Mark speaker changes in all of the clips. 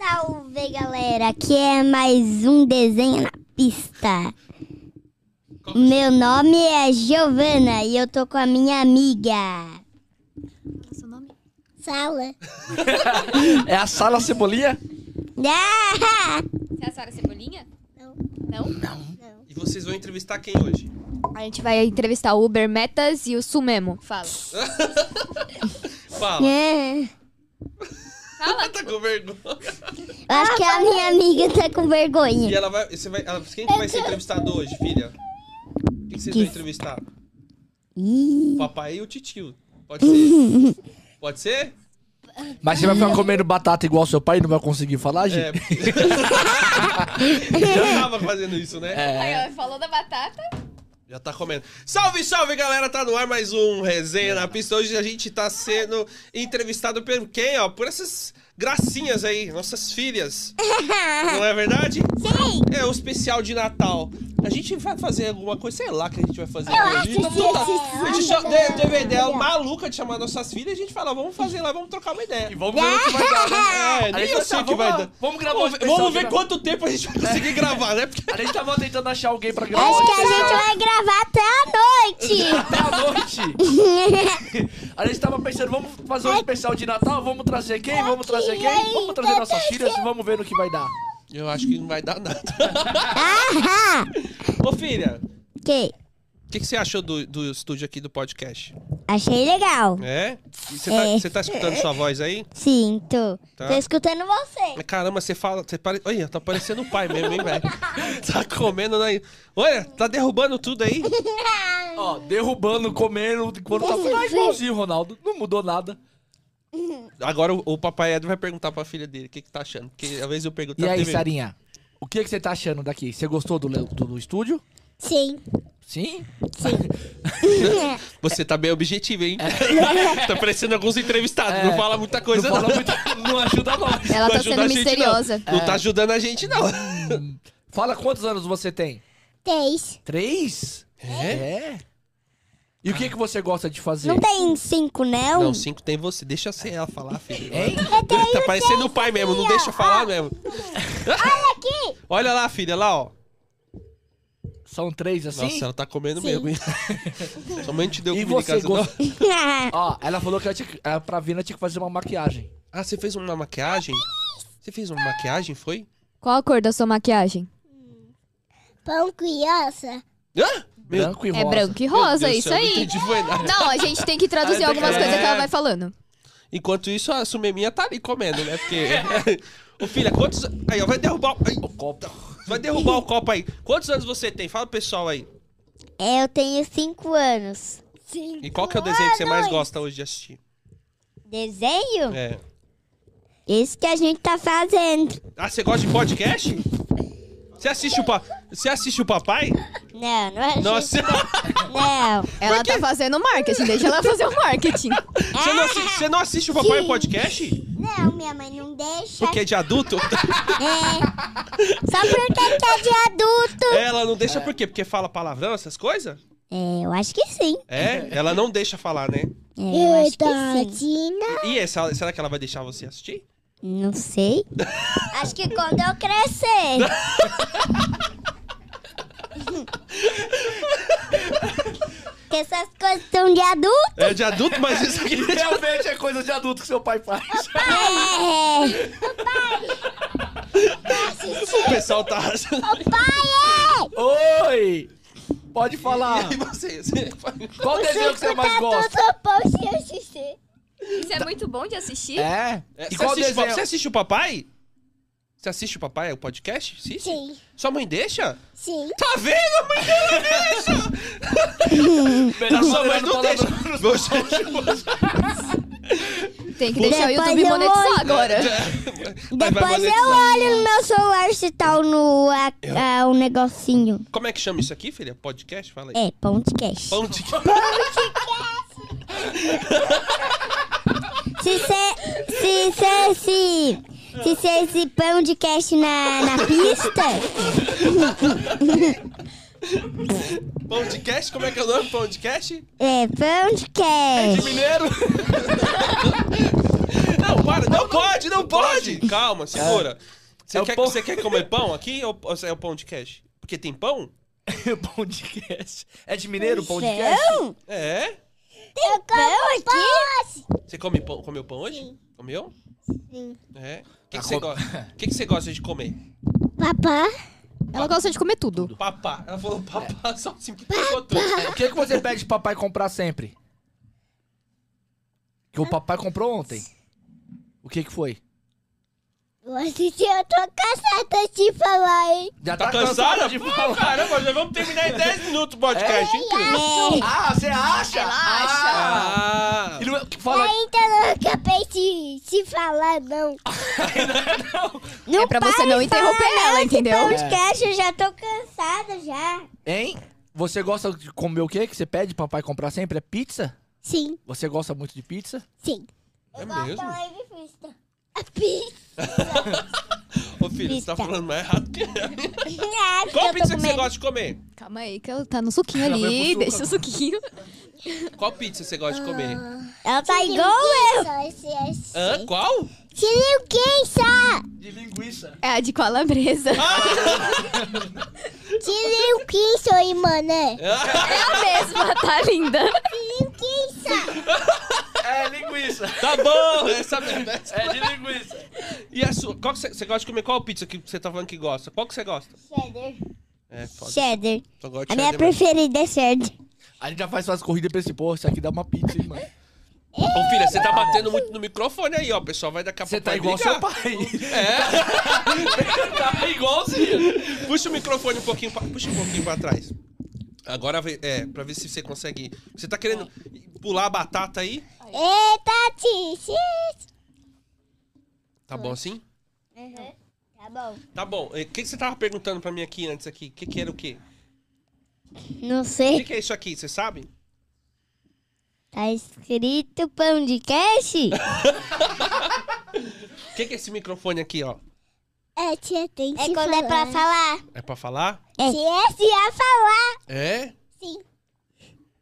Speaker 1: Salve galera, aqui é mais um desenho na pista. Meu nome é Giovana e eu tô com a minha amiga.
Speaker 2: é Seu nome?
Speaker 1: Sala.
Speaker 3: É a sala cebolinha?
Speaker 1: Ah,
Speaker 2: Você é a Sara Cebolinha?
Speaker 1: Não.
Speaker 2: Não?
Speaker 4: E vocês vão entrevistar quem hoje?
Speaker 2: A gente vai entrevistar o Uber Metas e o Sumemo. Fala.
Speaker 4: Fala.
Speaker 1: é.
Speaker 2: Fala.
Speaker 4: tá com vergonha.
Speaker 1: Eu acho que a minha amiga tá com
Speaker 4: E
Speaker 1: vergonha.
Speaker 4: ela vai. Você vai ela- quem que vai ser entrevistado hoje, filha? Quem que vocês vão
Speaker 1: É Que-
Speaker 4: entrevistar? O
Speaker 1: Ih,
Speaker 4: papai e o titio. Pode ser? Pode ser?
Speaker 3: Mas você vai ficar comendo batata igual seu pai e não vai conseguir falar,
Speaker 4: É.
Speaker 3: gente?
Speaker 4: Já tava fazendo isso, né?
Speaker 2: Aí, ó, falou da batata.
Speaker 4: Já tá comendo. Salve, salve, galera! Tá no ar mais um Resenha na Pista. Hoje a gente tá sendo entrevistado por quem, ó? Por essas gracinhas aí, nossas filhas. Não é verdade? Sim! É o especial de Natal. A gente vai fazer alguma coisa, sei lá o que a gente vai fazer. a gente tá toda- a gente já deu teve a ideia maluca de chamar nossas filhas e a gente fala, vamos fazer lá, vamos trocar uma ideia.
Speaker 3: E É, vamos ver o que vai dar, né?
Speaker 4: É,
Speaker 3: A gente
Speaker 4: nem eu
Speaker 3: tá-
Speaker 4: sei o que
Speaker 3: vamos
Speaker 4: vai
Speaker 3: lá,
Speaker 4: dar.
Speaker 3: Vamos gravar um
Speaker 4: Vamos ver,
Speaker 3: especial
Speaker 4: vamos
Speaker 3: de
Speaker 4: ver
Speaker 3: Natal.
Speaker 4: quanto tempo a gente vai conseguir gravar, né? Porque
Speaker 3: A gente tava tentando achar alguém pra gravar.
Speaker 1: acho que a
Speaker 3: um
Speaker 1: gente
Speaker 3: especial
Speaker 1: vai gravar até a
Speaker 3: até a noite.
Speaker 1: noite.
Speaker 3: A gente tava pensando, vamos fazer um especial de Natal, vamos trazer quem, vamos trazer quem, vamos
Speaker 1: tá
Speaker 3: trazer nossas filhas e vamos ver no que vai dar.
Speaker 4: eu acho que não vai dar nada.
Speaker 1: Ah,
Speaker 4: Ô, filha,
Speaker 1: ok.
Speaker 4: O que, que você achou do, do estúdio aqui do podcast?
Speaker 1: Achei legal.
Speaker 4: É? E Você tá,
Speaker 1: É.
Speaker 4: você tá escutando sua voz aí?
Speaker 1: Sim, tô.
Speaker 4: Tá.
Speaker 1: Tô escutando você.
Speaker 2: É.
Speaker 4: Mas Caramba, você fala. Você pare... Olha, tá parecendo o pai mesmo, hein, velho? Tá comendo aí. Olha, tá derrubando tudo aí.
Speaker 3: Ó, derrubando, comendo, enquanto tá tá igualzinho, Ronaldo. Não mudou nada.
Speaker 4: Agora o, o papai Ed vai perguntar pra filha dele o que, que tá achando. Porque às vezes eu pergunto
Speaker 3: E
Speaker 4: na
Speaker 3: aí,
Speaker 4: TV.
Speaker 3: Sarinha, o que, que você tá achando daqui? Você gostou do, le- do- do estúdio?
Speaker 1: Sim.
Speaker 3: Sim?
Speaker 4: Você tá bem objetivo, hein?
Speaker 2: É.
Speaker 4: tá parecendo alguns entrevistados.
Speaker 3: É.
Speaker 4: Não fala muita
Speaker 3: Não,
Speaker 4: coisa, não.
Speaker 3: fala muito, É. não ajuda nós.
Speaker 2: Ela
Speaker 4: Não
Speaker 2: tá
Speaker 4: ajuda
Speaker 2: sendo
Speaker 4: a gente, não.
Speaker 2: misteriosa. É.
Speaker 4: Não tá ajudando a gente, não.
Speaker 3: Fala quantos anos você tem?
Speaker 1: Três.
Speaker 3: Três? É? E o que, que você gosta de fazer?
Speaker 1: Não tem cinco, não?
Speaker 4: Não, cinco tem você. Deixa ser ela falar, filho.
Speaker 3: Hein?
Speaker 4: Tá parecendo o pai mesmo, não
Speaker 1: filha.
Speaker 4: deixa eu falar mesmo. Olha aqui! Olha lá, filha, lá, ó.
Speaker 3: São três assim?
Speaker 4: Nossa, ela tá comendo mesmo, hein? Sua mãe te deu
Speaker 3: E
Speaker 4: comida em
Speaker 3: você
Speaker 4: casa,
Speaker 3: gosta-
Speaker 4: não?
Speaker 3: Ó, ela falou que ela tinha, que- ela, pra vir ela tinha que fazer uma maquiagem.
Speaker 4: Ah, você fez uma maquiagem? Você fez uma maquiagem, foi?
Speaker 2: Qual a cor da sua maquiagem?
Speaker 1: Pão criança.
Speaker 4: Hã? Meu
Speaker 3: branco e
Speaker 2: É
Speaker 3: rosa.
Speaker 2: branco e
Speaker 4: meu
Speaker 2: rosa,
Speaker 4: Deus do
Speaker 2: isso
Speaker 4: céu, eu Não
Speaker 2: aí.
Speaker 4: entendi, foi nada.
Speaker 2: Não, a gente tem que traduzir
Speaker 3: Ah,
Speaker 2: algumas coisas que ela
Speaker 4: é.
Speaker 2: vai falando.
Speaker 4: Enquanto isso, a Sumeminha tá ali comendo, né? Porque... Ô, filha, quantos... Aí, ó, vai derrubar... o- Ai,
Speaker 3: O copo.
Speaker 4: vai derrubar o copo aí. Quantos anos você tem? Fala pro pessoal aí.
Speaker 1: É, eu tenho cinco anos. Cinco
Speaker 4: E qual que é o desenho que você mais gosta hoje de assistir?
Speaker 1: Desenho?
Speaker 4: É.
Speaker 1: Esse que a gente tá fazendo.
Speaker 4: Ah, você gosta de podcast? Você assiste o, pa... você assiste o papai?
Speaker 1: Não, não é
Speaker 4: Nossa,
Speaker 1: Não.
Speaker 2: Ela tá fazendo marketing, deixa ela fazer o marketing.
Speaker 4: você não, assi- você não assiste o papai o podcast?
Speaker 1: Não, minha mãe não deixa.
Speaker 4: Porque é de adulto?
Speaker 1: É. Só porque tá de adulto.
Speaker 4: Ela não deixa por quê? Porque fala palavrão, essas coisas?
Speaker 1: É, eu acho que sim.
Speaker 4: É, ela não deixa falar, né?
Speaker 1: É, eu acho que sim.
Speaker 4: E essa, será que ela vai deixar você assistir?
Speaker 1: Não sei. acho que quando eu crescer. Porque essas coisas são de adulto.
Speaker 4: É de adulto, mas isso aqui.
Speaker 3: Realmente é coisa de adulto que seu pai faz.
Speaker 1: É.
Speaker 4: O pessoal tá.
Speaker 3: Oi! Pode falar.
Speaker 4: E você? Você- tá
Speaker 3: Qual desenho
Speaker 1: tá
Speaker 3: que você mais gosta?
Speaker 2: Isso é muito bom de assistir.
Speaker 3: É?
Speaker 4: É,
Speaker 3: E
Speaker 4: Você
Speaker 3: qual
Speaker 4: assiste, o pa-
Speaker 3: desenho?
Speaker 4: você assiste o papai? Você assiste o papai, o podcast? Sim.
Speaker 1: Sim.
Speaker 4: Sua mãe deixa?
Speaker 1: Sim.
Speaker 4: Tá vendo? A mãe dela deixa!
Speaker 3: Melhor
Speaker 4: Sua mãe não
Speaker 3: falar palavrão.
Speaker 4: deixa. Você-
Speaker 2: Tem que deixar o
Speaker 1: Depois
Speaker 2: YouTube
Speaker 1: eu
Speaker 2: monetizar
Speaker 1: olho.
Speaker 2: agora.
Speaker 4: Mas vai
Speaker 1: Depois eu
Speaker 4: monetizar.
Speaker 1: olho no
Speaker 3: né?
Speaker 1: meu celular se tá no a, a- o negocinho.
Speaker 4: Como é que chama isso aqui, filha? Podcast? Fala aí.
Speaker 1: É, podcast.
Speaker 4: Pão de
Speaker 1: Se cê, se cê, se, se cê esse pão de cash na, na pista,
Speaker 4: Pão de cast? Como é que é o nome? Pão de cast?
Speaker 1: é pão de
Speaker 3: De
Speaker 1: cash.
Speaker 3: mineiro?
Speaker 4: Não, para, não, pode, não pode! Calma, segura. Você,
Speaker 3: É o
Speaker 4: quer,
Speaker 3: pão.
Speaker 4: você quer comer pão aqui ou ou é o pão de cash? Porque tem pão?
Speaker 3: pão de queijo. É de mineiro, pão de queijo?
Speaker 1: Não,
Speaker 4: É?
Speaker 1: eu como pão
Speaker 4: Você come pão, comeu pão hoje? Comeu?
Speaker 1: assim.
Speaker 4: É. O que,
Speaker 3: Ah,
Speaker 4: que, você
Speaker 3: com-
Speaker 4: go- que que você gosta de comer?
Speaker 1: Papá,
Speaker 2: Ela gosta de comer tudo.
Speaker 4: Papá. Ela falou papá,
Speaker 3: É.
Speaker 4: só assim que pegou tudo.
Speaker 3: O que, que você pede pro papai comprar sempre? Que o papai comprou ontem. O que que foi?
Speaker 1: você eu tô cansada de falar, hein?
Speaker 3: Já
Speaker 4: Tá cansada?
Speaker 3: de
Speaker 4: Pô,
Speaker 3: falar?
Speaker 4: Caramba, já vamos terminar em 10 minutos o podcast inteiro.
Speaker 1: É,
Speaker 3: Ah, você acha?
Speaker 2: Ela acha.
Speaker 4: Ah!
Speaker 3: Ele não- é que fala...
Speaker 1: ainda não acabei de, de falar, não. não
Speaker 2: É pra você não interromper ela, entendeu?
Speaker 1: Pão de queijo, eu já tô cansada já.
Speaker 3: Hein? Você gosta de comer o quê que você pede pro papai comprar sempre? É pizza?
Speaker 1: Sim,
Speaker 3: Você gosta muito de pizza?
Speaker 1: sim.
Speaker 4: É mesmo?
Speaker 1: A pizza.
Speaker 4: Ô filho, você tá
Speaker 1: Pizza.
Speaker 4: falando mais errado que eu.
Speaker 1: Ah,
Speaker 4: Qual
Speaker 1: eu tô
Speaker 4: pizza que você
Speaker 1: comendo.
Speaker 4: gosta de comer?
Speaker 2: Calma aí, que ela tá no suquinho
Speaker 3: Ela vai pro
Speaker 2: ali.
Speaker 3: suco
Speaker 2: Deixa o
Speaker 3: agora.
Speaker 2: suquinho.
Speaker 4: Qual pizza você gosta
Speaker 1: Ah,
Speaker 4: de comer?
Speaker 1: Ela tá igual eu.
Speaker 4: Hã? Qual?
Speaker 1: Tiringuiça!
Speaker 3: De linguiça.
Speaker 2: É a de calabresa. É
Speaker 1: Tiringuiça, irmã, né?
Speaker 2: É a mesma, tá linda?
Speaker 1: Tiringuiça!
Speaker 3: É, linguiça.
Speaker 4: Tá bom! Essa mesmo. essa-
Speaker 3: É de linguiça.
Speaker 4: E a sua? Qual que você, você gosta de comer? Qual pizza que você tá falando que gosta? Qual que você gosta?
Speaker 1: Cheddar.
Speaker 4: É, foda.
Speaker 1: Cheddar.
Speaker 4: Só gosto de
Speaker 1: A minha
Speaker 4: cheddar, mas-
Speaker 1: preferida é cheddar.
Speaker 3: A gente já faz suas corridas pra esse pô, isso aqui dá uma pizza, hein, mano.
Speaker 4: Ô filha, você tá batendo muito no microfone aí, ó. O pessoal vai daqui a pouco.
Speaker 3: Você tá
Speaker 4: vai
Speaker 3: igual
Speaker 4: brigar.
Speaker 3: seu pai.
Speaker 4: Tá igualzinho. Puxa o microfone um pouquinho, pra, puxa um pouquinho pra trás. Agora vê- é, pra ver se você consegue. Você tá querendo pular a batata aí?
Speaker 1: Eita, Titi!
Speaker 4: Tá bom assim?
Speaker 1: Tá bom.
Speaker 4: Tá bom. Eh, O que, que você tava perguntando pra mim aqui antes aqui? O que, que era o quê?
Speaker 1: Não
Speaker 4: O
Speaker 1: sei.
Speaker 4: que, que é isso aqui? Você sabe?
Speaker 1: Tá escrito pão de queijo?
Speaker 4: O que, que é esse microfone aqui, ó?
Speaker 5: É, tia, tem que né?
Speaker 1: É quando é pra falar.
Speaker 4: É pra falar?
Speaker 1: É. Se esse é falar.
Speaker 4: É?
Speaker 5: Sim.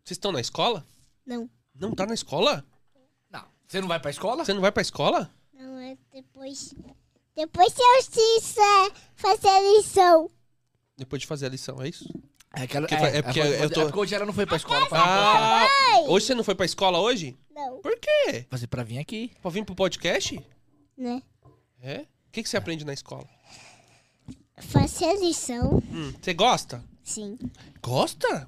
Speaker 4: Vocês estão na escola?
Speaker 5: Não.
Speaker 4: Não tá na escola?
Speaker 3: Não, você não vai pra escola?
Speaker 4: Você não vai pra escola?
Speaker 5: Não, é depois... Depois se eu quiser fazer lição.
Speaker 4: Depois de fazer a lição, é isso?
Speaker 3: É, que ela,
Speaker 4: Porque fa- é porque eu tô-
Speaker 3: hoje ela não foi pra escola. Pra
Speaker 4: Ah! Hoje você não foi pra escola hoje?
Speaker 5: Tá Não.
Speaker 4: Por quê?
Speaker 3: fazer pra vir aqui.
Speaker 4: Pra vir pro podcast?
Speaker 5: Né?
Speaker 4: É? O que, que você aprende na escola?
Speaker 5: Fazer lição.
Speaker 4: Hum, Você gosta?
Speaker 5: Sim.
Speaker 4: Gosta?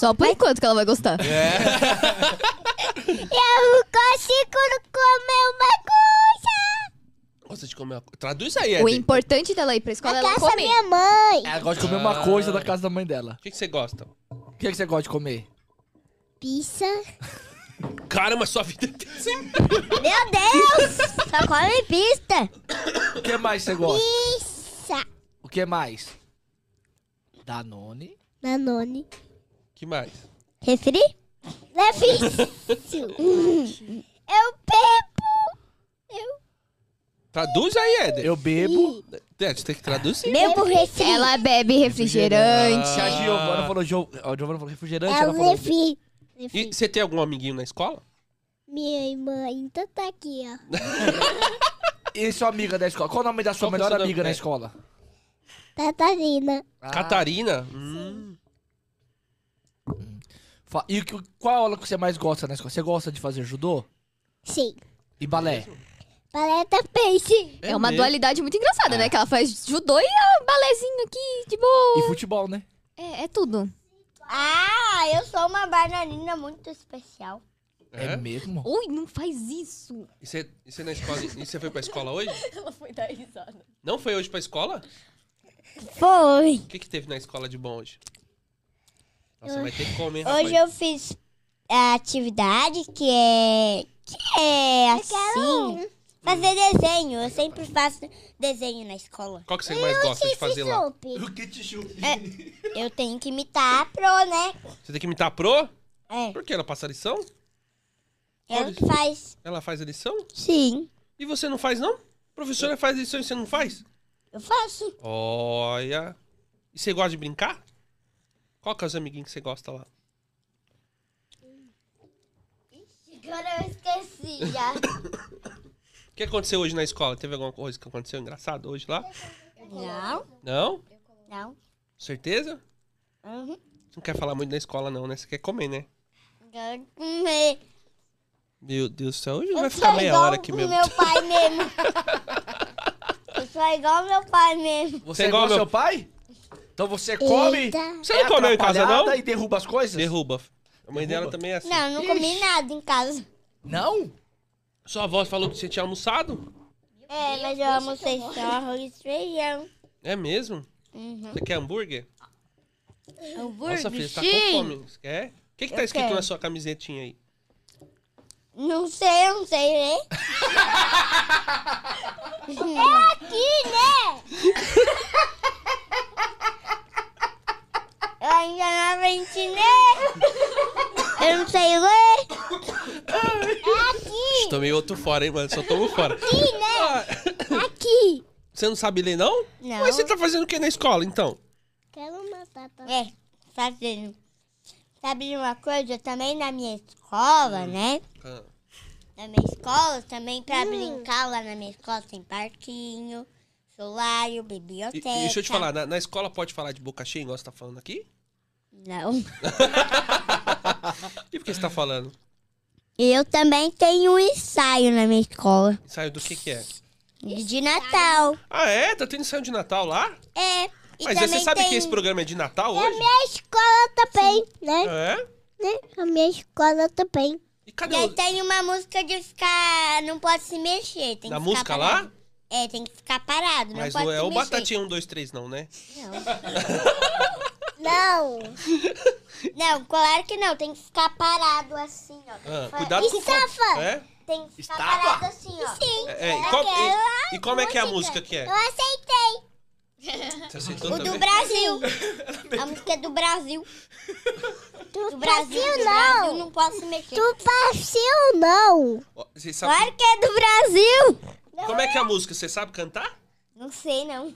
Speaker 2: Só por enquanto que ela vai gostar.
Speaker 1: Eu consigo comer uma coisa.
Speaker 4: Gosta de comer uma coisa. Traduz aí,
Speaker 2: O
Speaker 4: Eden. O
Speaker 2: importante dela ir pra escola é ela
Speaker 5: Caça
Speaker 2: comer.
Speaker 5: minha mãe.
Speaker 3: Ela É, gosta de comer uma coisa da casa da mãe dela.
Speaker 4: que, que você gosta?
Speaker 3: O que, é que você gosta de comer?
Speaker 5: Pizza.
Speaker 4: Caramba, sua vida é sem-
Speaker 1: Meu Deus! Só come pista.
Speaker 3: O que mais você gosta?
Speaker 5: Pizza.
Speaker 3: O que mais? Danone.
Speaker 5: Danone.
Speaker 4: que mais?
Speaker 1: Refri?
Speaker 5: Difícil. eu bebo.
Speaker 4: Traduz aí, Eder.
Speaker 3: Eu bebo.
Speaker 4: É, você tem que traduzir.
Speaker 1: Bebo refri.
Speaker 2: Ela bebe refrigerante.
Speaker 3: Se a Giovana falou, jo... a Giovana falou refrigerante,
Speaker 5: É
Speaker 3: ela
Speaker 5: o
Speaker 3: falou...
Speaker 5: Levi.
Speaker 4: E você tem algum amiguinho na escola?
Speaker 5: Minha irmã ainda tá aqui, ó.
Speaker 3: E sua amiga da escola? Qual o nome da sua
Speaker 4: Qual que é
Speaker 3: melhor
Speaker 4: sua da-
Speaker 3: amiga na
Speaker 4: é.
Speaker 3: escola?
Speaker 5: Catarina.
Speaker 4: Catarina? Hum.
Speaker 3: Fa- E que- qual aula que você mais gosta na escola? Você gosta de fazer judô
Speaker 5: Sim.
Speaker 3: e balé?
Speaker 5: Paleta peixe.
Speaker 2: É uma
Speaker 4: mesmo?
Speaker 2: dualidade muito engraçada, né? Que ela faz judô e a balézinho aqui, de boa.
Speaker 3: E futebol, né?
Speaker 2: É, é tudo.
Speaker 1: Ah, eu sou uma bananina muito especial.
Speaker 4: É?
Speaker 3: mesmo?
Speaker 2: Ui, não faz isso.
Speaker 4: E você e você na escola? E você foi pra escola hoje?
Speaker 2: Ela foi dar risada.
Speaker 4: Não foi hoje pra escola?
Speaker 1: Foi.
Speaker 4: O que, que teve na escola de bom hoje? Nossa, vai ter que comer, rapaz.
Speaker 1: Hoje eu fiz a atividade que é. que é assim. Fazer desenho. Eu sempre faço desenho na escola.
Speaker 4: Qual que você mais gosta de fazer lá?
Speaker 5: Sopa.
Speaker 1: Eu tenho que imitar a pro, né?
Speaker 4: Você tem que imitar a pro?
Speaker 1: É.
Speaker 4: Por quê? Ela passa a lição?
Speaker 1: Ela que faz.
Speaker 4: Ela faz a lição?
Speaker 1: Sim.
Speaker 4: E você não faz, não? A professora faz lição e você não faz?
Speaker 1: Eu faço.
Speaker 4: Olha. E você gosta de brincar? Qual que é os amiguinhos que você gosta lá?
Speaker 1: Agora eu esqueci já.
Speaker 4: O que aconteceu hoje na escola? Teve alguma coisa que aconteceu engraçado hoje lá?
Speaker 1: Não,
Speaker 4: Não?
Speaker 1: não.
Speaker 4: Certeza?
Speaker 1: Uhum.
Speaker 4: Você não quer falar muito da escola, não, né? Você quer comer, né?
Speaker 1: Quero comer.
Speaker 4: Meu Deus do céu, hoje
Speaker 1: Eu
Speaker 4: vai
Speaker 1: sou
Speaker 4: ficar meia
Speaker 1: igual
Speaker 4: hora aqui mesmo.
Speaker 1: meu pai mesmo. Eu sou igual meu pai mesmo.
Speaker 6: Você
Speaker 4: Você
Speaker 6: é igual ao
Speaker 4: igual
Speaker 6: seu
Speaker 4: meu-
Speaker 6: pai? Então você come,
Speaker 5: Eita.
Speaker 3: É
Speaker 4: Você não comeu em casa, não?
Speaker 6: atrapalhada e derruba as coisas?
Speaker 4: Derruba. A mãe dela
Speaker 6: Derruba.
Speaker 4: também é assim.
Speaker 1: Não, não comi
Speaker 6: Ixi.
Speaker 1: nada em casa.
Speaker 6: Não?
Speaker 4: Sua avó falou que você tinha almoçado?
Speaker 1: É, mas eu almocei só arroz e feijão.
Speaker 4: É mesmo?
Speaker 1: Uhum.
Speaker 4: Você quer hambúrguer? Nossa, filha, você tá com
Speaker 1: sim.
Speaker 4: fome. Você quer? O que, que tá
Speaker 1: Eu
Speaker 4: escrito
Speaker 1: quero.
Speaker 4: na sua camisetinha aí?
Speaker 1: Não sei, eu não sei né? ler. é aqui, né? Eu ainda não aprendi ler. Eu não sei ler.
Speaker 4: Ixi, tomei outro fora, hein, mano? Só tomo fora.
Speaker 1: né?
Speaker 4: Ah,
Speaker 1: Aqui.
Speaker 4: você não sabe ler, não?
Speaker 1: Não.
Speaker 4: Mas você tá fazendo o que na escola, então?
Speaker 5: Quero matar também.
Speaker 1: É, sabe, sabe de uma coisa? Também na minha escola, né?
Speaker 4: Ah,
Speaker 1: Na minha escola, também
Speaker 4: Hum.
Speaker 1: pra brincar lá na minha escola tem parquinho, solário,
Speaker 4: E, e
Speaker 1: biblioteca.
Speaker 4: deixa eu te falar, na, na escola pode falar de boca cheia, igual você tá falando aqui?
Speaker 1: Não.
Speaker 4: E por que você tá falando?
Speaker 1: Eu também tenho um ensaio na minha escola.
Speaker 4: Ensaio do que que é?
Speaker 1: De Natal.
Speaker 4: Ah, é? Tá tendo ensaio de Natal lá?
Speaker 1: É. E
Speaker 4: Mas você
Speaker 1: também
Speaker 4: sabe
Speaker 1: tem...
Speaker 4: que esse programa é de Natal hoje?
Speaker 5: A escola também, né?
Speaker 4: É?
Speaker 5: né? A minha escola também.
Speaker 4: E cadê
Speaker 1: E aí
Speaker 4: o...
Speaker 1: tem uma música de ficar. Não pode se mexer. Tem
Speaker 4: Na
Speaker 1: que
Speaker 4: música
Speaker 1: ficar
Speaker 4: lá?
Speaker 1: parado. É, tem que ficar parado. Não
Speaker 4: Mas
Speaker 1: pode
Speaker 4: não é
Speaker 1: se
Speaker 4: o
Speaker 1: mexer.
Speaker 4: Batatinha 1, 2, 3, não, né?
Speaker 5: Não.
Speaker 1: Não, claro que não. Tem que ficar parado assim, ó. Tem
Speaker 4: Ah,
Speaker 1: que fa-
Speaker 4: cuidado com o
Speaker 5: Estafa.
Speaker 4: copo. É?
Speaker 1: Tem que ficar
Speaker 6: Estava?
Speaker 1: parado assim, ó. Sim.
Speaker 4: É, e, qual- e- e como é que é a música que é?
Speaker 5: Eu aceitei.
Speaker 4: Você aceitou
Speaker 1: O do
Speaker 4: também?
Speaker 1: Brasil. A música é do Brasil.
Speaker 5: Do,
Speaker 1: Do Brasil, do
Speaker 5: não.
Speaker 1: Brasil não pode se mexer.
Speaker 5: Do Brasil não.
Speaker 4: Ó, Você sabe...
Speaker 1: Claro que é do Brasil.
Speaker 4: Como é que é a música? Você sabe cantar?
Speaker 1: Não sei, não.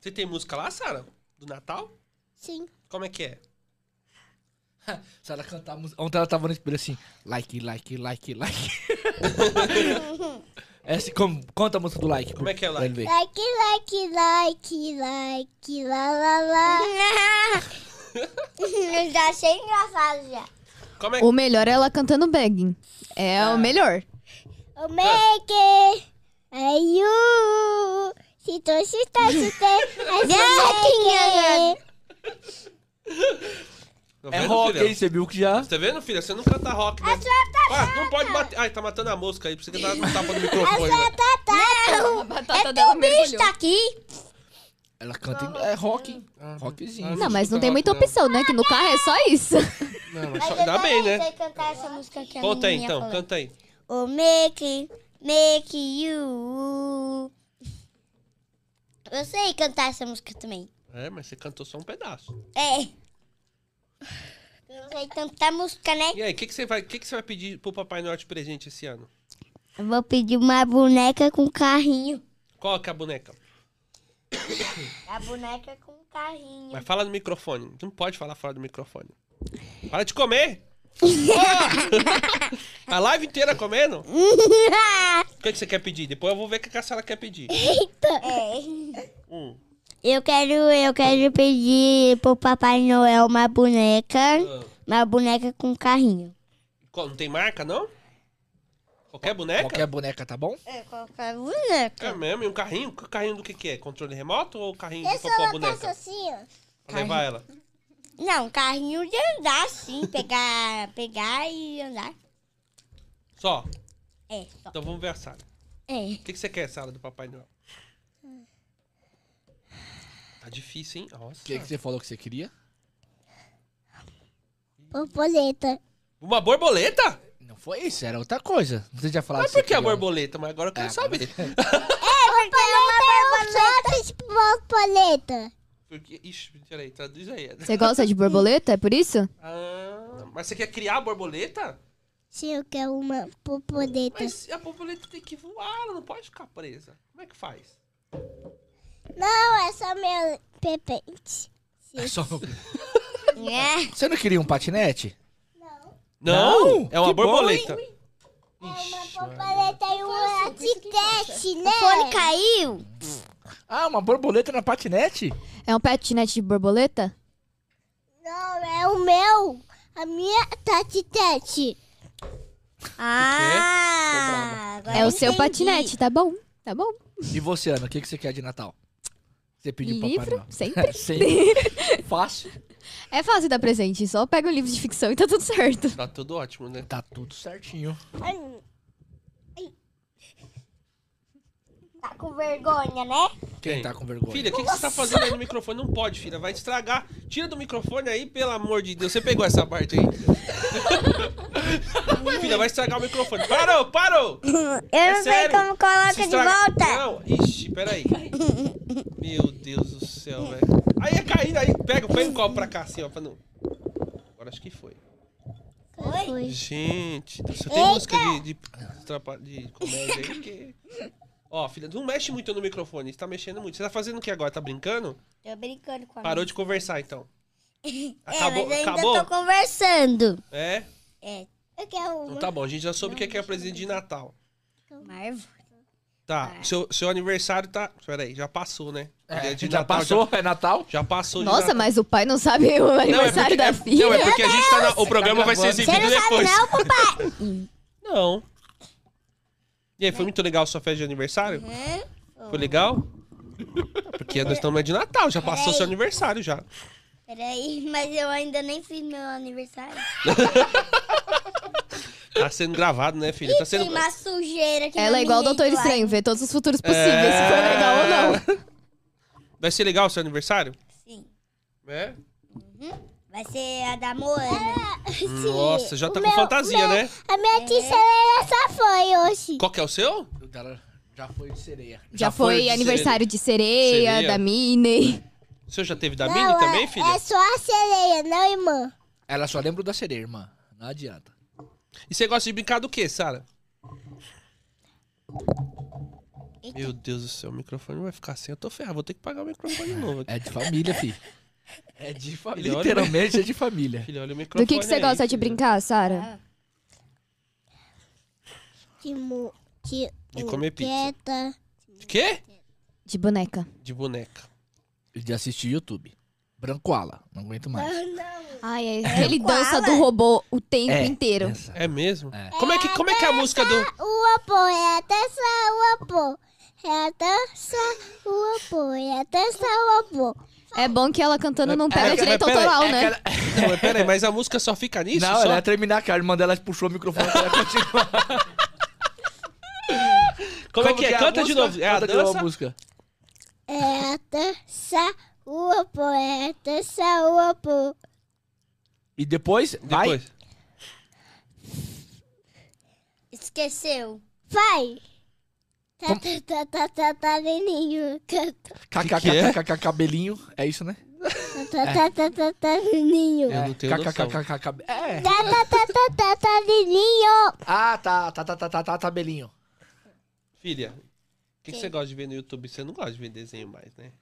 Speaker 4: Você tem música lá, Sara? Do Natal?
Speaker 5: Sim.
Speaker 4: Como é que é?
Speaker 6: Se ela cantar a música... Ontem ela tava no espelho assim, like, like, like, like. é assim, como- conta a música do like.
Speaker 4: Como é que é
Speaker 6: pra
Speaker 4: like?
Speaker 6: ele ver.
Speaker 5: Like, like, like, like, lá, lá, lá.
Speaker 1: Eu já achei engraçado já.
Speaker 4: Como é que...
Speaker 2: O melhor é ela cantando begging. É o melhor.
Speaker 5: O Make. Are you? Se tu, se tu, se
Speaker 1: é
Speaker 4: Tá
Speaker 5: tu.
Speaker 6: É
Speaker 4: vendo,
Speaker 6: rock,
Speaker 4: filha?
Speaker 6: hein? Você viu que já...
Speaker 4: Tá vendo, filha? Você não canta rock, né?
Speaker 1: tá
Speaker 4: Ah, não pode bater. Ai, tá matando a mosca aí. Precisa que ela tapa no microfone. né?
Speaker 1: tá Não,
Speaker 2: A batata Tá dela mergulhou.
Speaker 1: está tá aqui.
Speaker 6: Ela canta em... É rock, hein? Rockzinho.
Speaker 4: Ah,
Speaker 2: Não, mas não
Speaker 4: escuta
Speaker 2: tem muita
Speaker 4: rock,
Speaker 2: opção, né? Que no carro é só isso.
Speaker 4: Não, mas só- dá bem, né?
Speaker 1: sei cantar essa música que a
Speaker 4: Conta aí,
Speaker 1: menininha
Speaker 4: então.
Speaker 1: falou.
Speaker 4: Canta aí.
Speaker 1: O make, make you. Eu sei cantar essa música também.
Speaker 4: É, mas você cantou só um pedaço.
Speaker 1: É. Eu não sei cantar música, né?
Speaker 4: E aí, o que, que, você vai- que, que você vai pedir pro Papai Noel de presente esse ano?
Speaker 1: Eu vou pedir uma boneca com carrinho.
Speaker 4: Qual que é a boneca?
Speaker 1: A boneca com carrinho.
Speaker 4: Mas fala no microfone. Não pode falar fora do microfone. Para de comer! Pô! a live inteira comendo? O que, que você quer pedir? Depois eu vou ver o que que a Sara quer pedir. Hum.
Speaker 1: Eu quero, eu quero pedir pro Papai Noel uma boneca.
Speaker 4: Ah.
Speaker 1: Uma boneca com carrinho.
Speaker 4: Qual- Não tem marca, não? Qualquer boneca?
Speaker 6: Qualquer boneca, tá bom?
Speaker 1: É, qualquer boneca.
Speaker 4: É mesmo? E um carrinho? O carrinho do que que é? Controle remoto ou carrinho de
Speaker 5: Deixa
Speaker 4: pra pôr a
Speaker 5: eu
Speaker 4: boneca?
Speaker 5: botar assim, ó.
Speaker 4: Pra levar ela.
Speaker 1: Não, carrinho de andar, sim. Pegar, pegar e andar.
Speaker 4: Só.
Speaker 1: É, só.
Speaker 4: Então vamos ver a Sara.
Speaker 1: É.
Speaker 4: O que, que você quer, Sara, do Papai Noel? Tá difícil, hein? Nossa.
Speaker 6: O que, que você falou que você queria?
Speaker 5: Borboleta.
Speaker 4: Uma borboleta?
Speaker 6: Não foi isso, era outra coisa. Não sei se já assim falaram
Speaker 4: Mas por que a borboleta? Mas agora eu quero
Speaker 6: Ah, É,
Speaker 4: saber.
Speaker 5: Porque
Speaker 1: é
Speaker 5: uma borboleta. borboleta.
Speaker 4: Porque... Ixi, peraí, traduz aí.
Speaker 2: Você gosta de borboleta? É por isso?
Speaker 4: Ah, mas você quer criar a borboleta?
Speaker 5: Se eu quero uma borboleta.
Speaker 4: Mas a borboleta tem que voar, ela não pode ficar presa. Como é que faz?
Speaker 5: Não, é só meu pepente.
Speaker 1: É.
Speaker 6: um- Você não queria um patinete?
Speaker 5: Não.
Speaker 4: Não,
Speaker 6: Não,
Speaker 4: é uma
Speaker 6: que bom,
Speaker 4: borboleta.
Speaker 5: Borboleta e uma patinete, né?
Speaker 1: O fone caiu.
Speaker 6: Ah, uma borboleta na patinete?
Speaker 2: É um patinete de borboleta?
Speaker 5: Não, é o meu. A minha
Speaker 1: tá
Speaker 5: patinete.
Speaker 1: Ah, agora
Speaker 2: é o
Speaker 1: eu
Speaker 2: seu
Speaker 1: entendi.
Speaker 2: patinete, tá bom? Tá bom.
Speaker 6: E você, Ana, o que, que você quer de Natal? Você pediu pro Papai
Speaker 2: Livro,
Speaker 6: Noel.
Speaker 2: sempre.
Speaker 6: Sempre. Fácil.
Speaker 2: É fácil dar presente, só pega um livro de ficção e tá tudo certo.
Speaker 4: Tá tudo ótimo, né?
Speaker 6: Tá tudo certinho.
Speaker 1: Tá com vergonha, né?
Speaker 6: Quem
Speaker 4: Quem?
Speaker 6: tá com vergonha?
Speaker 4: Filha, o que, que você tá fazendo aí no microfone? Não pode, filha. Vai estragar. Tira do microfone aí, pelo amor de Deus. Você pegou essa parte aí. filha, vai estragar o microfone. Parou, parou!
Speaker 1: Eu
Speaker 4: É
Speaker 1: não sei
Speaker 4: sério.
Speaker 1: como coloca
Speaker 4: Se
Speaker 1: de
Speaker 4: estraga-
Speaker 1: volta.
Speaker 4: Não, ixi, peraí. Meu Deus do céu, velho. Aí é caindo, aí pega, põe um copo pra cá assim, ó. Pra não... Agora acho que foi.
Speaker 1: Oi?
Speaker 4: Gente, você tem música de, de, trapa- de comédia aí? Porque... Ó, filha, não mexe muito no microfone, você tá mexendo muito. Você tá fazendo o que agora? Tá brincando?
Speaker 1: Tô brincando com a
Speaker 4: Parou de conversar, então.
Speaker 1: É,
Speaker 4: Ah, Acabou?
Speaker 1: mas ainda
Speaker 4: acabou?
Speaker 1: tô conversando.
Speaker 4: É?
Speaker 5: Eu quero
Speaker 4: Então
Speaker 5: uma.
Speaker 4: tá bom, a gente já soube o que é, que é presente de Natal.
Speaker 1: Marvo. É.
Speaker 4: Tá, seu, seu aniversário tá... Peraí, já passou, né?
Speaker 6: É,
Speaker 4: Dia de
Speaker 6: já
Speaker 4: Natal
Speaker 6: passou? É Natal?
Speaker 4: Já, já passou de
Speaker 2: Nossa,
Speaker 4: Natal.
Speaker 2: mas o pai não sabe o aniversário
Speaker 4: é
Speaker 2: da
Speaker 4: porque, é-
Speaker 2: filha.
Speaker 4: Não, é porque a gente tá na- o programa vai ser
Speaker 6: gravando.
Speaker 1: Você
Speaker 4: exibido
Speaker 1: não sabe
Speaker 4: depois.
Speaker 1: não, papai?
Speaker 4: Não. E aí, foi muito legal a sua festa de aniversário?
Speaker 1: Uhum.
Speaker 4: Foi legal? Porque nós estamos é de Natal, já passou seu aniversário já.
Speaker 1: Peraí, mas eu ainda nem fiz meu aniversário.
Speaker 4: Tá sendo gravado, né, filha? Tá sendo.
Speaker 1: Tem uma sujeira que
Speaker 2: Ela
Speaker 1: não
Speaker 2: é igual o
Speaker 1: me
Speaker 2: Doutor
Speaker 1: entra lá.
Speaker 2: Estranho, vê todos os futuros possíveis, se foi legal ou não.
Speaker 4: É. Vai ser legal o seu aniversário?
Speaker 1: Sim.
Speaker 4: É?
Speaker 1: Vai ser a da Moana. É.
Speaker 4: Nossa, já tá
Speaker 5: O
Speaker 4: com
Speaker 5: meu-
Speaker 4: fantasia,
Speaker 5: meu-
Speaker 4: né?
Speaker 5: A minha tia Selena só foi hoje.
Speaker 4: Qual que é o seu?
Speaker 6: O dela já foi de sereia.
Speaker 2: Já, foi,
Speaker 4: de
Speaker 2: aniversário de sereia,
Speaker 4: Sereia.
Speaker 2: da Minnie.
Speaker 4: O seu já teve da
Speaker 5: Não,
Speaker 4: Mini
Speaker 5: é-
Speaker 4: também, filha?
Speaker 1: assim.
Speaker 5: É só a sereia, não, irmã?
Speaker 6: Ela só lembra da sereia, irmã. Não adianta.
Speaker 4: E você gosta de brincar do quê, Sara? Meu Deus do céu, o microfone vai ficar sem. Eu tô ferrado, vou ter que pagar o microfone novo aqui.
Speaker 6: É de família, fi. É de família.
Speaker 4: Ele olha-
Speaker 6: Literalmente é de família.
Speaker 4: Filha, olha o microfone.
Speaker 2: Do que, que você
Speaker 4: aí,
Speaker 2: gosta de
Speaker 4: filha.
Speaker 2: brincar, Sara?
Speaker 5: De, mu, de,
Speaker 4: De comer pizza.
Speaker 5: moqueta.
Speaker 4: De quê?
Speaker 2: De boneca.
Speaker 4: De boneca.
Speaker 6: De assistir YouTube. Brancoala. Não aguento mais.
Speaker 2: Ai, é, ele dança do robô o tempo
Speaker 6: É.
Speaker 2: inteiro.
Speaker 6: Essa.
Speaker 4: É mesmo?
Speaker 6: É.
Speaker 4: Como, é que, como é que é a música do.
Speaker 5: O opô é a dança, o opô. É a dança, o opô. É a dança, o opô.
Speaker 2: É bom que ela cantando não pega
Speaker 4: mas
Speaker 2: direito
Speaker 4: peraí,
Speaker 2: autoral,
Speaker 4: é
Speaker 2: né?
Speaker 4: aquela- Não, mas peraí, mas a música só fica nisso?
Speaker 6: não,
Speaker 4: só?
Speaker 3: é
Speaker 6: ela ia terminar, que a irmã dela puxou o microfone pra ela continuar.
Speaker 4: Como, é que é?
Speaker 6: a
Speaker 4: Canta de
Speaker 6: música?
Speaker 4: novo. É a
Speaker 6: Canta de novo
Speaker 4: dança?
Speaker 6: música.
Speaker 5: É a dança, o opô. É a dança, o opô.
Speaker 6: E depois, vai.
Speaker 4: Depois.
Speaker 1: Esqueceu.
Speaker 5: Vai! Tá, tá, tá, tá, tá, tá, neninho. Tá,
Speaker 4: que é?
Speaker 6: KKKKK cabelinho. É isso, né?
Speaker 5: tá, tá, tá, tá, tá, neninho.
Speaker 4: Eu não tenho noção.
Speaker 6: KKKKK. É.
Speaker 5: Tá, tá, tá, tá, tá, tá, neninho.
Speaker 6: Ah, tá, tá, tá, tá, tá, tá, tabelinho.
Speaker 4: Filha, o que, que você gosta de ver no YouTube? Você não gosta de ver desenho mais, né?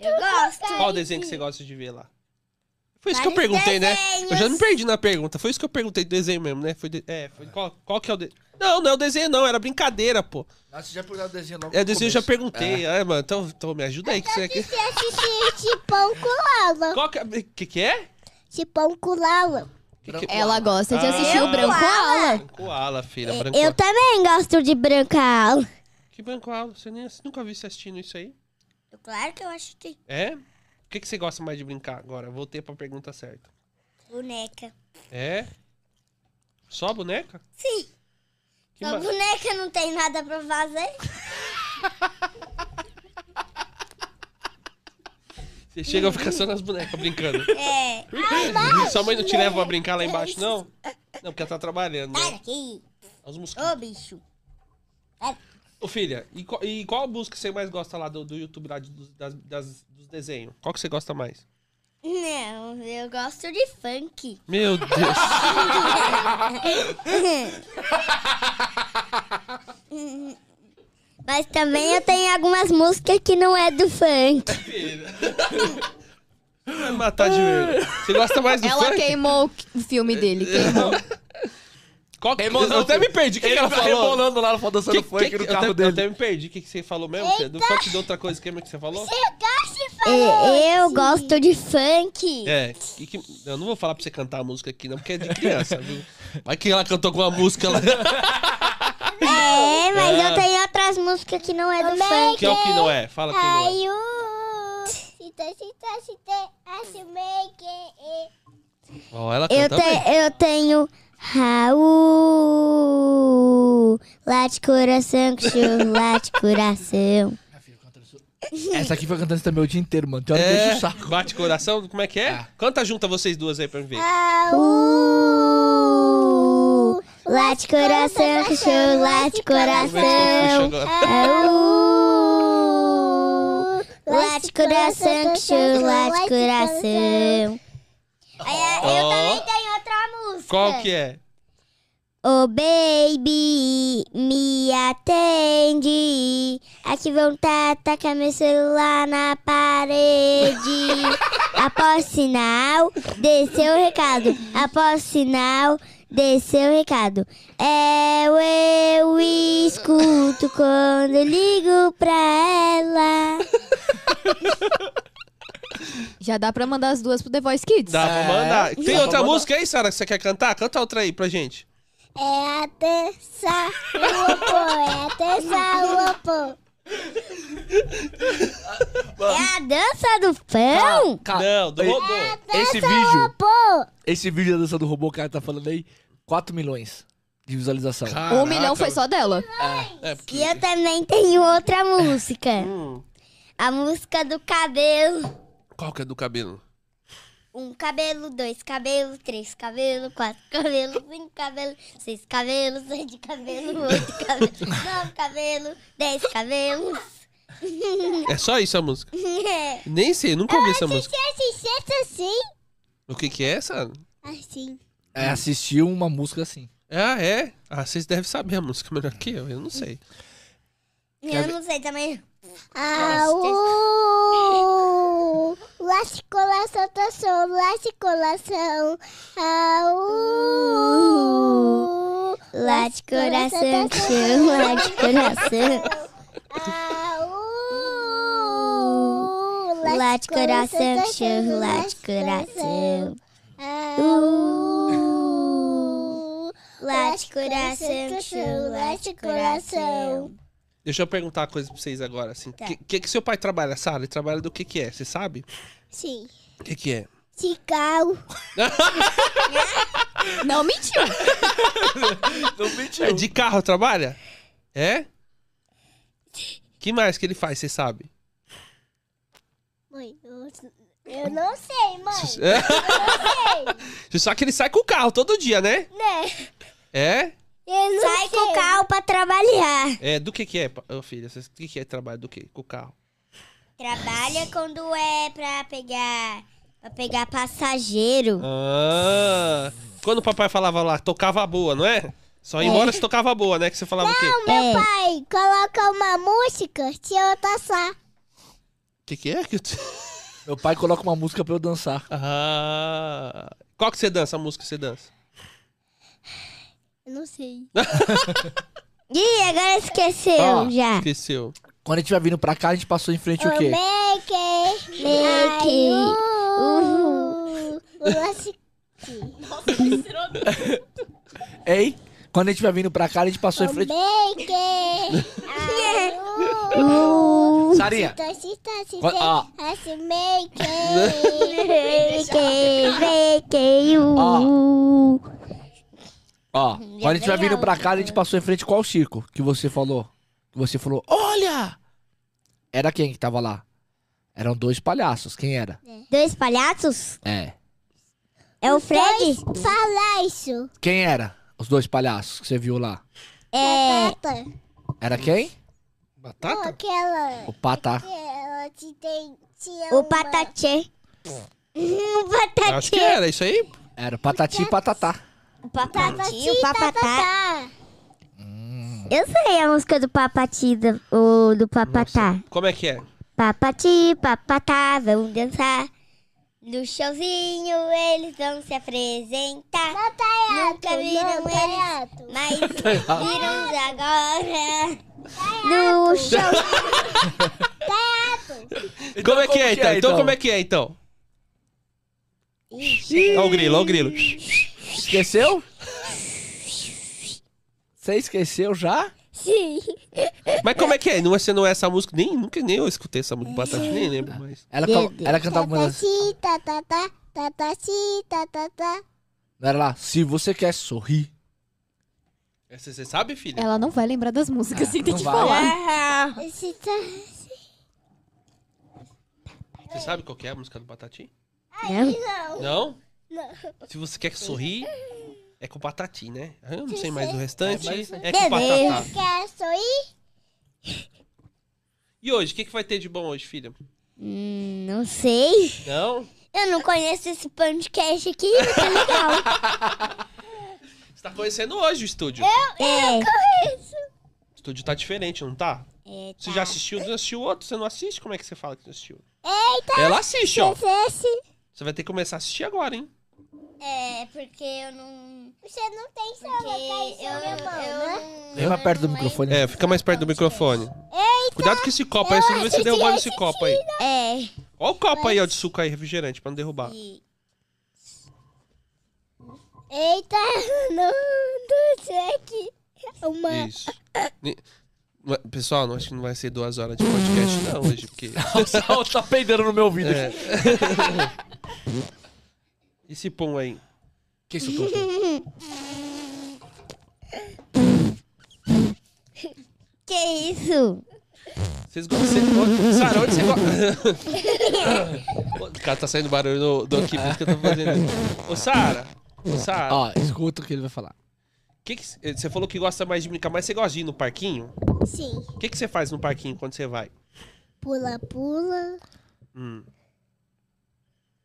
Speaker 1: Eu gosto.
Speaker 4: Qual o desenho que você gosta de ver lá? Foi isso que eu
Speaker 1: Vários
Speaker 4: perguntei, né? Eu já me
Speaker 1: desenhos.
Speaker 4: perdi na pergunta. Foi isso que eu perguntei do desenho mesmo, né? Foi de- É, foi qual, qual que é o desenho? Não, não é o desenho, não. Era brincadeira, pô.
Speaker 6: Nossa, Ah, você já perguntou o desenho logo
Speaker 4: É o desenho, eu já perguntei. Ai, mano, então, então me ajuda aí. Que você...
Speaker 5: Você assistiu Tipão Culala.
Speaker 4: Qual que é? que, que é?
Speaker 5: Tipão Culala.
Speaker 4: Que que-
Speaker 2: Ela gosta de
Speaker 4: Ah.
Speaker 2: assistir o Branco Ala.
Speaker 4: Branco ala, filha. Branco
Speaker 1: É, Eu também gosto de brancar.
Speaker 4: Que branco ala? Você nem, você nunca viu você assistindo isso aí?
Speaker 1: Claro que eu acho que tem
Speaker 4: É? O que, que você gosta mais de brincar agora? Voltei pra pergunta certa.
Speaker 1: boneca.
Speaker 4: É? Só boneca?
Speaker 1: Sim.
Speaker 4: Que
Speaker 1: A
Speaker 4: ma-
Speaker 1: boneca não tem nada pra fazer.
Speaker 4: Você chega a ficar só nas bonecas brincando.
Speaker 1: É.
Speaker 4: Sua mãe não te leva pra brincar lá embaixo, não? Não, porque ela tá trabalhando,
Speaker 1: Sai
Speaker 4: né?
Speaker 1: daqui.
Speaker 4: Os mosquitos.
Speaker 1: Ô, bicho.
Speaker 4: Ô, filha, e qual, e qual música você mais gosta lá do, do YouTube, lá de- dos, das, das- dos desenhos? Qual que você gosta mais?
Speaker 1: Não, eu gosto de funk.
Speaker 4: Meu Deus.
Speaker 1: Mas também eu tenho algumas músicas que não é do funk.
Speaker 4: Vai matar de vergonha. Você gosta mais do É.
Speaker 2: Ela
Speaker 4: funk?
Speaker 2: queimou o filme dele, queimou.
Speaker 4: Qual que-
Speaker 6: Rebolando.
Speaker 4: eu até me perdi. O que,
Speaker 6: Ele
Speaker 4: que ela
Speaker 6: tá
Speaker 4: falou?
Speaker 6: rebolando lá no fundo dançando funk no
Speaker 4: eu
Speaker 6: carro
Speaker 4: até, Eu
Speaker 6: dele.
Speaker 4: até me perdi. O que, que você falou mesmo? Fê? Do funk de outra coisa, que é que você falou?
Speaker 5: Eu gosto de
Speaker 1: E- É, Eu gosto de funk.
Speaker 4: É. e que- eu não vou falar pra você cantar a música aqui, não, porque é de criança, viu? Vai que ela cantou com a música lá.
Speaker 1: É, mas
Speaker 4: É.
Speaker 1: eu tenho outras músicas que não é do
Speaker 5: Também.
Speaker 1: funk.
Speaker 4: que é o que não é? Fala que não é.
Speaker 5: Ai, uh, cita, cita, cita, assumei que é.
Speaker 4: Ó, ela
Speaker 1: Eu,
Speaker 4: canta bem.
Speaker 1: te, eu tenho Raul, late coração, cachorro, late coração.
Speaker 3: Essa aqui foi cantando isso também o dia inteiro, mano. Tem hora que
Speaker 4: É,
Speaker 3: enche o saco.
Speaker 4: bate coração, como é que é? Canta junto a vocês duas aí pra mim ver.
Speaker 1: Raul, late Uh, coração, cachorro, late
Speaker 4: Vamos ver se eu
Speaker 1: coração.
Speaker 4: puxo agora.
Speaker 1: Raul, late Uh, coração, cachorro, late coração.
Speaker 4: Ó.
Speaker 1: tenho outra música.
Speaker 4: Qual que é?
Speaker 1: Oh baby, me atende. Aqui vão tacar meu celular na parede. Após sinal, dê seu recado. Após sinal, dê seu recado. É o eu escuto quando eu ligo pra ela.
Speaker 2: Já dá pra mandar as duas pro The Voice Kids.
Speaker 4: Dá pra mandar.
Speaker 3: dá
Speaker 4: Tem
Speaker 3: pra
Speaker 4: outra
Speaker 3: mandar.
Speaker 4: música aí, Sara, que você quer cantar? Canta outra aí pra gente.
Speaker 5: É a dança, uopo, é a dança, uopo.
Speaker 1: É a dança do pão?
Speaker 2: Ah,
Speaker 4: Não, do
Speaker 3: Ei.
Speaker 4: robô.
Speaker 3: Esse vídeo,
Speaker 5: Pô,
Speaker 3: esse vídeo da dança do robô que ela tá falando aí, 4 milhões de visualização.
Speaker 2: Um milhão foi só dela.
Speaker 4: É, porque-
Speaker 1: E eu também tenho outra música. A música do cabelo.
Speaker 4: Qual que é do cabelo?
Speaker 1: Um cabelo, dois cabelos, três cabelos, quatro cabelos, cinco cabelos, seis cabelos, sete cabelos, oito cabelos, nove cabelos, dez cabelos. É.
Speaker 4: É só isso a música. Nem sei, nunca ouvi essa música.
Speaker 5: esse jeito assim?
Speaker 4: O que que é essa?
Speaker 1: Ah,
Speaker 5: Assim.
Speaker 3: É, assistiu uma música assim.
Speaker 4: Ah, é? Ah, vocês devem saber a música melhor que eu, eu não sei.
Speaker 1: Eu não sei também.
Speaker 5: Aú! Lascolação, tação, lascolação. Aú!
Speaker 1: Late coração, chão, late coração.
Speaker 5: Aú!
Speaker 1: Late
Speaker 5: tá
Speaker 1: coração,
Speaker 5: um
Speaker 1: chão, late coração. Uh, late coração, chão, late coração.
Speaker 4: Deixa eu perguntar uma coisa pra vocês agora, assim. O que, que seu pai trabalha, Sara? Ele trabalha do que que é, você sabe?
Speaker 5: Sim.
Speaker 4: O que que é?
Speaker 5: Cical.
Speaker 2: Não, mentiu.
Speaker 6: Não mentiu.
Speaker 4: É de carro trabalha? É? que mais que ele faz, você sabe?
Speaker 5: Mãe, eu, eu não sei, mãe.
Speaker 4: Só que ele sai com o carro todo dia, né?
Speaker 5: Né?
Speaker 4: É?
Speaker 5: Eu não
Speaker 1: Sai
Speaker 5: sei.
Speaker 1: com o carro pra trabalhar.
Speaker 4: É, do que que é, pa- ô, filha? Vocês- O que que é trabalho do que? Com o carro.
Speaker 1: Trabalha quando é pra pegar, pra pegar passageiro.
Speaker 4: Ah, quando o papai falava lá, tocava a boa, não é? Só ia embora se tocava a boa, né? Que você falava o quê?
Speaker 1: É.
Speaker 5: Pai, coloca uma música se eu dançar.
Speaker 4: O que, que é? que eu te-
Speaker 3: Meu pai coloca uma música pra eu dançar.
Speaker 4: Ah, qual que você dança, a música que você dança?
Speaker 5: Eu não sei.
Speaker 1: Ih, agora esqueceu
Speaker 3: Ó,
Speaker 1: já.
Speaker 4: Esqueceu.
Speaker 3: Quando a gente vai vindo pra cá, a gente passou em frente o quê?
Speaker 5: Make.
Speaker 1: Make.
Speaker 5: Uhul.
Speaker 3: Ei? Quando a gente vai vindo pra cá, a gente passou em frente.
Speaker 5: Make.
Speaker 1: Uh,
Speaker 3: Sarinha!
Speaker 5: Tosse, tosse,
Speaker 3: Ó, ó.
Speaker 5: tosse, make.
Speaker 1: Make, make, uh.
Speaker 3: Ó,
Speaker 2: Uhum.
Speaker 3: quando
Speaker 2: é
Speaker 3: a gente vai vindo pra cá, a gente passou em frente qual circo que você falou? Que você falou, olha! Era quem que tava lá? Eram dois palhaços, quem era?
Speaker 1: Dois palhaços?
Speaker 3: É.
Speaker 1: É o Fred?
Speaker 5: Fala isso.
Speaker 3: Quem era? Os dois palhaços que você viu lá.
Speaker 1: É.
Speaker 5: Tata.
Speaker 3: Era quem?
Speaker 4: Batata?
Speaker 5: Aquela.
Speaker 3: O Patá.
Speaker 5: Ela te tem. tinha
Speaker 1: O
Speaker 5: uma-
Speaker 1: Patatê. O
Speaker 4: Acho
Speaker 1: Patatê.
Speaker 4: que era isso aí.
Speaker 3: Era o Patati e Patatá.
Speaker 1: O Papati, o
Speaker 5: Tita,
Speaker 1: Papatá.
Speaker 5: tatá.
Speaker 1: Eu sei a música do Papati, do, o do Papatá.
Speaker 4: Como é que é?
Speaker 1: Papati, papatá, vamos dançar. No showzinho eles vão se apresentar.
Speaker 5: Ah,
Speaker 1: Nunca viram
Speaker 5: Não, tá
Speaker 1: eles,
Speaker 5: Taiato.
Speaker 1: mas
Speaker 4: tá
Speaker 1: viram agora. No show.
Speaker 6: Então,
Speaker 4: Como é que é, então? Então, como é que é, então? Olha o grilo, olha o grilo.
Speaker 3: Esqueceu? Você esqueceu já?
Speaker 1: Sim.
Speaker 4: Mas como é que é? Não é, você não é essa música? Nem, nunca, nem eu escutei essa música, batata, nem lembro mais.
Speaker 3: Ela, ca- ela cantava uma das...
Speaker 5: Tataxi, tatatá, tataxi, tatatá.
Speaker 3: Não era lá? Se você quer sorrir.
Speaker 4: Essa É, você sabe, filha?
Speaker 2: Ela não vai lembrar das músicas, sem ter
Speaker 3: não
Speaker 2: te
Speaker 3: vai.
Speaker 2: falar.
Speaker 5: Esse tá-
Speaker 4: Você sabe qual que é a música do Batatim?
Speaker 3: É,
Speaker 2: Né?
Speaker 4: Não? Se você quer sorrir, é com Batatim, né? Ah, Eu não sei mais o restante, é com Batatá.
Speaker 5: Quer sorrir?
Speaker 4: E hoje, o que, que vai ter de bom hoje, filha?
Speaker 1: Hum, não sei.
Speaker 4: Não?
Speaker 1: Eu não conheço esse podcast aqui, mas tá legal.
Speaker 4: Você tá conhecendo hoje o estúdio.
Speaker 1: É.
Speaker 4: O estúdio tá diferente, não tá?
Speaker 1: É,
Speaker 4: Você
Speaker 1: tá.
Speaker 4: já assistiu, você assistiu outro, você não assiste? Como é que você fala que não assistiu? Eita! Ela assiste, ó.
Speaker 5: Esse.
Speaker 4: Você vai ter que começar a assistir agora, hein?
Speaker 1: É, porque eu não.
Speaker 5: Você não tem
Speaker 1: Porque
Speaker 5: samba,
Speaker 1: eu,
Speaker 5: tá
Speaker 1: eu,
Speaker 5: né?
Speaker 1: não-
Speaker 3: Vem mais perto do microfone.
Speaker 4: É, fica mais perto do microfone. Cuidado com esse copo aí, senão você derrubar esse copo aí.
Speaker 1: É.
Speaker 4: Olha o copo aí, ó, de suco aí, refrigerante, pra não derrubar.
Speaker 1: E-
Speaker 5: Eita, não, não sei aqui. Uma.
Speaker 4: Isso. Ni- Ué, Pessoal, não acho que não vai ser duas horas de podcast, não, hoje, porque.
Speaker 3: Nossa, tá peidando no meu ouvido.
Speaker 4: É. Esse pão aí.
Speaker 3: Que isso, Toto?
Speaker 1: Que é isso?
Speaker 4: Vocês gostam. Cê... Ô, Sara, onde você gosta? o cara tá saindo barulho do, do aqui, por isso que eu tô fazendo. Ô, Sara! Ô, Sara!
Speaker 3: Ó, Ah, escuta o que ele vai falar.
Speaker 4: Que que c- eh, você falou que gosta mais de brincar, mas você gosta de ir no parquinho?
Speaker 5: Sim.
Speaker 4: O que, que você faz no parquinho quando você vai?
Speaker 5: Pula, pula.
Speaker 4: Hum.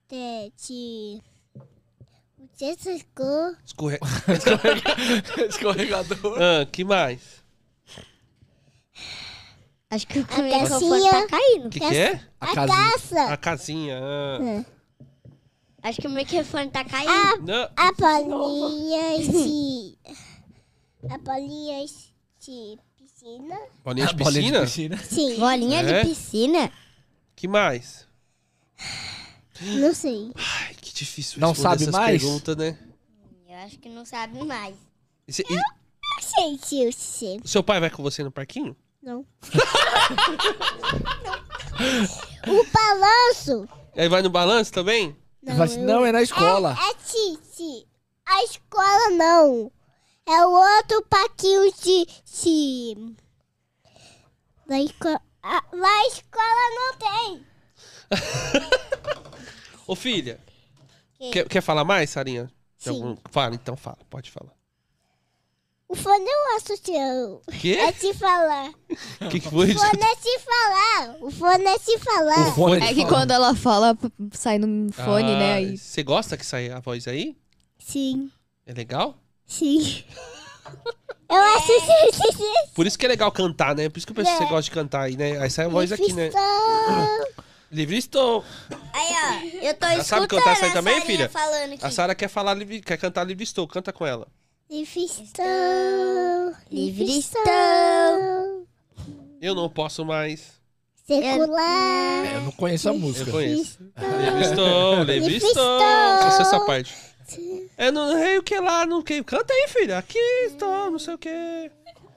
Speaker 5: Tete. O que você ficou?
Speaker 4: Escorre...
Speaker 3: Escorregador.
Speaker 4: Ah, que mais?
Speaker 1: Acho que o
Speaker 5: A
Speaker 1: microfone tá
Speaker 5: casinha.
Speaker 4: O
Speaker 1: caindo.
Speaker 4: que, que é?
Speaker 5: A
Speaker 3: A casinha.
Speaker 5: caça.
Speaker 4: A casinha. ah.
Speaker 1: Acho que o microfone tá caindo.
Speaker 4: Não.
Speaker 5: A bolinha de. A bolinha de piscina?
Speaker 4: Bolinha de
Speaker 3: Ah, Bolinha
Speaker 4: piscina?
Speaker 3: piscina.
Speaker 5: Sim.
Speaker 1: Bolinha de
Speaker 4: É?
Speaker 1: piscina?
Speaker 4: Que mais?
Speaker 5: Não sei.
Speaker 4: Ai, que difícil
Speaker 3: Não
Speaker 4: responder
Speaker 3: sabe
Speaker 4: essas
Speaker 3: mais?
Speaker 4: perguntas, né?
Speaker 1: Eu acho que não sabe mais.
Speaker 4: E cê- e
Speaker 5: Sei se eu sei.
Speaker 4: seu pai vai com você no parquinho?
Speaker 5: Não. o balanço.
Speaker 4: Aí vai no balanço também?
Speaker 3: Ele fala assim, não, é na escola.
Speaker 5: É Titi. A escola não. É o outro paquinho de. de... Da escola. Lá a escola não tem.
Speaker 4: Ô, filha. Quer, quer falar mais, Sarinha? Tem
Speaker 5: Sim.
Speaker 4: algum- Fala, então fala. Pode falar.
Speaker 5: O fone eu acho seu.
Speaker 4: O quê?
Speaker 5: É te falar.
Speaker 4: O que, que foi
Speaker 5: O
Speaker 4: isso?
Speaker 5: fone é te falar. O fone é te falar.
Speaker 3: fone
Speaker 2: É que quando ela fala, p- sai no fone, né?
Speaker 4: Ah,
Speaker 2: aí.
Speaker 4: Você gosta que saia a voz aí?
Speaker 5: Sim,
Speaker 4: É legal?
Speaker 5: sim. Eu acho que
Speaker 4: Por isso que é legal cantar, né? Por isso que eu penso que
Speaker 2: É.
Speaker 4: você gosta de cantar aí, né? Aí sai a voz aqui, né? Livre estou.
Speaker 1: Aí, ó, eu tô
Speaker 4: Ela
Speaker 1: escutando
Speaker 4: sabe cantar isso aí
Speaker 1: a
Speaker 4: também,
Speaker 1: Sarinha
Speaker 4: filha?
Speaker 1: falando que
Speaker 4: A Sara quer falar livre, quer cantar livre estou. Canta com ela.
Speaker 5: Livre estou.
Speaker 1: Livre
Speaker 5: estou.
Speaker 4: Eu não posso mais.
Speaker 5: Secular.
Speaker 3: É, Eu não conheço a
Speaker 4: Eu
Speaker 3: música.
Speaker 4: conheço. Livre estou, livre estou. Só essa é parte. É Eu não sei o que lá, não que. Canta aí, filha. Aqui estou, não sei o que.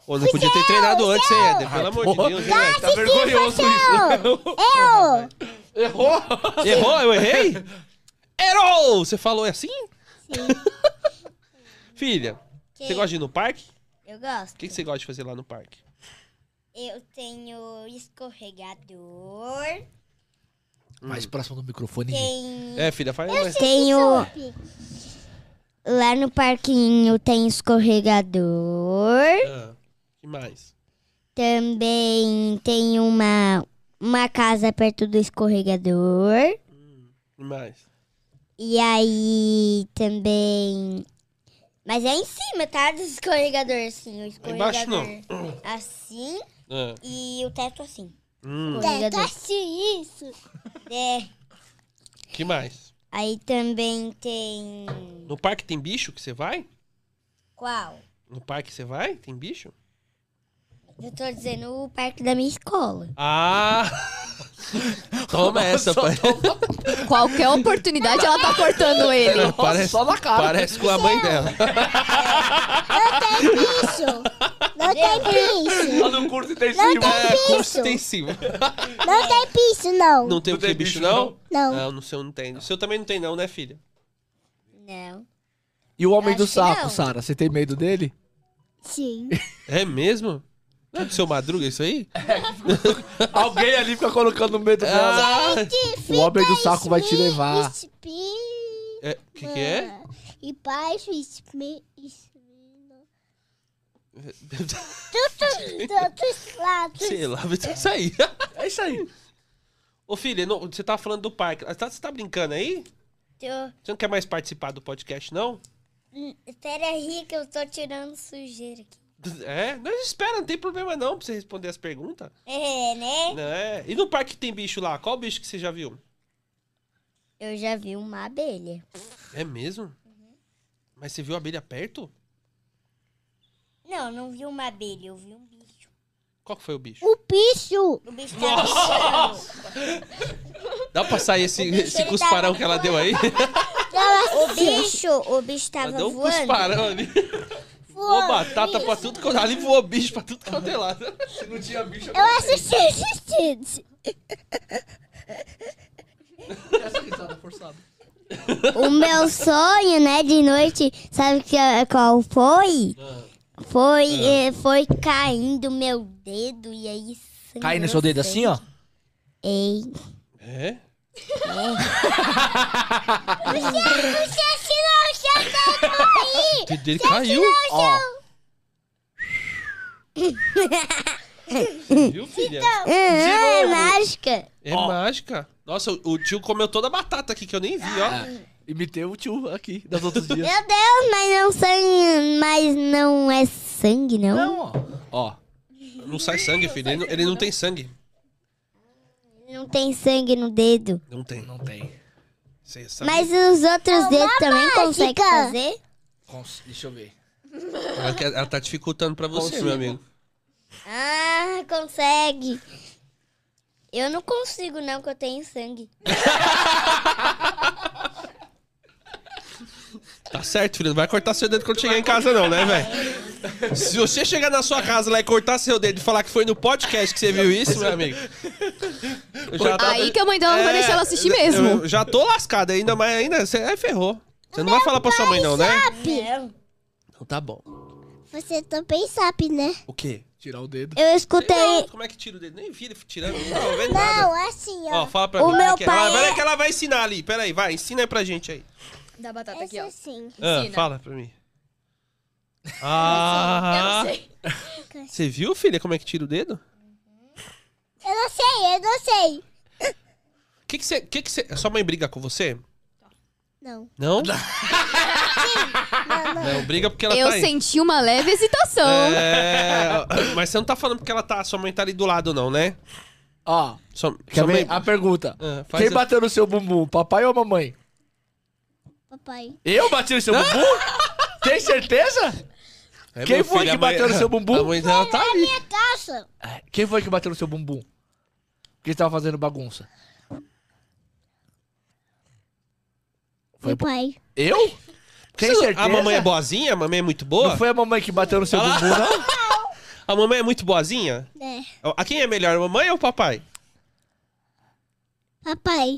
Speaker 4: Ou não podia ter treinado antes, hein, Éder? Pelo amor de
Speaker 3: porra.
Speaker 4: Deus, hein, Éder? Tá vergonhoso isso. É
Speaker 5: Eu!
Speaker 3: Errou!
Speaker 4: Errou? Eu errei? Errou! Você falou assim? Filha, você gosta de ir no parque?
Speaker 1: Eu gosto.
Speaker 4: O que que você gosta de fazer lá no parque?
Speaker 1: Eu tenho escorregador.
Speaker 3: Mais próximo do microfone.
Speaker 1: Tenho.
Speaker 4: É, filha, faz mais.
Speaker 1: Tenho. Lá no parquinho tem escorregador.
Speaker 4: Ah, que mais?
Speaker 1: Também tem uma, uma casa perto do escorregador.
Speaker 4: Que mais?
Speaker 1: E aí também. Mas é em cima, tá? Do escorregador, assim. O
Speaker 4: Lá
Speaker 1: escorregador.
Speaker 4: embaixo não.
Speaker 1: Assim
Speaker 4: Ah,
Speaker 1: e o teto assim.
Speaker 4: hum,
Speaker 5: assim,
Speaker 1: Escorregador.
Speaker 5: Teste isso.
Speaker 1: É.
Speaker 4: que mais?
Speaker 1: Aí também tem.
Speaker 4: No parque tem bicho que você vai?
Speaker 1: Qual?
Speaker 4: No parque você vai? Tem bicho?
Speaker 1: Eu tô dizendo o parque da minha escola.
Speaker 4: Ah! Toma essa, pai.
Speaker 2: Qualquer oportunidade ela tá cortando ele.
Speaker 4: Parece-
Speaker 3: só na cara.
Speaker 4: Parece com a mãe dela.
Speaker 5: Isso. Não tem piso.
Speaker 6: Lá no curso intensivo.
Speaker 4: É, curso
Speaker 5: Bicho.
Speaker 4: intensivo.
Speaker 5: Não tem piso, não.
Speaker 4: Não tem o
Speaker 6: Não
Speaker 4: que,
Speaker 6: tem
Speaker 4: bicho,
Speaker 6: bicho,
Speaker 4: não?
Speaker 5: Não.
Speaker 4: Não, no seu não tem. No seu também não tem, não, né, filha?
Speaker 1: Não.
Speaker 3: E o homem
Speaker 1: Acho
Speaker 3: do
Speaker 1: que
Speaker 3: sapo,
Speaker 1: não.
Speaker 3: Sara, você tem medo dele?
Speaker 5: Sim.
Speaker 4: É mesmo? Não é do seu madruga isso aí?
Speaker 3: Alguém ali fica colocando medo dela.
Speaker 4: Ah!
Speaker 3: É. o homem do saco vai te levar.
Speaker 5: Espina.
Speaker 4: É, que que é?
Speaker 5: E baixo, espina. Todos lados.
Speaker 4: Sei lá, vai ter que sair.
Speaker 3: É isso aí.
Speaker 4: Ô, filha, não, você tá falando do parque. Ah, tá- Você tá brincando aí?
Speaker 1: Tô...
Speaker 4: Você não quer mais participar do podcast, não?
Speaker 1: Hum, Espera aí que eu tô tirando sujeira aqui.
Speaker 4: É? Não, espera, não tem problema não pra você responder as perguntas.
Speaker 1: É, né?
Speaker 4: É. E no parque que tem bicho lá? Qual bicho que você já viu?
Speaker 1: Eu já vi uma abelha.
Speaker 4: É mesmo?
Speaker 1: Uhum.
Speaker 4: Mas você viu a abelha perto?
Speaker 1: Não, não vi uma abelha, eu vi um bicho.
Speaker 4: Qual que foi o bicho?
Speaker 5: O bicho.
Speaker 1: O bicho tá bichando.
Speaker 4: Dá pra sair esse,
Speaker 1: bicho,
Speaker 4: esse
Speaker 1: ele
Speaker 4: cusparão
Speaker 1: tava
Speaker 4: que ela deu aí?
Speaker 1: O bicho, o bicho
Speaker 4: Ela
Speaker 1: tava
Speaker 4: deu um
Speaker 1: voando.
Speaker 4: cusparão ali. Voou batata pra tudo quanto... Ali voou bicho pra tudo quanto é lado.
Speaker 6: Se não tinha bicho,
Speaker 5: Eu assisti, assisti.
Speaker 3: Essa risada forçada.
Speaker 1: O meu sonho, né, de noite, sabe que, eh, qual foi?
Speaker 3: Ah.
Speaker 1: Foi, eh, foi caindo meu dedo e aí... sangrou
Speaker 3: Cai no seu dedo
Speaker 1: sangue.
Speaker 3: assim, ó.
Speaker 1: Ei.
Speaker 4: É? O dedo dele caiu.
Speaker 3: Ó,
Speaker 4: Viu, filha?
Speaker 1: Ah, é mágica.
Speaker 4: É mágica. Nossa, o o tio comeu toda a batata aqui que eu nem vi,
Speaker 6: Ah.
Speaker 4: ó.
Speaker 3: imitei o tio aqui das outros dias.
Speaker 1: Meu Deus, Ah, mas não sangue, mas não é sangue, não?
Speaker 3: Não, ó. Ó,
Speaker 4: Não sai sangue, filho. Ele não, ele não tem sangue.
Speaker 1: Não tem sangue no dedo.
Speaker 4: Não tem.
Speaker 3: não tem.
Speaker 4: Você sabe?
Speaker 1: Mas os outros dedos também conseguem
Speaker 5: mágica.
Speaker 1: fazer?
Speaker 3: Cons- Deixa eu ver.
Speaker 4: Ela, quer- ela tá dificultando pra você, meu amigo.
Speaker 1: Ah, consegue. Eu não consigo não, que eu tenho sangue.
Speaker 4: Tá certo, filho. Não vai cortar seu dedo quando chegar em casa, não, né, velho? Se você chegar na sua casa lá e cortar seu dedo e falar que foi no podcast que você viu isso, meu amigo. eu já tava-
Speaker 2: Aí que a mãe dela não vai
Speaker 4: É,
Speaker 2: deixar ela assistir
Speaker 4: eu-
Speaker 2: mesmo.
Speaker 4: eu já tô lascado ainda, mas ainda. Você aí ferrou. Você não vai falar pra sua mãe, não, né?
Speaker 1: Não.
Speaker 4: Então tá bom.
Speaker 5: Você também sabe, né?
Speaker 4: O quê?
Speaker 3: Tirar o dedo.
Speaker 1: Eu
Speaker 4: Não,
Speaker 1: escutei...
Speaker 4: como é que tira o dedo? Nem vi ele tirando, não tava vendo nada.
Speaker 5: Não, assim, ó.
Speaker 4: Ó, fala pra
Speaker 1: O
Speaker 4: mim.
Speaker 1: meu
Speaker 4: que ela-
Speaker 1: pai
Speaker 4: Peraí
Speaker 1: é-
Speaker 4: que ela vai ensinar ali. Peraí, vai, ensina aí pra gente aí.
Speaker 2: Da batata
Speaker 5: Essa assim.
Speaker 4: Ah,
Speaker 2: Ensina.
Speaker 4: fala pra mim. Ah, você viu, filha, como é que tira o dedo?
Speaker 5: Eu não sei, eu não sei.
Speaker 4: O que que você... Que que você- a Sua mãe briga com você?
Speaker 5: Não.
Speaker 4: Não? Não, briga porque ela
Speaker 2: Eu
Speaker 4: tá aí.
Speaker 2: senti uma leve hesitação.
Speaker 4: É, mas você não tá falando porque ela tá... Sua mãe tá ali do lado, não, né?
Speaker 3: Ó,
Speaker 4: Sua,
Speaker 3: quer
Speaker 4: sua mãe...
Speaker 3: ver? A pergunta.
Speaker 4: Ah, faz
Speaker 3: Quem
Speaker 4: a-
Speaker 3: bateu no seu bumbum, papai ou mamãe?
Speaker 5: Papai.
Speaker 3: Eu bati no seu bumbum? Tem certeza?
Speaker 4: É,
Speaker 3: Quem
Speaker 4: meu
Speaker 3: foi
Speaker 4: filho,
Speaker 3: que
Speaker 4: a mãe-
Speaker 3: bateu no seu bumbum?
Speaker 4: A mãe dela tá ali.
Speaker 5: Caça.
Speaker 3: É, Quem foi que bateu no seu bumbum? Que tava fazendo bagunça. Foi
Speaker 5: Meu pai.
Speaker 3: Eu? Tem certeza?
Speaker 4: A mamãe é boazinha? A mamãe é muito boa?
Speaker 3: Não foi a mamãe que bateu no seu bumbum, não?
Speaker 4: A mamãe é muito boazinha?
Speaker 5: É.
Speaker 4: A quem é melhor, a mamãe ou o papai?
Speaker 5: Papai.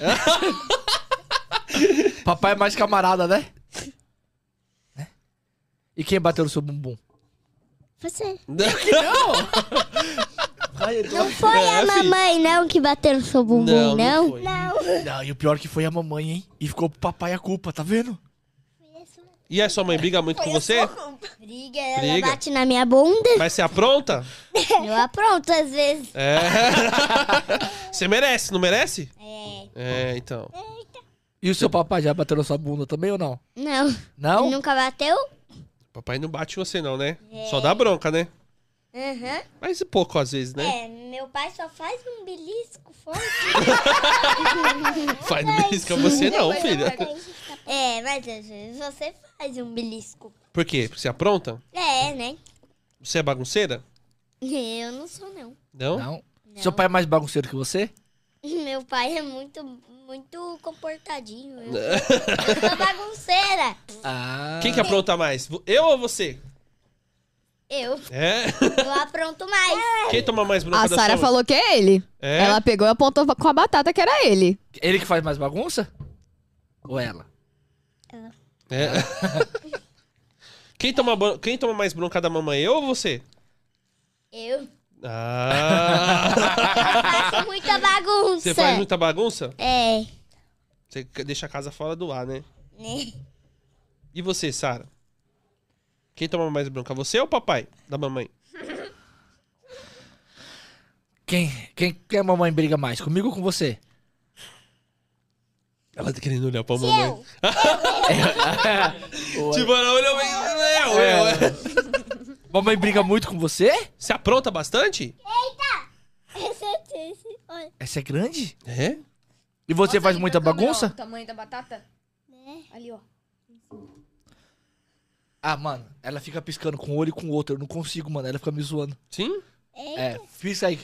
Speaker 3: Papai é mais camarada, né? Né? E quem bateu no seu bumbum?
Speaker 5: Você.
Speaker 1: Não foi
Speaker 4: É,
Speaker 1: a
Speaker 4: filho.
Speaker 1: mamãe, não, que bateu no seu bumbum, não?
Speaker 4: foi.
Speaker 3: Não, e o pior é que foi a mamãe, hein? E ficou pro papai a culpa, tá vendo?
Speaker 4: E a sua mãe briga muito com você?
Speaker 1: Briga, ela
Speaker 4: Briga.
Speaker 1: bate na minha bunda.
Speaker 4: Mas você apronta?
Speaker 1: Eu apronto às vezes.
Speaker 4: É. Você merece, não merece?
Speaker 1: É.
Speaker 4: É, então.
Speaker 3: E o seu papai já bateu na sua bunda também ou não?
Speaker 1: Não.
Speaker 3: Não?
Speaker 1: Nunca bateu?
Speaker 4: Papai não bate em você, não, né? Só dá bronca, né?
Speaker 1: Aham.
Speaker 4: Mas pouco às vezes, né?
Speaker 1: É, meu pai só faz um belisco forte.
Speaker 4: É, Faz no belisca você não, filha.
Speaker 1: É, mas às vezes você faz um belisco.
Speaker 4: Por quê? Porque você apronta?
Speaker 1: É, né?
Speaker 4: Você é bagunceira?
Speaker 1: Eu não sou, não.
Speaker 4: Não?
Speaker 3: Não. Seu pai é mais bagunceiro que você?
Speaker 1: Meu pai é muito, muito comportadinho. Eu, eu sou bagunceira.
Speaker 3: Ah.
Speaker 4: Quem que apronta mais? Vo- Eu ou você?
Speaker 1: Eu,
Speaker 4: É?
Speaker 1: eu apronto mais.
Speaker 4: Quem toma mais bronca
Speaker 2: A
Speaker 4: da
Speaker 2: Sara
Speaker 3: um.
Speaker 4: sua?
Speaker 2: falou que é ele.
Speaker 4: É?
Speaker 2: Ela pegou e apontou com a batata que era ele.
Speaker 3: Ele que faz mais bagunça? Ou ela?
Speaker 4: É. Quem toma, bron- quem toma mais bronca da mamãe, eu ou você?
Speaker 1: Eu
Speaker 4: Ah,
Speaker 1: faço muita bagunça.
Speaker 4: você faz muita bagunça?
Speaker 1: É.
Speaker 4: Você c- deixa a casa fora do ar, né?
Speaker 1: Né?
Speaker 4: E você, Sara? Quem toma mais bronca, você ou o papai da mamãe?
Speaker 3: Quem, quem, quem a mamãe briga mais? Comigo ou com você?
Speaker 4: Ela tá querendo olhar pra mamãe.
Speaker 3: Ou
Speaker 4: Tipo, ela olhou bem. Eu,
Speaker 3: É.
Speaker 4: eu, eu.
Speaker 3: a mamãe briga muito com você?
Speaker 4: Você apronta bastante?
Speaker 3: Essa é grande?
Speaker 4: É?
Speaker 3: E você faz
Speaker 1: tá
Speaker 3: muita bagunça?
Speaker 2: tamanho da batata? Ali, ó.
Speaker 3: Ah, mano, ela fica piscando com um olho e com o outro. Eu não consigo, mano. Ela fica me zoando.
Speaker 4: Sim?
Speaker 3: É, fiz aí.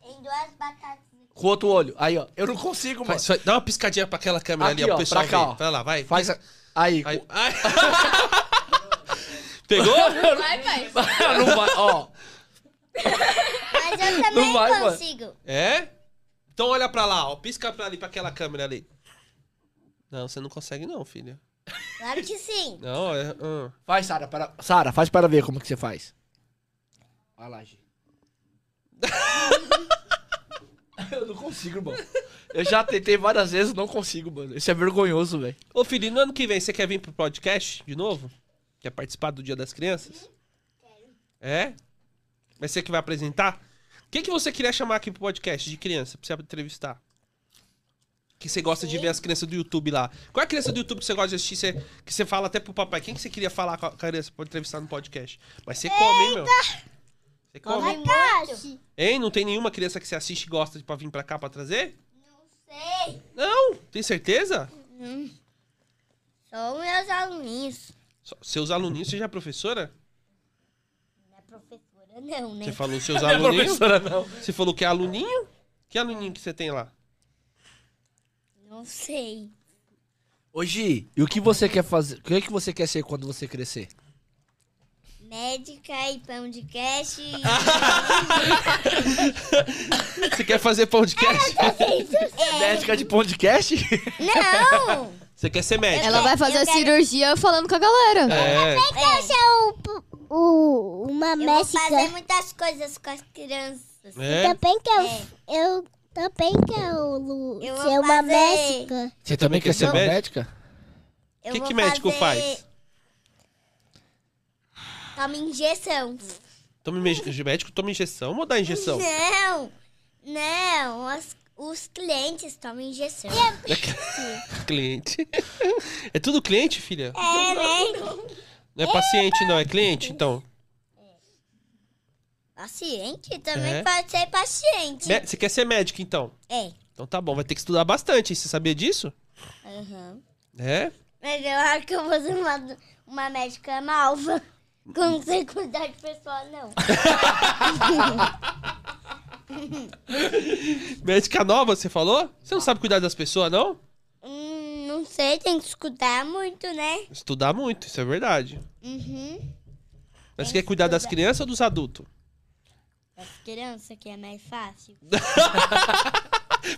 Speaker 1: Tem duas batatas.
Speaker 3: Com o outro olho. Aí, ó. Eu não consigo, mano.
Speaker 4: Faz- faz- dá uma piscadinha pra aquela câmera
Speaker 3: Aqui,
Speaker 4: ali, ó,
Speaker 3: ó,
Speaker 4: pro pessoal
Speaker 3: pra cá,
Speaker 4: ver.
Speaker 3: ó.
Speaker 4: Vai lá, vai.
Speaker 3: Faz a- aí.
Speaker 4: Ai, ai. Pegou?
Speaker 2: Vai, vai.
Speaker 3: não vai, ó.
Speaker 1: Mas eu também
Speaker 3: vai, mano.
Speaker 1: consigo.
Speaker 4: É? Então olha pra lá, ó. Pisca pra ali, pra aquela câmera ali. Não, você não consegue não, filha.
Speaker 1: Claro que sim.
Speaker 4: Não, é... ah.
Speaker 3: Faz, Sara, para. Sara, faz para ver como que você faz. Vai lá, Gi. eu não consigo, mano. Eu já tentei várias vezes, não consigo, mano. Isso é vergonhoso, velho.
Speaker 4: Ô, filho, e no ano que vem você quer vir pro podcast de novo? Quer participar do Dia das Crianças? É? Vai ser que vai apresentar? Quem que você queria chamar aqui pro podcast de criança, pra você entrevistar? Que você gosta de ver as crianças do YouTube lá. Qual é a criança do YouTube que você gosta de assistir? Você- que você fala até pro papai. Quem que você queria falar com a criança pra entrevistar no podcast? Mas você come, hein, meu? Você come. hein?
Speaker 5: Cache.
Speaker 4: Hein? Não tem nenhuma criança que você assiste e gosta de- pra vir pra cá pra trazer?
Speaker 1: Sei.
Speaker 4: Não? Tem certeza?
Speaker 1: São meus aluninhos.
Speaker 4: Só- Seus aluninhos, você já é professora?
Speaker 1: Não é professora, não, né?
Speaker 4: Você falou seus
Speaker 3: Não é
Speaker 4: aluninhos?
Speaker 3: professora, não.
Speaker 4: Você falou que é aluninho? Que aluninho que você tem lá?
Speaker 1: Não sei.
Speaker 3: Ô, Gi, e o que você quer fazer? O que, é que você quer ser quando você crescer?
Speaker 1: Médica e pão de cash.
Speaker 4: Você quer fazer podcast?
Speaker 3: É. Médica de podcast?
Speaker 1: não!
Speaker 4: Você quer ser médico?
Speaker 2: Ela vai fazer
Speaker 1: Eu
Speaker 2: a
Speaker 1: quero-
Speaker 2: cirurgia falando com a galera.
Speaker 4: É.
Speaker 5: Esse é o, p- o, uma
Speaker 1: Eu vou fazer
Speaker 5: mexicana.
Speaker 1: muitas coisas com as crianças.
Speaker 4: é.
Speaker 5: Também que eu, eu também quero Lu,
Speaker 1: Eu vou
Speaker 5: ser uma
Speaker 1: fazer-
Speaker 5: mexica.
Speaker 3: Você
Speaker 4: também quer ser
Speaker 3: uma
Speaker 4: médica?
Speaker 1: O
Speaker 4: Que que médico faz?
Speaker 1: Toma injeção.
Speaker 4: Toma inje- médico toma injeção ou dá injeção?
Speaker 1: Não! Não! as- os clientes tomam injeção.
Speaker 4: cliente. É tudo cliente, filha?
Speaker 1: É, né?
Speaker 4: Não é paciente, não. É cliente, então.
Speaker 1: Paciente também
Speaker 4: É.
Speaker 1: pode ser paciente.
Speaker 4: Mé- Você quer ser médico, então?
Speaker 1: É.
Speaker 4: Então tá bom. Vai ter que estudar bastante. hein? Você sabia disso?
Speaker 1: Aham.
Speaker 4: É?
Speaker 1: Mas eu acho que eu vou ser uma, uma médica malva. Que eu não sei cuidar de pessoa, não.
Speaker 4: Médica nova, você falou? Você não sabe cuidar das pessoas, não?
Speaker 1: Hum, não sei, tem que escutar muito, né?
Speaker 4: Estudar muito, isso é verdade.
Speaker 1: Uhum.
Speaker 4: Mas você quer cuidar das crianças ou dos adultos?
Speaker 1: As crianças que é mais fácil.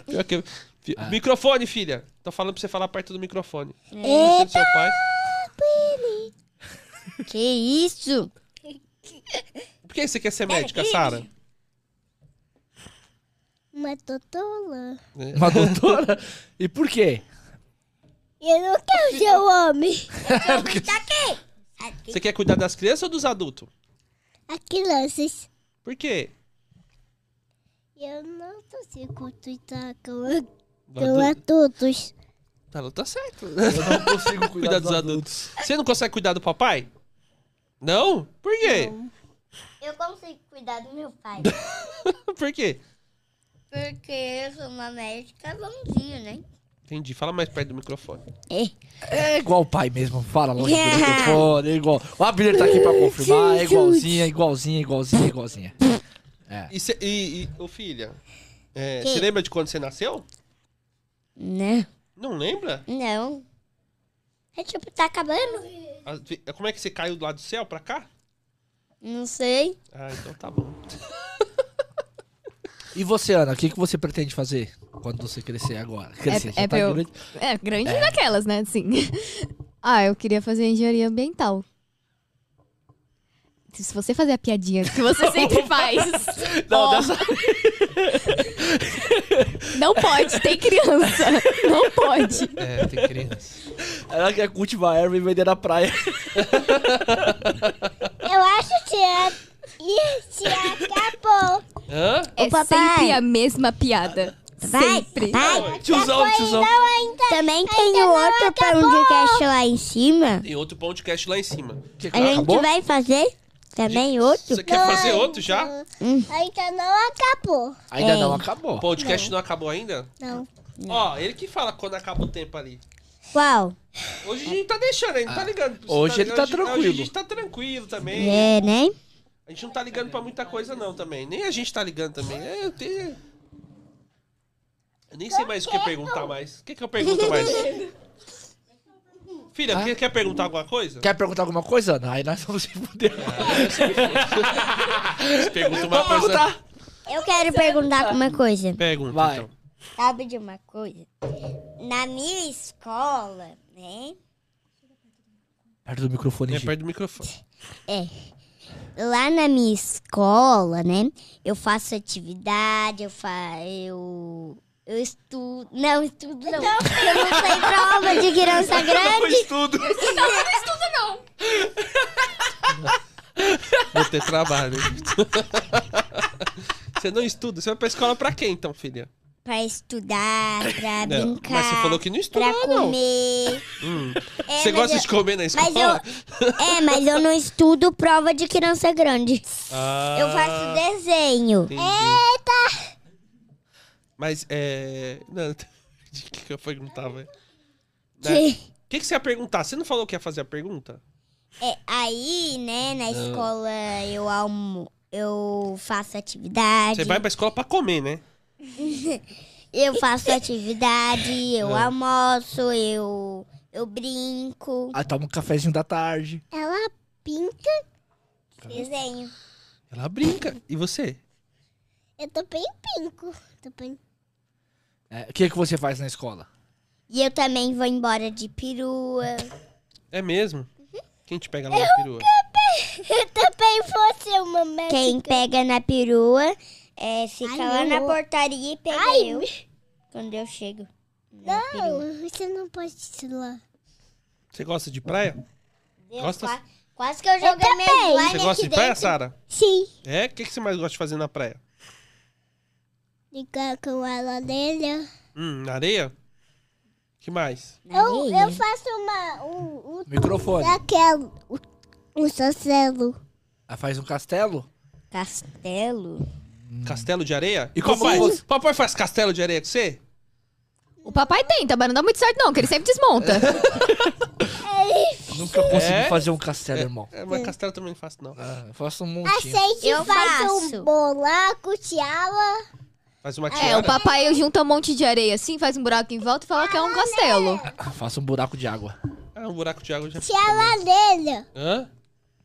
Speaker 4: Pior que- fi- Microfone, filha. Tô falando pra você falar perto do microfone.
Speaker 1: É.
Speaker 4: Você do seu pai.
Speaker 1: Que isso?
Speaker 4: Por que você quer ser médica, Sara?
Speaker 5: Uma totola.
Speaker 3: Uma doutora? E por quê?
Speaker 5: Eu não quero ser um homem.
Speaker 1: Tá aqui! Aqui.
Speaker 4: Você quer cuidar das crianças ou dos adultos?
Speaker 5: A crianças.
Speaker 4: Por quê?
Speaker 5: Eu não consigo cuidar com
Speaker 4: Do
Speaker 5: com
Speaker 4: adu-
Speaker 5: adultos.
Speaker 4: Ela tá certo.
Speaker 3: Eu não consigo
Speaker 4: cuidar dos adultos. Você não consegue cuidar do papai? Não? Por quê?
Speaker 1: Eu consigo cuidar do meu pai.
Speaker 4: Por quê?
Speaker 1: Porque eu sou uma médica bonzinha, né?
Speaker 4: Entendi. Fala mais perto do microfone.
Speaker 3: É igual o pai mesmo, fala longe do microfone, é igual. O Abner tá aqui pra confirmar, é igualzinha, igualzinha, igualzinha, igualzinha.
Speaker 4: E, cê, e, e ô filha, é,
Speaker 1: Que?
Speaker 4: você lembra de quando você nasceu?
Speaker 1: Não.
Speaker 4: Não lembra?
Speaker 1: Não. É tipo, tá acabando?
Speaker 4: As ve- Como é que você caiu do lado do céu pra cá?
Speaker 1: Não sei.
Speaker 4: Ah, então tá bom.
Speaker 3: E você, Ana, o que, que você pretende fazer quando você crescer agora? Crescer, tá
Speaker 2: é pra eu-
Speaker 3: grande.
Speaker 2: É, grande daquelas, né? Assim. Ah, eu queria fazer engenharia ambiental. Se você fazer a piadinha que você sempre faz.
Speaker 3: Não,
Speaker 2: ó,
Speaker 3: dessa...
Speaker 2: não pode, tem criança. Não pode.
Speaker 4: É, tem criança.
Speaker 3: Ela quer cultivar erva e vender na praia.
Speaker 5: Eu acho que é... Ih, se acabou.
Speaker 4: Hã?
Speaker 2: É
Speaker 1: papai.
Speaker 2: sempre a mesma piada.
Speaker 1: Papai,
Speaker 2: Sempre.
Speaker 1: papai.
Speaker 3: Tiozão, tiozão.
Speaker 1: então, Também tem o outro podcast lá em cima.
Speaker 4: Tem outro podcast lá em cima.
Speaker 1: A gente
Speaker 3: Ah, Acabou?
Speaker 1: vai fazer também É outro.
Speaker 4: Você quer fazer outro já?
Speaker 5: Ainda não acabou.
Speaker 3: Ainda não
Speaker 1: É.
Speaker 4: O
Speaker 3: acabou.
Speaker 4: podcast não acabou ainda?
Speaker 5: Não.
Speaker 4: Ó, ele que fala quando acaba o tempo ali.
Speaker 1: Qual?
Speaker 4: Hoje a gente tá deixando, a gente não tá ligando. pra você,
Speaker 3: Hoje ele tá
Speaker 4: ligado? Hoje- Hoje a
Speaker 3: tranquilo.
Speaker 4: gente tá tranquilo também.
Speaker 1: É, né?
Speaker 4: A gente não tá ligando pra muita coisa não também. Nem a gente tá ligando também. É, eu tenho... Eu nem sei mais o que perguntar mais. O que que eu pergunto mais? Filha,
Speaker 3: Ah.
Speaker 4: quer, quer perguntar alguma coisa?
Speaker 3: Quer perguntar alguma coisa, Ana? Aí nós vamos se fuder.
Speaker 4: Pergunta uma
Speaker 3: Vamos
Speaker 4: coisa.
Speaker 3: perguntar.
Speaker 1: Eu quero perguntar uma coisa.
Speaker 4: Pergunta,
Speaker 3: Vai.
Speaker 4: então.
Speaker 1: Sabe de uma coisa? Na minha escola, né?
Speaker 3: Perto do microfone,
Speaker 4: É
Speaker 3: Gi.
Speaker 4: perto do microfone.
Speaker 1: Lá na minha escola, né? Eu faço atividade, eu fa eu eu estudo, não estudo não. Eu não sei pra aula de criança grande.
Speaker 4: estudo. Vou ter trabalho. você não estuda? Você vai pra escola pra quê então, filha?
Speaker 1: Pra estudar, pra
Speaker 4: Não,
Speaker 1: brincar,
Speaker 4: mas você falou que não estuda,
Speaker 1: pra
Speaker 4: não.
Speaker 1: comer. É,
Speaker 4: você
Speaker 1: mas
Speaker 4: gosta
Speaker 1: eu-
Speaker 4: de comer na escola?
Speaker 1: mas eu, é, mas eu não estudo prova de criança grande.
Speaker 4: Ah,
Speaker 1: Eu faço desenho.
Speaker 4: entendi. Eita! Mas é. Não, de que, que eu ia perguntar, velho?
Speaker 1: Que-
Speaker 4: O que, que você ia perguntar? Você não falou que ia fazer a pergunta?
Speaker 1: É, aí, né, na escola eu almo, eu faço atividade.
Speaker 4: Você vai pra escola pra comer, né?
Speaker 1: Eu faço atividade, eu
Speaker 4: Ah.
Speaker 1: almoço, eu eu brinco,
Speaker 3: Aí toma um cafezinho da tarde.
Speaker 5: Ela pinta.
Speaker 1: desenho.
Speaker 4: Ela brinca. E você?
Speaker 5: Eu tô bem pinco. Tô bem...
Speaker 3: É, O que, que você faz na escola?
Speaker 1: E eu também vou embora de perua.
Speaker 4: É mesmo? Quem te pega lá na perua?
Speaker 5: Eu também fosse
Speaker 1: é
Speaker 5: uma médica.
Speaker 1: Quem pega na perua é, fica
Speaker 5: Ai,
Speaker 1: lá
Speaker 5: meu.
Speaker 1: na portaria e pega
Speaker 5: Ai,
Speaker 1: eu quando eu chego. na perua.
Speaker 5: Não, você não pode ir lá.
Speaker 4: Você gosta de praia?
Speaker 1: Eu
Speaker 4: Gosta-
Speaker 1: qua- Quase que eu joguei minha slime
Speaker 4: Você
Speaker 1: aqui
Speaker 4: gosta de
Speaker 1: dentro.
Speaker 4: praia, Sara?
Speaker 5: Sim.
Speaker 4: É? O que, que você mais gosta de fazer na praia?
Speaker 5: Ligar com a orelha.
Speaker 4: Hum, na areia? que mais?
Speaker 1: Na
Speaker 5: Eu,
Speaker 1: areia.
Speaker 5: eu faço uma... Um, um,
Speaker 3: Microfone.
Speaker 1: É.
Speaker 5: daquela... Um, um sacelo.
Speaker 3: Aí faz um castelo?
Speaker 1: Castelo.
Speaker 4: Castelo de areia?
Speaker 3: Hum. E como
Speaker 4: papai,
Speaker 3: você-
Speaker 4: papai faz castelo de areia com você?
Speaker 2: O papai tenta, mas não dá muito certo, não, que ele sempre desmonta.
Speaker 3: Nunca consegui
Speaker 4: É?
Speaker 3: fazer um castelo, irmão.
Speaker 4: É, mas castelo também não faço, não.
Speaker 3: Ah, eu faço um
Speaker 5: A
Speaker 3: montinho.
Speaker 5: gente
Speaker 1: Eu
Speaker 5: faz
Speaker 1: faço.
Speaker 5: um bolaco, tiara.
Speaker 4: Faz uma
Speaker 2: É,
Speaker 4: tiara.
Speaker 2: o papai junta um monte de areia assim, faz um buraco em volta e fala que é um castelo.
Speaker 3: Ah, Faço um buraco de água.
Speaker 4: Ah, um buraco de água já.
Speaker 5: Tiara orelha.
Speaker 4: Hã?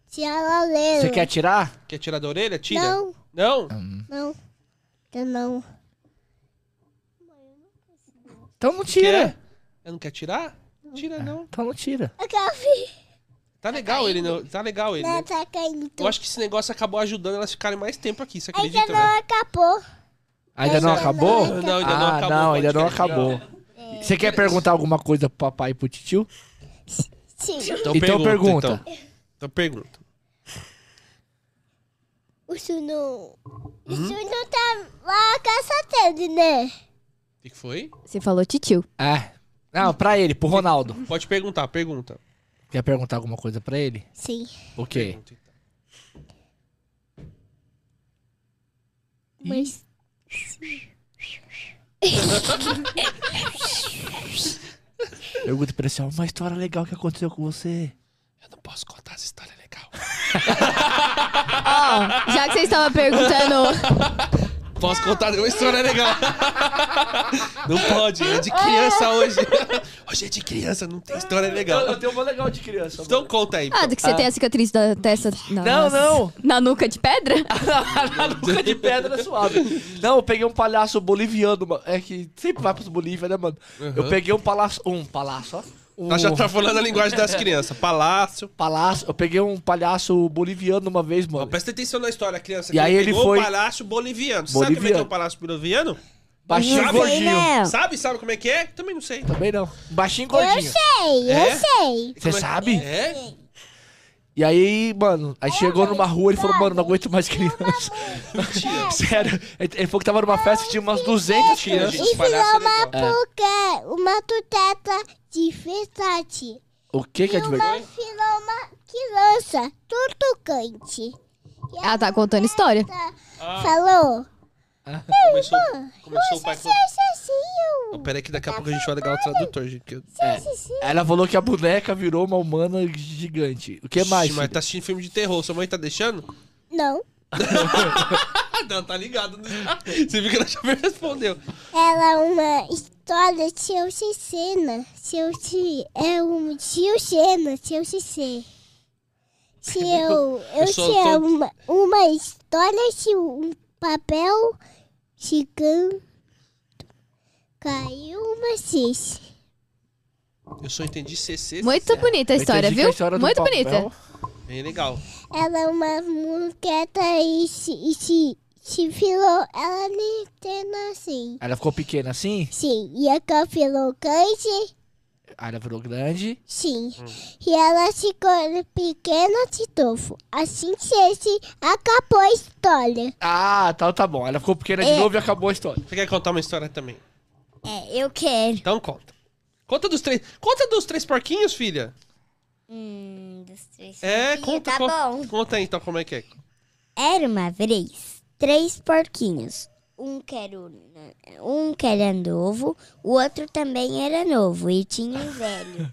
Speaker 5: Tiara orelha.
Speaker 3: Você quer tirar?
Speaker 4: Quer tirar da orelha? Tira.
Speaker 5: Não,
Speaker 4: Não?
Speaker 5: não. Eu não.
Speaker 3: Então não tira.
Speaker 4: Quer? Eu não quer tirar? Tira não.
Speaker 3: Então não tira.
Speaker 5: Eu quero ver.
Speaker 4: Tá legal ele, não. Tá legal ele.
Speaker 5: Não,
Speaker 4: Né?
Speaker 5: tá caindo.
Speaker 4: Eu acho que esse negócio acabou ajudando elas ficarem mais tempo aqui, você
Speaker 5: Ainda
Speaker 4: acredita, né?
Speaker 5: não
Speaker 4: velho?
Speaker 5: acabou.
Speaker 3: Ainda não
Speaker 5: Ainda não
Speaker 3: acabou?
Speaker 5: acabou.
Speaker 4: Não, ainda não
Speaker 3: Ah,
Speaker 4: acabou
Speaker 3: Não,
Speaker 4: o
Speaker 3: ainda não
Speaker 4: podcast,
Speaker 3: acabou. Você quer perguntar alguma coisa pro papai e pro titio?
Speaker 5: Sim.
Speaker 3: Então pergunta.
Speaker 4: Então, Então pergunta.
Speaker 5: Isso não.
Speaker 3: Hum?
Speaker 5: Isso não tá lá caçatando, né?
Speaker 4: O que que foi?
Speaker 2: Você falou titio.
Speaker 3: É. Não, pra ele, pro Ronaldo.
Speaker 4: Pode perguntar, pergunta.
Speaker 3: Quer perguntar alguma coisa pra ele?
Speaker 5: Sim.
Speaker 3: O quê?
Speaker 4: Pergunta, então.
Speaker 5: Mas.
Speaker 3: Pergunta pra ele assim, ó, uma história legal que aconteceu com você.
Speaker 4: Eu não posso contar essa história legal.
Speaker 2: Ó, Ah, já que vocês estavam perguntando.
Speaker 4: Posso contar uma história legal. Não pode, é de criança hoje. Hoje é de criança, não tem história
Speaker 6: Eu, eu
Speaker 4: legal.
Speaker 6: tenho uma legal de criança.
Speaker 4: Então conta aí.
Speaker 2: Ah, do que você tem a cicatriz da testa. na-
Speaker 6: Não, não.
Speaker 2: Na nuca de pedra?
Speaker 6: Na nuca de pedra é suave. Não, eu peguei um palhaço boliviano, mano. É que sempre vai pros Bolívia, né, mano? Eu peguei um palhaço. Um palhaço, ó. Um
Speaker 4: Ela já tá falando a linguagem das crianças. Palácio.
Speaker 6: palhaço. Eu peguei um palhaço boliviano uma vez,
Speaker 4: Ó,
Speaker 6: mano.
Speaker 4: presta atenção na história, criança.
Speaker 3: E aí ele
Speaker 4: pegou
Speaker 3: foi-
Speaker 4: o palácio boliviano. Sabe como é que é
Speaker 3: Boliviano.
Speaker 4: o palácio boliviano?
Speaker 6: Baixinho e
Speaker 1: Não sei,
Speaker 6: gordinho.
Speaker 1: não.
Speaker 4: Sabe? Sabe como é que é? Também não sei.
Speaker 3: Também não. Baixinho e gordinho.
Speaker 5: Sei,
Speaker 4: É?
Speaker 5: eu sei.
Speaker 3: Você sabe?
Speaker 4: É?
Speaker 3: E aí, mano, aí chegou numa rua e falou, mano, não aguento mais criança. Sério. Ele ele falou que tava numa festa que tinha umas 200 crianças.
Speaker 4: Gente, palhaço é legal.
Speaker 5: Porque uma tuteta de verdade.
Speaker 3: O que que é
Speaker 5: E
Speaker 3: de
Speaker 5: uma
Speaker 3: verdade?
Speaker 5: filoma que lança tudo cante.
Speaker 2: Ela tá contando história.
Speaker 5: Tá,
Speaker 3: Ah.
Speaker 5: Falou.
Speaker 4: Começou, começou o pai com...
Speaker 5: Chachacinho.
Speaker 4: Oh, pera aí que
Speaker 1: Tá
Speaker 4: daqui a pouco a gente vai ligar o tradutor, gente. porque-
Speaker 3: Ela falou que a boneca virou uma humana gigante. O que mais?
Speaker 4: Ixi, Mas tá assistindo filme de terror. Sua mãe tá deixando?
Speaker 5: Não.
Speaker 4: Ah, não, tá ligado. né? Você viu que ela já me respondeu.
Speaker 5: Ela é uma história de seu Cena. Seu Ci- é um tio Cena, seu Cicê. Se eu, eu
Speaker 4: sou
Speaker 5: se é
Speaker 4: todo-
Speaker 5: uma, uma história se um papel gigante caiu uma cis.
Speaker 4: Eu só entendi CC.
Speaker 2: Muito bonita a
Speaker 3: Eu
Speaker 2: história,
Speaker 3: entendi que
Speaker 2: viu?
Speaker 3: a história do
Speaker 2: Muito
Speaker 3: papel-
Speaker 2: bonita.
Speaker 4: Bem legal.
Speaker 5: Ela é uma moqueta e se, e se, se filou, ela nem entende assim.
Speaker 3: Ela ficou pequena assim,
Speaker 5: Sim, e a cão filou cante.
Speaker 3: aí ela virou grande.
Speaker 5: Sim.
Speaker 1: Hum.
Speaker 5: E ela ficou pequena de novo. Assim se se acabou a história.
Speaker 3: Ah, tá, tá bom. Ela ficou pequena de
Speaker 1: É.
Speaker 3: novo e acabou a história.
Speaker 4: Você quer contar uma história também?
Speaker 1: É, eu quero.
Speaker 4: Então conta. Conta dos três. Conta dos três porquinhos, filha.
Speaker 1: Hum, dos três.
Speaker 4: É,
Speaker 1: porquinhos,
Speaker 4: conta.
Speaker 1: Tá
Speaker 4: conta,
Speaker 1: bom.
Speaker 4: Conta aí então como é que é.
Speaker 1: Era uma vez três porquinhos. Um que era, o- um que era novo, o outro também era novo e tinha um velho.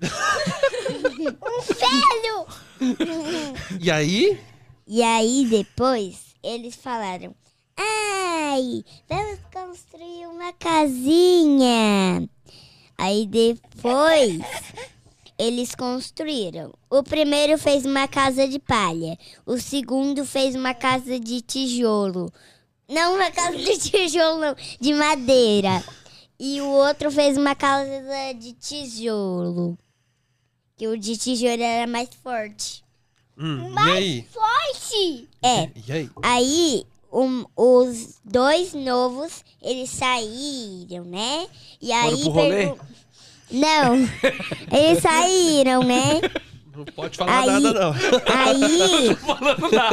Speaker 4: E aí?
Speaker 1: E aí depois eles falaram: Ai, vamos construir uma casinha. Aí depois eles construíram. O primeiro fez uma casa de palha, o segundo fez uma casa de tijolo. Não uma casa de tijolo, não, de madeira. E o outro fez uma casa de tijolo. Que o de tijolo era mais forte.
Speaker 4: Hum, e aí?
Speaker 5: Sim.
Speaker 1: É,
Speaker 4: E aí?
Speaker 1: Aí, um- os dois novos, eles saíram, né? E aí.
Speaker 3: pro rolê?
Speaker 1: pergun- Não, eles saíram, né?
Speaker 4: Não pode falar
Speaker 1: Aí-
Speaker 4: nada, não.
Speaker 1: Aí.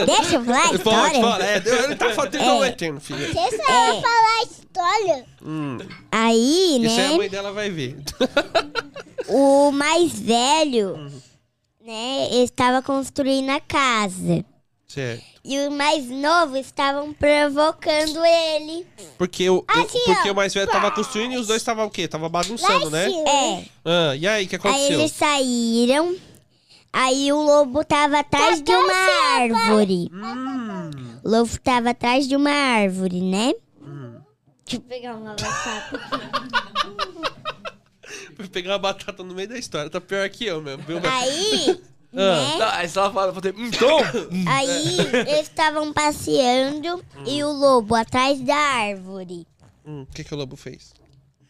Speaker 1: Deixa eu falar a
Speaker 4: Pode,
Speaker 1: história. É.
Speaker 4: fala. É, ele tá falando, filha.
Speaker 5: Você sabe falar a história?
Speaker 4: Hum,
Speaker 1: Aí,
Speaker 4: isso é um- aí a
Speaker 1: né?
Speaker 4: mãe dela vai ver.
Speaker 1: O mais velho,
Speaker 4: Uhum.
Speaker 1: né? Estava construindo a casa.
Speaker 4: Certo.
Speaker 1: E o mais novo estavam provocando ele.
Speaker 4: Porque o, o-
Speaker 1: Assim,
Speaker 4: porque o mais velho tava construindo e os dois estavam o quê? Tava bagunçando, né?
Speaker 1: É.
Speaker 4: Ah, e aí, o que
Speaker 1: Aí
Speaker 4: aconteceu?
Speaker 1: eles saíram. Aí o lobo tava Tá atrás de uma árvore.
Speaker 4: Hum.
Speaker 1: O lobo tava atrás de uma árvore, né? Deixa eu pegar uma batata.
Speaker 4: Fui pegar uma batata no meio da história. Tá pior que eu mesmo, viu? velho?
Speaker 1: Aí,
Speaker 3: É?
Speaker 1: né?
Speaker 3: Aí ela fala, falei, então,
Speaker 1: Aí eles estavam passeando e o lobo atrás da árvore.
Speaker 4: Hum, o que, que o lobo fez?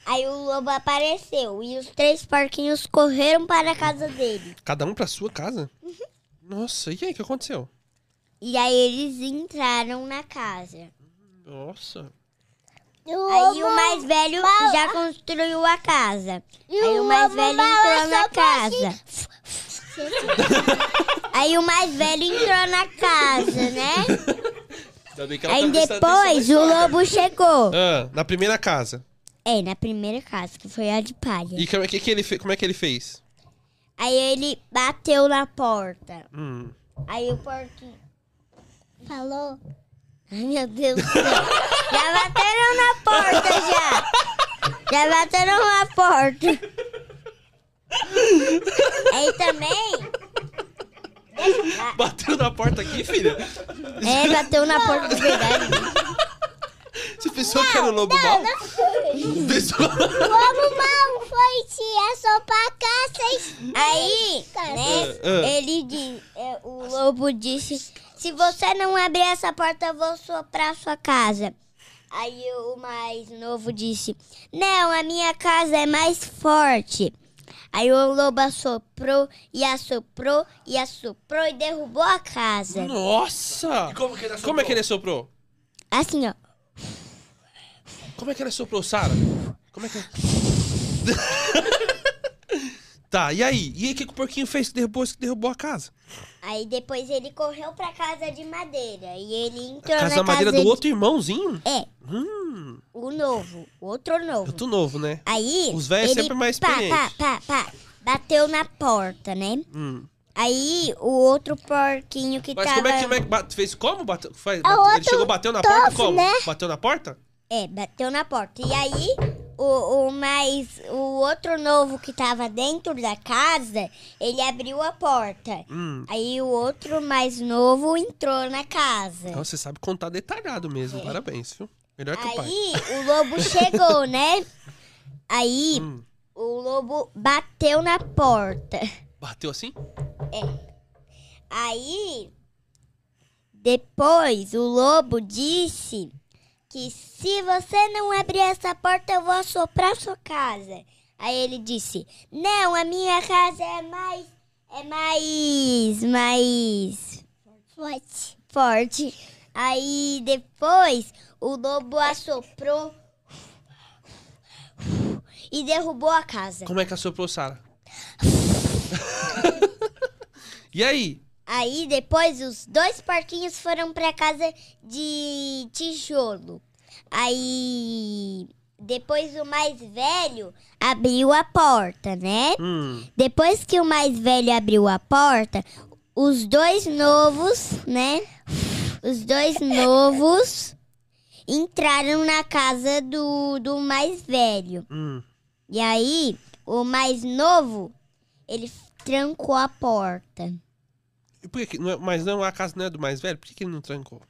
Speaker 1: Aí o lobo apareceu e os três porquinhos correram para a casa dele.
Speaker 4: Cada um pra sua casa?
Speaker 1: Uhum.
Speaker 4: Nossa, e aí, o que aconteceu?
Speaker 1: E aí eles entraram na casa.
Speaker 4: Nossa.
Speaker 1: Aí o mais velho já construiu a casa. Aí o mais velho entrou na casa. Aí o mais velho entrou na casa, né?
Speaker 4: Ainda bem que tá
Speaker 1: Aí depois o lobo chegou.
Speaker 4: Ah, na primeira casa.
Speaker 1: É, na primeira casa, que foi a de palha.
Speaker 4: E como, é que, que ele fe... como é que ele fez?
Speaker 1: Aí ele bateu na porta.
Speaker 4: Hum.
Speaker 1: Aí o porquinho.
Speaker 5: Falou.
Speaker 1: Ai, meu Deus do céu. Já bateram na porta já.
Speaker 5: Já bateram uma porta. Aí também,
Speaker 4: Bateu na porta aqui, filha?
Speaker 5: é, bateu na porta de verdade.
Speaker 4: Você pensou que era um lobo mau? Pensou...
Speaker 7: Como mal foi se é só pra cá, vocês...
Speaker 5: Aí,
Speaker 4: Ah.
Speaker 5: né, ele disse, é, o lobo disse, se você não abrir essa porta, eu vou soprar sua casa. Aí o mais novo disse, não, a minha casa é mais forte. Aí o lobo assoprou, e assoprou, e assoprou, e derrubou a casa.
Speaker 4: Nossa!
Speaker 8: Como que ele
Speaker 4: Como é que ele soprou?
Speaker 5: Assim, ó.
Speaker 4: Como é que ele soprou, Sara? Como é que... tá, e aí? E aí, o que que o porquinho fez que derrubou, que derrubou a casa?
Speaker 5: Aí depois ele correu pra casa de madeira, e ele entrou
Speaker 4: A casa da
Speaker 5: Então, na
Speaker 4: madeira
Speaker 5: casa
Speaker 4: do
Speaker 5: de-
Speaker 4: outro irmãozinho?
Speaker 5: É,
Speaker 4: Hum,
Speaker 5: o novo, o outro novo.
Speaker 4: eu tô novo, né?
Speaker 5: Aí.
Speaker 4: Os velhos
Speaker 5: ele
Speaker 4: sempre mais
Speaker 5: Pá,
Speaker 4: experientes.
Speaker 5: pá, pá, pá. Bateu na porta, né?
Speaker 4: Hum.
Speaker 5: Aí o outro porquinho que
Speaker 4: Mas
Speaker 5: tava.
Speaker 4: como é que, como é que bate- fez como? Bateu, faz-
Speaker 7: o
Speaker 4: bateu- ele
Speaker 7: outro
Speaker 4: chegou, bateu na
Speaker 7: tof,
Speaker 4: porta como?
Speaker 7: né?
Speaker 4: Bateu na porta?
Speaker 5: É, bateu na porta. E aí, o, o mais. O outro novo que tava dentro da casa, ele abriu a porta.
Speaker 4: Hum.
Speaker 5: Aí o outro mais novo entrou na casa.
Speaker 4: Nossa, Então, você sabe contar detalhado mesmo. Parabéns, viu? Melhor que o pai.
Speaker 5: Aí o lobo chegou, né? Aí
Speaker 4: Hum.
Speaker 5: o lobo bateu na porta.
Speaker 4: Bateu assim?
Speaker 5: Aí, depois, o lobo disse que se você não abrir essa porta, eu vou assoprar sua casa. Aí ele disse, não, a minha casa é mais, é mais, mais
Speaker 7: Forte.
Speaker 5: forte. Aí, depois, o lobo assoprou e derrubou a casa.
Speaker 4: Como é que assoprou, Sara? e aí?
Speaker 5: Aí depois os dois porquinhos foram pra casa de tijolo. Aí depois o mais velho abriu a porta, né?
Speaker 4: Hum,
Speaker 5: Depois que o mais velho abriu a porta, os dois novos, né? Os dois novos entraram na casa do, do mais velho.
Speaker 4: hum.
Speaker 5: E aí o mais novo ele trancou a porta.
Speaker 4: E por que que, não é- mas não, a casa não é do mais velho? Por que, que ele não trancou?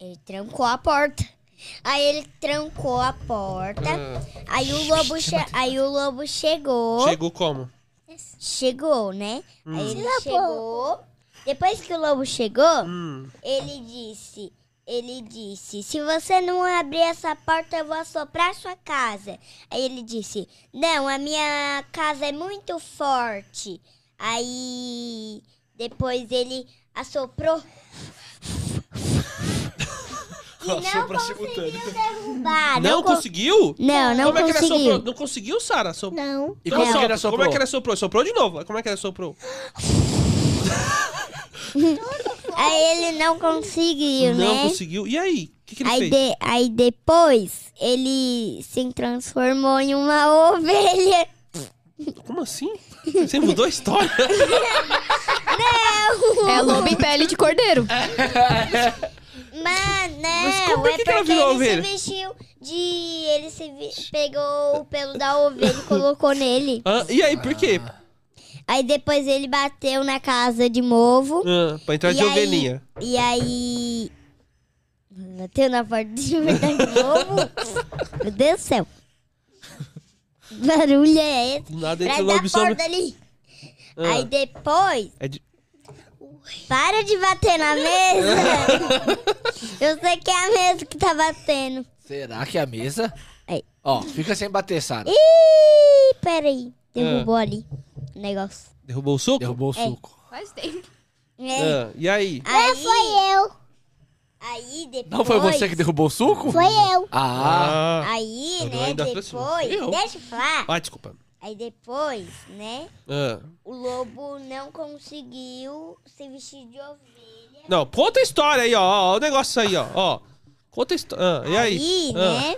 Speaker 5: Ele trancou a porta. Aí ele trancou a porta. Aí o lobo, che- aí o lobo chegou.
Speaker 4: Chegou como?
Speaker 5: Chegou, né? Aí ele chegou. Depois que o lobo chegou,
Speaker 4: Hum.
Speaker 5: ele disse, ele disse, se você não abrir essa porta, eu vou assoprar sua casa. Aí ele disse, não, a minha casa é muito forte. Aí depois ele assoprou e não
Speaker 8: Assopra
Speaker 5: conseguiu
Speaker 8: simultâneo.
Speaker 5: derrubar.
Speaker 4: não
Speaker 5: con-
Speaker 4: conseguiu?
Speaker 5: Não, não
Speaker 4: como É que ele
Speaker 5: conseguiu.
Speaker 4: assoprou? Não conseguiu, Sara? Assop-
Speaker 7: Não.
Speaker 3: E como
Speaker 4: Não,
Speaker 3: que ele
Speaker 4: Como é
Speaker 3: assoprou?
Speaker 4: que ele soprou? Soprou de novo. Como é que ele soprou?
Speaker 5: Aí ele não conseguiu,
Speaker 4: não
Speaker 5: né?
Speaker 4: conseguiu. E aí? O que, que ele
Speaker 5: Aí,
Speaker 4: fez?
Speaker 5: de- aí depois ele se transformou em uma ovelha.
Speaker 4: Como assim? Você mudou a história?
Speaker 2: É lobo em pele de cordeiro.
Speaker 5: Mas não,
Speaker 4: Mas como é
Speaker 5: é
Speaker 4: que
Speaker 5: porque
Speaker 4: ela virou
Speaker 5: ele
Speaker 4: ovelha?
Speaker 5: se vestiu de. Ele se vi- pegou o pelo da ovelha e colocou nele.
Speaker 4: Ah, e aí, por quê?
Speaker 5: Aí depois ele bateu na casa de novo.
Speaker 4: Ah, pra entrar
Speaker 5: E
Speaker 4: de
Speaker 5: aí?
Speaker 4: ovelhinha.
Speaker 5: E aí. Bateu na porta de verdade de novo. Meu Deus do céu. Que Barulho é esse?
Speaker 4: Do nada
Speaker 5: Pra
Speaker 4: entra o
Speaker 5: dar
Speaker 4: lobo
Speaker 5: porta
Speaker 4: sobre...
Speaker 5: ali.
Speaker 4: Ah.
Speaker 5: Aí depois.
Speaker 4: É de-
Speaker 5: Para de bater na mesa! Eu sei que é a mesa que tá batendo.
Speaker 3: Será que é a mesa?
Speaker 5: Aí.
Speaker 3: Ó, fica sem bater, Sara.
Speaker 5: Ih, peraí. Derrubou ali o negócio.
Speaker 4: Derrubou o suco?
Speaker 3: Derrubou o suco.
Speaker 2: Faz tempo.
Speaker 5: É.
Speaker 4: Ah, e aí?
Speaker 5: Aí,
Speaker 7: Foi eu.
Speaker 5: aí depois.
Speaker 3: Não foi você que derrubou o suco?
Speaker 7: Foi eu.
Speaker 3: Ah,
Speaker 4: Ah.
Speaker 5: Aí,
Speaker 4: Eu
Speaker 5: né,
Speaker 4: ainda tô
Speaker 5: depois.
Speaker 4: assim. Eu.
Speaker 5: Deixa eu falar.
Speaker 4: Ah, desculpa.
Speaker 5: Aí depois, né,
Speaker 4: Ah.
Speaker 5: o lobo não conseguiu se vestir de ovelha.
Speaker 4: Não, conta a história aí, ó. ó, ó, o negócio aí, ó. ó. Conta a história. Ah, e aí? Ah,
Speaker 5: né,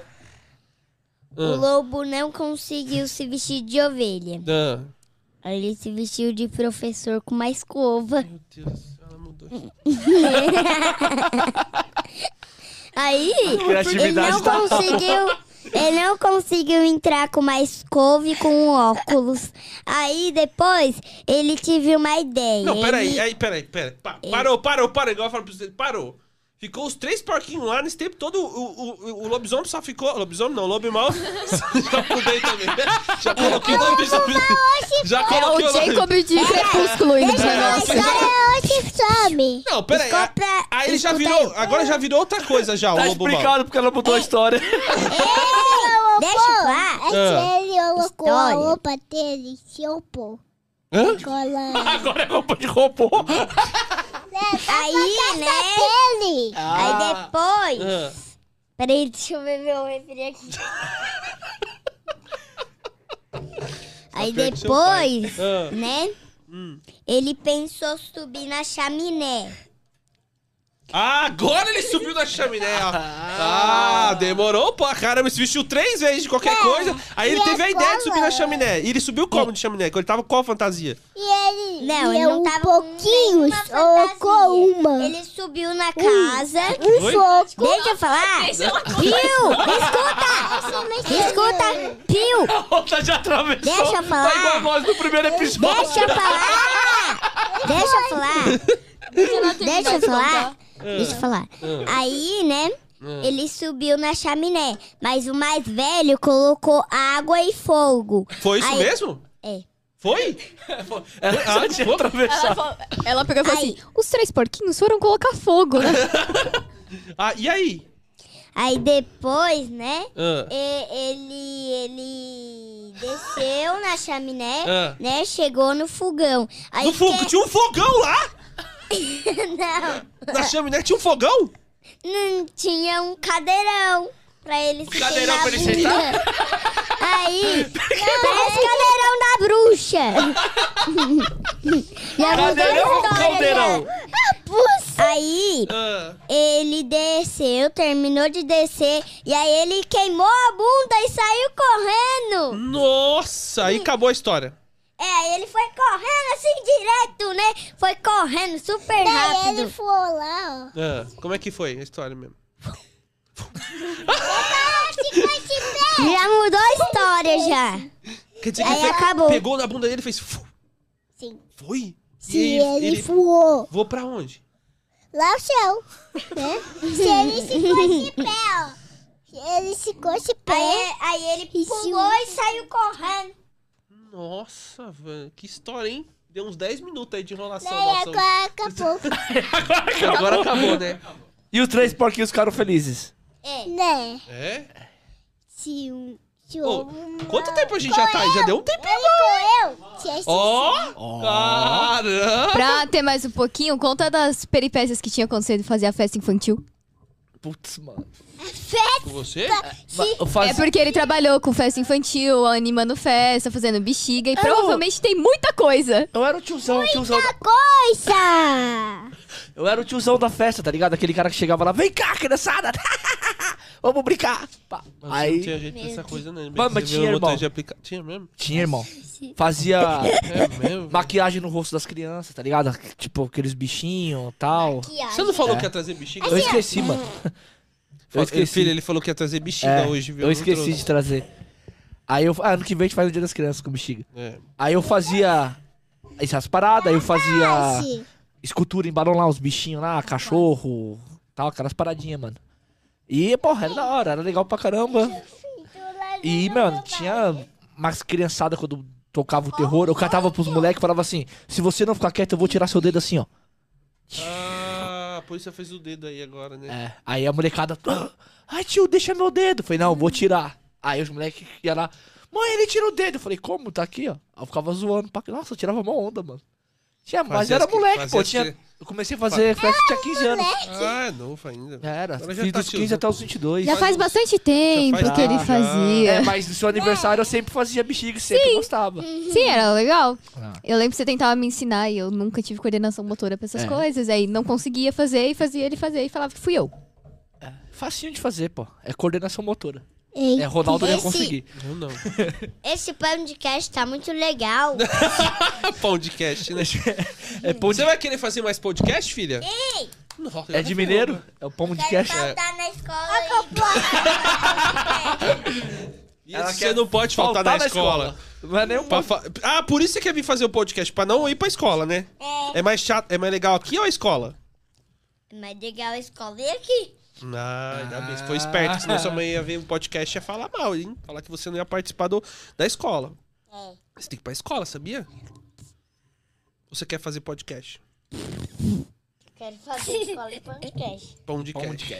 Speaker 5: o lobo não conseguiu se vestir de ovelha.
Speaker 4: ah.
Speaker 5: Aí ele se vestiu de professor com uma escova.
Speaker 4: Meu Deus do céu, ela mudou.
Speaker 5: Aí,
Speaker 3: criatividade
Speaker 5: ele não
Speaker 3: tá
Speaker 5: conseguiu Ele não conseguiu entrar com uma escova e com um óculos. Aí depois ele tive uma ideia.
Speaker 4: Não, peraí, é
Speaker 5: Ele-
Speaker 4: aí, peraí, peraí. Pa- parou, parou, parou. Igual eu falo pra você, parou. Ficou os três porquinhos lá nesse tempo todo. O, o, o, o lobisomem só ficou. Lobisomem não, lobimal. já mudei também. Já coloquei o lobisomem. Já
Speaker 2: É o
Speaker 4: coloquei o
Speaker 2: Jacob
Speaker 4: lobisomem.
Speaker 2: de Crepúsculo indo pro
Speaker 4: assim.
Speaker 2: negócio.
Speaker 5: é
Speaker 1: Agora hoje some.
Speaker 4: Não, peraí. a-
Speaker 5: Escuta-
Speaker 4: É, Aí ele já
Speaker 5: escuta
Speaker 4: virou.
Speaker 5: aí.
Speaker 4: Agora já virou outra coisa já, o
Speaker 3: Tá
Speaker 4: lobo mal.
Speaker 3: explicado porque ela mudou a história.
Speaker 5: Deixa eu
Speaker 1: É
Speaker 5: falar.
Speaker 4: Ah.
Speaker 1: que ele colocou a
Speaker 5: História.
Speaker 1: roupa dele, seu pô.
Speaker 4: Hã?
Speaker 1: Cola
Speaker 3: Agora é roupa de robô.
Speaker 5: Aí, né?
Speaker 1: ele.
Speaker 5: Aí depois.
Speaker 4: Ah.
Speaker 5: Peraí, deixa eu beber um refri aqui. Aí
Speaker 4: pior que seu pai.
Speaker 5: depois,
Speaker 4: Ah.
Speaker 5: né? Ele pensou subir na chaminé.
Speaker 4: Ah, agora ele subiu da chaminé, ó. Ah, demorou, pô. Caramba, se vestiu três vezes de qualquer coisa. Aí ele
Speaker 1: e
Speaker 4: teve a ideia de
Speaker 1: agora?
Speaker 4: subir na chaminé. E ele subiu como de chaminé? Ele tava com qual fantasia?
Speaker 1: E ele.
Speaker 5: Não,
Speaker 1: e
Speaker 5: ele não
Speaker 1: um
Speaker 5: tava
Speaker 1: pouquinho,
Speaker 5: com nenhuma fantasia.
Speaker 1: colocou uma.
Speaker 5: Ele subiu na casa.
Speaker 1: Um
Speaker 4: Oi?
Speaker 1: soco.
Speaker 5: Deixa eu falar. Pio, escuta. Escuta, Pio,
Speaker 3: A outra já atravessou.
Speaker 5: Deixa eu falar.
Speaker 1: Ah.
Speaker 3: Tá igual Tá a voz do primeiro episódio.
Speaker 5: deixa eu falar. Deixa eu falar. Deixa eu falar. Deixa eu falar.
Speaker 3: Ah.
Speaker 5: Aí, né? Ele subiu na chaminé, mas o mais velho colocou água e fogo.
Speaker 4: Foi isso
Speaker 5: Aí-
Speaker 4: mesmo?
Speaker 5: É.
Speaker 4: Foi?
Speaker 3: Ela já tinha
Speaker 2: Ela,
Speaker 3: atravessado.
Speaker 2: falou- ela pegou e falou assim: os três porquinhos foram colocar fogo, né?
Speaker 4: Ah, e aí?
Speaker 5: Aí depois, né?
Speaker 4: Ah.
Speaker 5: e- ele ele desceu na chaminé,
Speaker 4: Ah.
Speaker 5: né? Chegou no fogão. Aí
Speaker 4: No fogo,
Speaker 5: que-
Speaker 4: tinha um fogão lá!
Speaker 5: Não,
Speaker 4: Na chaminé tinha um fogão?
Speaker 5: não tinha um cadeirão pra ele se
Speaker 4: cadeirão
Speaker 5: queimar
Speaker 4: pra ele
Speaker 5: a bunda. Aí, parece cadeirão da bruxa. Já
Speaker 3: Cadeirão
Speaker 5: mudou
Speaker 3: ou
Speaker 5: a história,
Speaker 3: caldeirão?
Speaker 5: já. Aí,
Speaker 4: Ah.
Speaker 5: ele desceu, terminou de descer, e aí ele queimou a bunda e saiu correndo.
Speaker 4: Nossa, aí acabou a história.
Speaker 5: É, aí ele foi correndo assim direto, né? Foi correndo super
Speaker 1: Aí ele
Speaker 5: rápido.
Speaker 1: foi lá, ó.
Speaker 4: Ah, Como é que foi a história mesmo?
Speaker 5: Já mudou a história já.
Speaker 4: Quer dizer que
Speaker 5: Aí
Speaker 4: ele
Speaker 5: acabou.
Speaker 4: pegou na bunda dele e fez. fu.
Speaker 1: Sim.
Speaker 4: Foi?
Speaker 1: Se
Speaker 4: E
Speaker 1: ele, voou
Speaker 4: Vou pra onde?
Speaker 1: lá o céu, né? Se ele ficou de pé, ó. Se ele ficou de pé. um
Speaker 5: Aí, aí ele
Speaker 1: Isso.
Speaker 5: pulou e saiu correndo.
Speaker 4: Nossa, velho. Que história, hein? Deu uns 10 minutos aí de enrolação.
Speaker 1: Daí
Speaker 4: Nossa.
Speaker 1: agora acabou,
Speaker 4: Agora acabou, né?
Speaker 3: E os três porquinhos ficaram felizes.
Speaker 1: né?
Speaker 4: É?
Speaker 1: Se um. Se
Speaker 4: Ô,
Speaker 1: um.
Speaker 4: quanto tempo a gente já tá aí? Já deu um tempo.
Speaker 1: Ele correu. Se esse-
Speaker 4: Ó! Oh. Caramba!
Speaker 2: Pra ter mais um pouquinho, conta das peripécias que tinha acontecido em fazer a festa infantil.
Speaker 3: Putz, mano.
Speaker 4: Com você?
Speaker 3: Eu
Speaker 2: É
Speaker 3: fazia-
Speaker 2: porque ele trabalhou com festa infantil, animando festa, fazendo bexiga, e provavelmente tem muita coisa.
Speaker 3: Eu era o tiozão, o tiozão. da-
Speaker 1: Coisa!
Speaker 3: Eu era o tiozão da festa, tá ligado? Aquele cara que chegava lá, vem cá, criançada! Vamos brincar! Pá.
Speaker 4: Mas você não
Speaker 3: Aí.
Speaker 4: tinha jeito dessa coisa, né? Bem
Speaker 3: Mas-
Speaker 4: que
Speaker 3: mas
Speaker 4: você
Speaker 3: tinha,
Speaker 4: viu o botão
Speaker 3: irmão.
Speaker 4: de aplicar. Tinha mesmo?
Speaker 9: Tinha, irmão.
Speaker 3: Fazia
Speaker 4: É mesmo?
Speaker 3: maquiagem no rosto das crianças, tá ligado? Tipo, aqueles bichinhos e tal.
Speaker 4: Você não falou que ia trazer bexiga?
Speaker 3: é. Eu esqueci, mano. Eu
Speaker 4: Ele-
Speaker 3: esqueci.
Speaker 4: Filho, ele falou que ia trazer bexiga
Speaker 3: É,
Speaker 4: hoje, viu?
Speaker 3: Eu
Speaker 4: Não
Speaker 3: esqueci
Speaker 4: trouxe.
Speaker 3: de trazer. Aí eu. Ah, ano que vem a gente faz o dia das crianças com bexiga.
Speaker 4: É.
Speaker 3: Aí eu fazia essas paradas, aí eu fazia
Speaker 1: Se-
Speaker 3: escultura em balão lá, os bichinhos lá, cachorro, tal, aquelas paradinhas, mano. E, porra, era da hora, era legal pra caramba. E, mano, tinha umas criançadas quando tocava o terror, eu catava pros moleques e falava assim, se você não ficar quieto, eu vou tirar seu dedo assim, ó.
Speaker 4: Ah, a polícia fez o dedo aí agora, né?
Speaker 3: É, aí a molecada, "Ah, ai tio, deixa meu dedo. Eu Falei, não, vou tirar. Aí os moleques iam lá, mãe, ele tira o dedo. Eu falei, como? Tá aqui, ó. Aí eu ficava zoando. Pra... Nossa, eu tirava uma onda, mano. Tinha, mas
Speaker 4: Fazia
Speaker 3: era
Speaker 4: as que-
Speaker 3: moleque,
Speaker 4: fazia
Speaker 3: pô.
Speaker 4: as
Speaker 3: Tinha...
Speaker 4: que-
Speaker 3: Eu comecei a fazer festa, tinha 15 anos.
Speaker 4: Ah, é novo ainda.
Speaker 3: Já era,
Speaker 4: Agora já
Speaker 3: fiz
Speaker 4: tá
Speaker 3: dos 15
Speaker 4: tiozão.
Speaker 3: até os 22.
Speaker 2: Já faz bastante tempo
Speaker 4: faz
Speaker 2: que ele
Speaker 4: tempo, já.
Speaker 2: fazia.
Speaker 3: É, mas no seu aniversário eu sempre fazia bexiga, e sempre gostava.
Speaker 2: Sim, era legal. Eu lembro que você tentava me ensinar e eu nunca tive coordenação motora pra essas coisas. Aí não conseguia fazer e fazia ele fazer e falava que fui eu.
Speaker 3: Facinho de fazer, pô. É coordenação motora.
Speaker 1: Ei,
Speaker 3: É, Ronaldo ia
Speaker 5: Esse-
Speaker 3: conseguir.
Speaker 4: Eu não.
Speaker 5: Esse podcast tá muito legal.
Speaker 4: podcast, né?
Speaker 3: É, pô,
Speaker 4: É Você vai querer fazer mais podcast, filha? Nossa,
Speaker 3: É de mineiro? É o pomo de queixa.
Speaker 2: tá
Speaker 1: Faltar Tá na escola.
Speaker 4: E você não pode faltar, na escola.
Speaker 3: Não é nem um
Speaker 4: Pra fa- Ah, por isso você quer vir fazer o podcast, pra não ir pra escola, né? É. mais chato, é mais legal aqui ou a escola?
Speaker 1: e- Mas legal a escola. E aqui?
Speaker 4: Ah, ainda bem, você foi esperto, senão sua mãe ia ver um podcast e ia falar mal, hein? Falar que você não ia participar do, da escola. Você tem que ir pra escola, sabia? Ou Você quer fazer podcast?
Speaker 1: Quero fazer escola e podcast.
Speaker 4: Pão de queijo.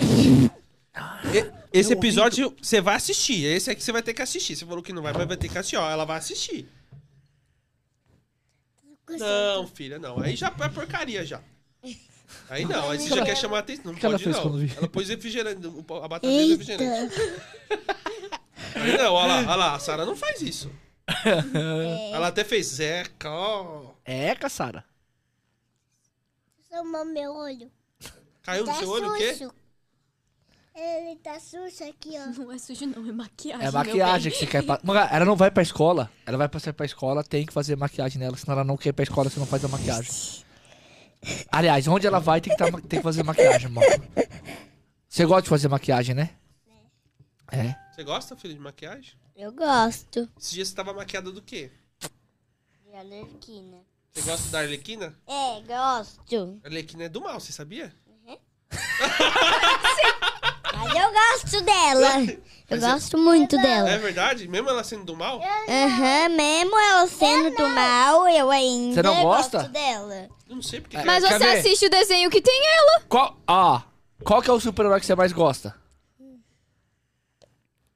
Speaker 4: Ah, é E- Esse episódio você vai assistir. Esse aqui você vai ter que assistir. Você falou que não vai, mas vai ter que assistir. Ó, ela vai assistir. Não, filha, não. Aí já é porcaria já. Aí não, aí você já quer chamar atenção. Não
Speaker 3: ela
Speaker 4: pode
Speaker 3: fez
Speaker 4: não.
Speaker 3: quando vi?
Speaker 4: Ela pôs refrigerante, a batata dele
Speaker 5: Eita.
Speaker 4: refrigerante. Aí não, olha lá, olha lá, a Sara não faz isso.
Speaker 5: É.
Speaker 4: Ela até fez Zeca, ó.
Speaker 3: É, caçara.
Speaker 5: Soma meu olho.
Speaker 4: Caiu no
Speaker 5: Tá
Speaker 4: seu olho o quê?
Speaker 5: sujo. Ele tá sujo aqui, ó.
Speaker 2: Não é sujo, não, é maquiagem.
Speaker 3: É maquiagem que você quer. Pra... Mano, ela não vai pra escola. Ela vai passar pra escola, tem que fazer maquiagem nela. Senão ela não quer ir pra escola, você não faz a maquiagem. Aliás, onde ela vai tem que, tá- tem que fazer maquiagem, mano. Você gosta de fazer maquiagem, né? É.
Speaker 4: Você gosta, filho, de maquiagem?
Speaker 1: Eu gosto.
Speaker 4: Esse dia você tava maquiada do quê?
Speaker 1: De alerquina.
Speaker 4: Você gosta da Arlequina?
Speaker 1: É, gosto.
Speaker 4: Arlequina é do mal, você sabia?
Speaker 1: Mas eu gosto dela. Eu gosto muito dela.
Speaker 4: É verdade? Mesmo ela sendo do mal?
Speaker 1: Aham, mesmo ela sendo do mal, eu ainda
Speaker 3: Você não gosta?
Speaker 1: gosto dela.
Speaker 4: Eu não sei porque. é.
Speaker 2: Mas
Speaker 3: Quer
Speaker 2: você
Speaker 3: ver?
Speaker 2: assiste o desenho que tem ela.
Speaker 3: Qual. Ah, qual que é o super-herói que você mais gosta?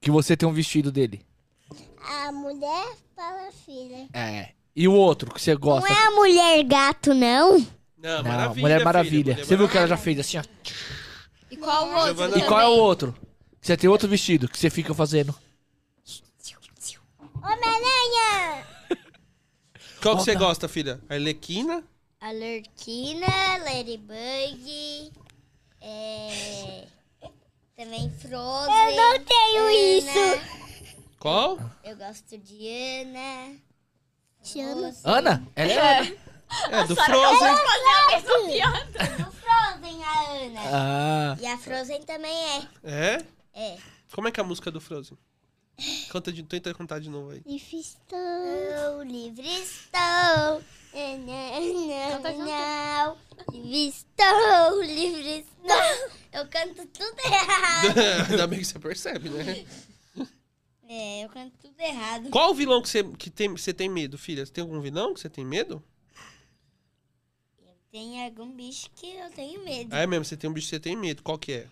Speaker 3: Que você tem um vestido dele.
Speaker 5: A mulher fala filha.
Speaker 3: É. E o outro que você
Speaker 1: Não
Speaker 3: gosta?
Speaker 1: é a mulher gato, não?
Speaker 4: Não,
Speaker 3: Não,
Speaker 4: maravilha.
Speaker 3: Mulher
Speaker 4: filho,
Speaker 3: Maravilha.
Speaker 4: Mulher
Speaker 3: você viu o que ela já fez assim, ó.
Speaker 2: E qual o outro?
Speaker 4: Giovana-
Speaker 3: E qual é o outro? Você tem outro vestido que você fica fazendo.
Speaker 5: Homem-Aranha!
Speaker 4: Qual que você gosta, filha? Arlequina?
Speaker 1: Alerquina, Ladybug, é... também Frozen.
Speaker 5: Eu não tenho isso!
Speaker 1: Ana.
Speaker 4: Qual?
Speaker 1: Eu gosto de Ana.
Speaker 5: Chama.
Speaker 3: Ana? Ela é Ana.
Speaker 4: É, do Frozen.
Speaker 1: Do Frozen, a Ana.
Speaker 3: Ah.
Speaker 1: E a Frozen também é.
Speaker 4: É?
Speaker 1: É.
Speaker 4: Como é que é a música do Frozen? Canta de... Tenta cantar de novo aí.
Speaker 5: Difícil.
Speaker 1: Eu livre estou. Não, não,
Speaker 2: Canta junto.
Speaker 1: não. Livre estou, livre estou. Eu canto tudo errado.
Speaker 4: Ainda bem que você percebe, né?
Speaker 1: É, eu canto tudo errado.
Speaker 4: Qual o vilão que você que tem, você tem medo, filha? Você tem algum vilão que você tem medo?
Speaker 1: Tem algum bicho que eu tenho medo.
Speaker 4: Ah, é mesmo, você tem um bicho que você tem medo. Qual que é?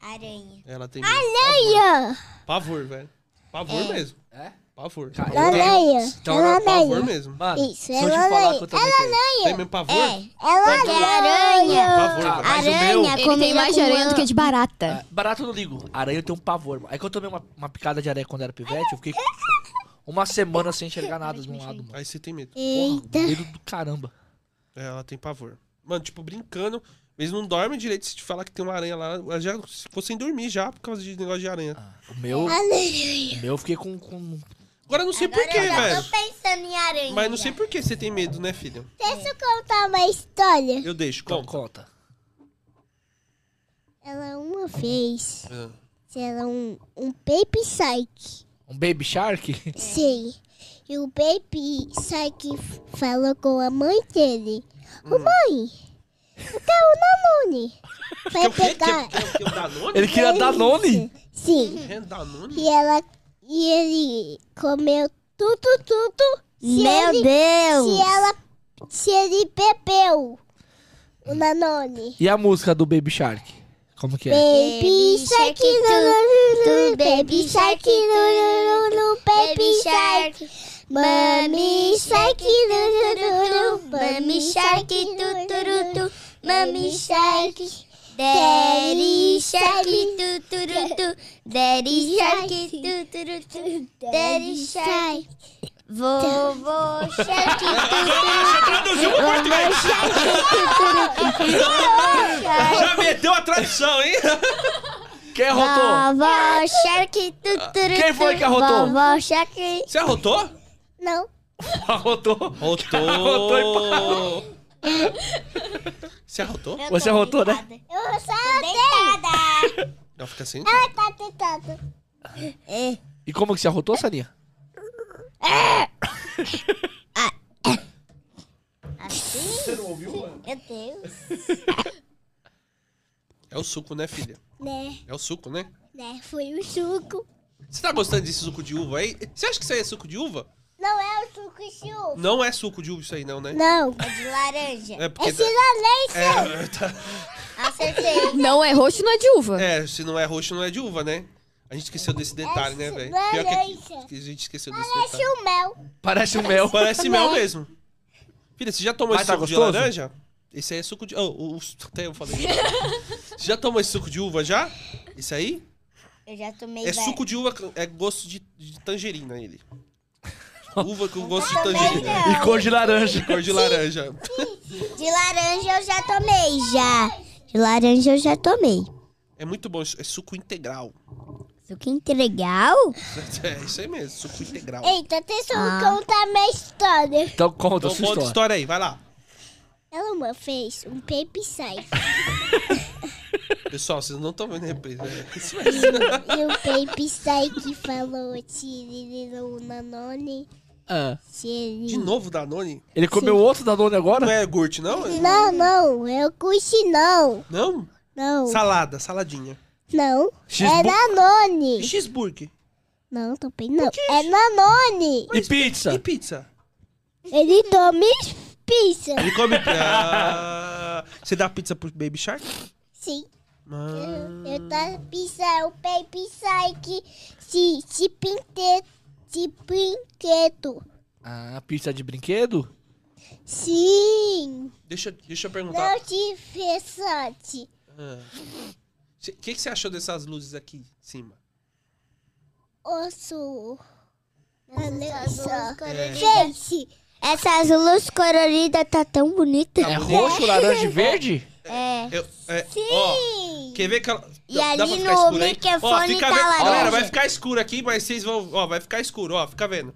Speaker 1: Aranha.
Speaker 4: Ela tem medo.
Speaker 5: Aranha!
Speaker 4: Pavor, velho. Pavor mesmo.
Speaker 3: É?
Speaker 4: Pavor.
Speaker 3: Cara, eu tenho-
Speaker 5: Aranha!
Speaker 3: Então,
Speaker 5: Ela
Speaker 4: Pavor
Speaker 5: aranha!
Speaker 4: mesmo.
Speaker 3: Mano,
Speaker 5: Isso,
Speaker 3: se
Speaker 5: é
Speaker 3: eu te falar
Speaker 5: aranha.
Speaker 3: que eu também tenho.
Speaker 4: Tem mesmo pavor?
Speaker 5: É, Ela
Speaker 1: Porque a aranha.
Speaker 4: Pavor,
Speaker 3: Cara,
Speaker 4: velho.
Speaker 3: mas o meu-
Speaker 1: Aranha,
Speaker 2: Ele
Speaker 1: comida
Speaker 2: tem mais de
Speaker 1: com
Speaker 2: aranha do
Speaker 1: lã.
Speaker 2: que de barata.
Speaker 3: É, Barato eu não ligo. Aranha eu tenho um pavor. mano. É que eu tomei uma, uma picada de aranha quando era pivete, eu fiquei uma semana sem enxergar nada de um lado, mano.
Speaker 4: Aí você tem medo.
Speaker 5: Eita!
Speaker 3: Porra, medo do caramba.
Speaker 4: É, ela tem pavor. Mano, tipo, brincando. Eles não dormem direito se te falar que tem uma aranha lá. Ela já ficou sem dormir já por causa de negócio de aranha.
Speaker 3: O meu, o
Speaker 5: Aranha!
Speaker 3: meu eu fiquei com, com.
Speaker 4: Agora eu não sei
Speaker 1: Agora
Speaker 4: porquê,
Speaker 1: eu já
Speaker 4: velho.
Speaker 1: tô pensando em aranha.
Speaker 4: Mas não sei por que você tem medo, né, filha?
Speaker 5: Deixa eu contar uma história.
Speaker 4: Eu deixo,
Speaker 3: Então,
Speaker 4: conta.
Speaker 3: conta.
Speaker 5: Ela uma vez
Speaker 4: Ah.
Speaker 5: era um, um baby psyche.
Speaker 3: Um baby shark?
Speaker 4: É.
Speaker 5: Sim. E o baby psyche falou com a mãe dele.
Speaker 4: Hum.
Speaker 5: Ô mãe, até o Nanone vai
Speaker 4: o quê?
Speaker 5: pegar...
Speaker 4: Que, que, que, o Danone?
Speaker 3: Ele queria dar nome?
Speaker 5: Sim.
Speaker 4: É Danone?
Speaker 5: E ela. E ele comeu tudo, tudo. Se
Speaker 1: Meu
Speaker 5: ele,
Speaker 1: Deus!
Speaker 5: Se ela. Se ele bebeu o Nanone.
Speaker 3: E a música do Baby Shark? Como que é?
Speaker 5: Baby
Speaker 1: Shark,
Speaker 5: Shark,
Speaker 1: tu-
Speaker 5: lulululu,
Speaker 1: tu-
Speaker 5: Baby Shark, lulululu, Baby Shark. Mami Shark, lulululu,
Speaker 1: Mami Shark, tuturutu. Mami Shark.
Speaker 5: Daddy
Speaker 1: Daddy
Speaker 5: Shark,
Speaker 1: Shark, tuturutu. Daddy Shark, tuturutu. Daddy Shark. Vovô Shark, tuturutu.
Speaker 3: Ah,
Speaker 1: Vovô Shark, tuturutu. Vovô Shark.
Speaker 4: Já meteu a tradição, hein?
Speaker 3: Quem arrotou?
Speaker 1: Vovó Shark, tuturutu.
Speaker 3: Quem foi que arrotou?
Speaker 1: Vovó Shark. é-
Speaker 4: Você arrotou?
Speaker 5: Não,
Speaker 3: Arrotou.
Speaker 4: Arrotou.
Speaker 3: Arrotou
Speaker 4: Arrotou Você arrotou?
Speaker 5: É.
Speaker 1: Eu
Speaker 3: Você
Speaker 1: tô
Speaker 3: arrotou, né?
Speaker 1: deitada.
Speaker 5: Eu só
Speaker 1: Deitada!
Speaker 4: Ela fica assim?
Speaker 5: tá tentando.
Speaker 1: É.
Speaker 3: E como que você arrotou, Sarinha?
Speaker 1: Assim?
Speaker 4: Você não ouviu, mano?
Speaker 1: Meu Deus.
Speaker 4: É o suco, né, filha?
Speaker 5: Né,
Speaker 4: É o suco, né?
Speaker 5: né? Foi o suco.
Speaker 4: Você tá gostando desse suco de uva aí? Você acha que isso aí é suco de uva?
Speaker 5: Não é o suco chuva.
Speaker 4: Não é suco de uva isso aí, não, né?
Speaker 5: Não.
Speaker 1: É de laranja.
Speaker 4: É porque.
Speaker 5: É silêncio.
Speaker 4: É, tá-
Speaker 1: Acertei.
Speaker 2: Não é roxo, não é de uva.
Speaker 4: é, se não é roxo, não é de uva, né? A gente esqueceu desse detalhe, né, velho? Pior que aqui- que a gente esqueceu desse detalhe.
Speaker 5: É Parece né? o mel.
Speaker 3: Parece um mel.
Speaker 4: Parece mel mesmo. Filha, você já tomou
Speaker 3: Mas
Speaker 4: esse
Speaker 3: tá
Speaker 4: suco
Speaker 3: gostoso?
Speaker 4: de laranja? Esse aí é suco de. Oh, o- o- até eu falei. você já tomou esse suco de uva já? Isso aí?
Speaker 1: Eu já tomei
Speaker 4: É
Speaker 1: va-
Speaker 4: suco de uva, com- é gosto de, de tangerina ele. Uva com gosto de
Speaker 1: Também
Speaker 4: tangerina.
Speaker 1: não.
Speaker 3: E cor de laranja.
Speaker 4: Cor de laranja.
Speaker 1: De laranja eu já tomei, já. De laranja eu já tomei.
Speaker 4: É muito bom, é suco integral.
Speaker 1: Suco integral?
Speaker 4: É isso aí mesmo, suco integral.
Speaker 5: Eita, um deixa eu
Speaker 1: Ah.
Speaker 5: contar minha história.
Speaker 3: Então conta a
Speaker 4: Então conta a
Speaker 3: sua história.
Speaker 4: história aí, vai lá.
Speaker 5: Ela uma fez um paper sai.
Speaker 4: Pessoal, vocês não estão vendo reprise. né? Isso vai
Speaker 5: e o paper sai que falou tiririro nanone.
Speaker 3: Ah.
Speaker 4: De
Speaker 5: Tiririro.
Speaker 4: novo Danone?
Speaker 3: Ele comeu outro da dona agora?
Speaker 4: Não é iogurte, não?
Speaker 5: Não, não, eu curti não.
Speaker 4: Não?
Speaker 5: Não,
Speaker 4: Salada, saladinha.
Speaker 5: não. É
Speaker 3: Cheesebo-
Speaker 4: E
Speaker 5: nanone.
Speaker 4: cheeseburger.
Speaker 5: Não, também não. É nanone.
Speaker 3: E pizza?
Speaker 4: E pizza.
Speaker 5: Ele toma pizza.
Speaker 4: Ele come. Ah, você dá pizza pro Baby Shark?
Speaker 5: Sim.
Speaker 4: Ah,
Speaker 5: Eu tá pizza, o paper sai que se, se pinte, se pinqueto.
Speaker 3: Ah, pizza de brinquedo?
Speaker 5: Sim.
Speaker 4: deixa, deixa eu perguntar.
Speaker 5: Não te fessante.
Speaker 4: O que, que você achou dessas luzes aqui em cima?
Speaker 5: Osso.
Speaker 4: coloridas.
Speaker 5: Gente,
Speaker 1: Essas luzes coloridas tá tão bonita.
Speaker 3: É roxo, laranja e verde?
Speaker 1: É.
Speaker 4: Eu, é, ó, quer ver que ela.
Speaker 1: E
Speaker 4: dá- dá
Speaker 1: ali
Speaker 4: pra ficar
Speaker 1: no
Speaker 4: escuro aí?
Speaker 1: microfone
Speaker 4: fica
Speaker 1: tá
Speaker 4: vendo-
Speaker 1: laranja.
Speaker 4: Galera, vai ficar escuro aqui, mas vocês vão. Ó, vai ficar escuro, ó, fica vendo.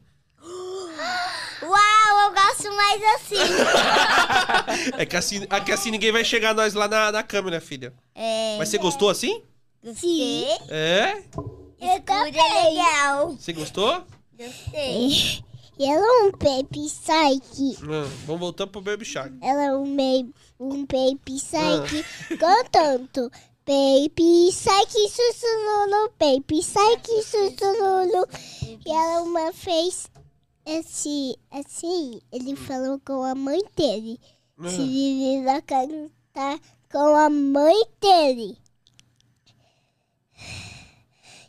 Speaker 1: Uau, eu gosto mais assim.
Speaker 4: É que assim, é que assim ninguém vai chegar nós lá na, na câmera, filha.
Speaker 1: É.
Speaker 4: Mas você gostou assim?
Speaker 1: Gostei.
Speaker 4: É?
Speaker 1: Escuro é legal.
Speaker 4: Você gostou?
Speaker 1: Gostei.
Speaker 5: ela é um paper psyche.
Speaker 4: Hum, vamos voltar pro Baby Shark.
Speaker 5: Ela é um, mei, um paper psyche cantando. Baby, sai que sussurro, baby, sai que sussurro. E ela uma vez, esse, assim, ele falou com a mãe dele. Se
Speaker 4: Hum.
Speaker 5: ele não cantar com a mãe dele.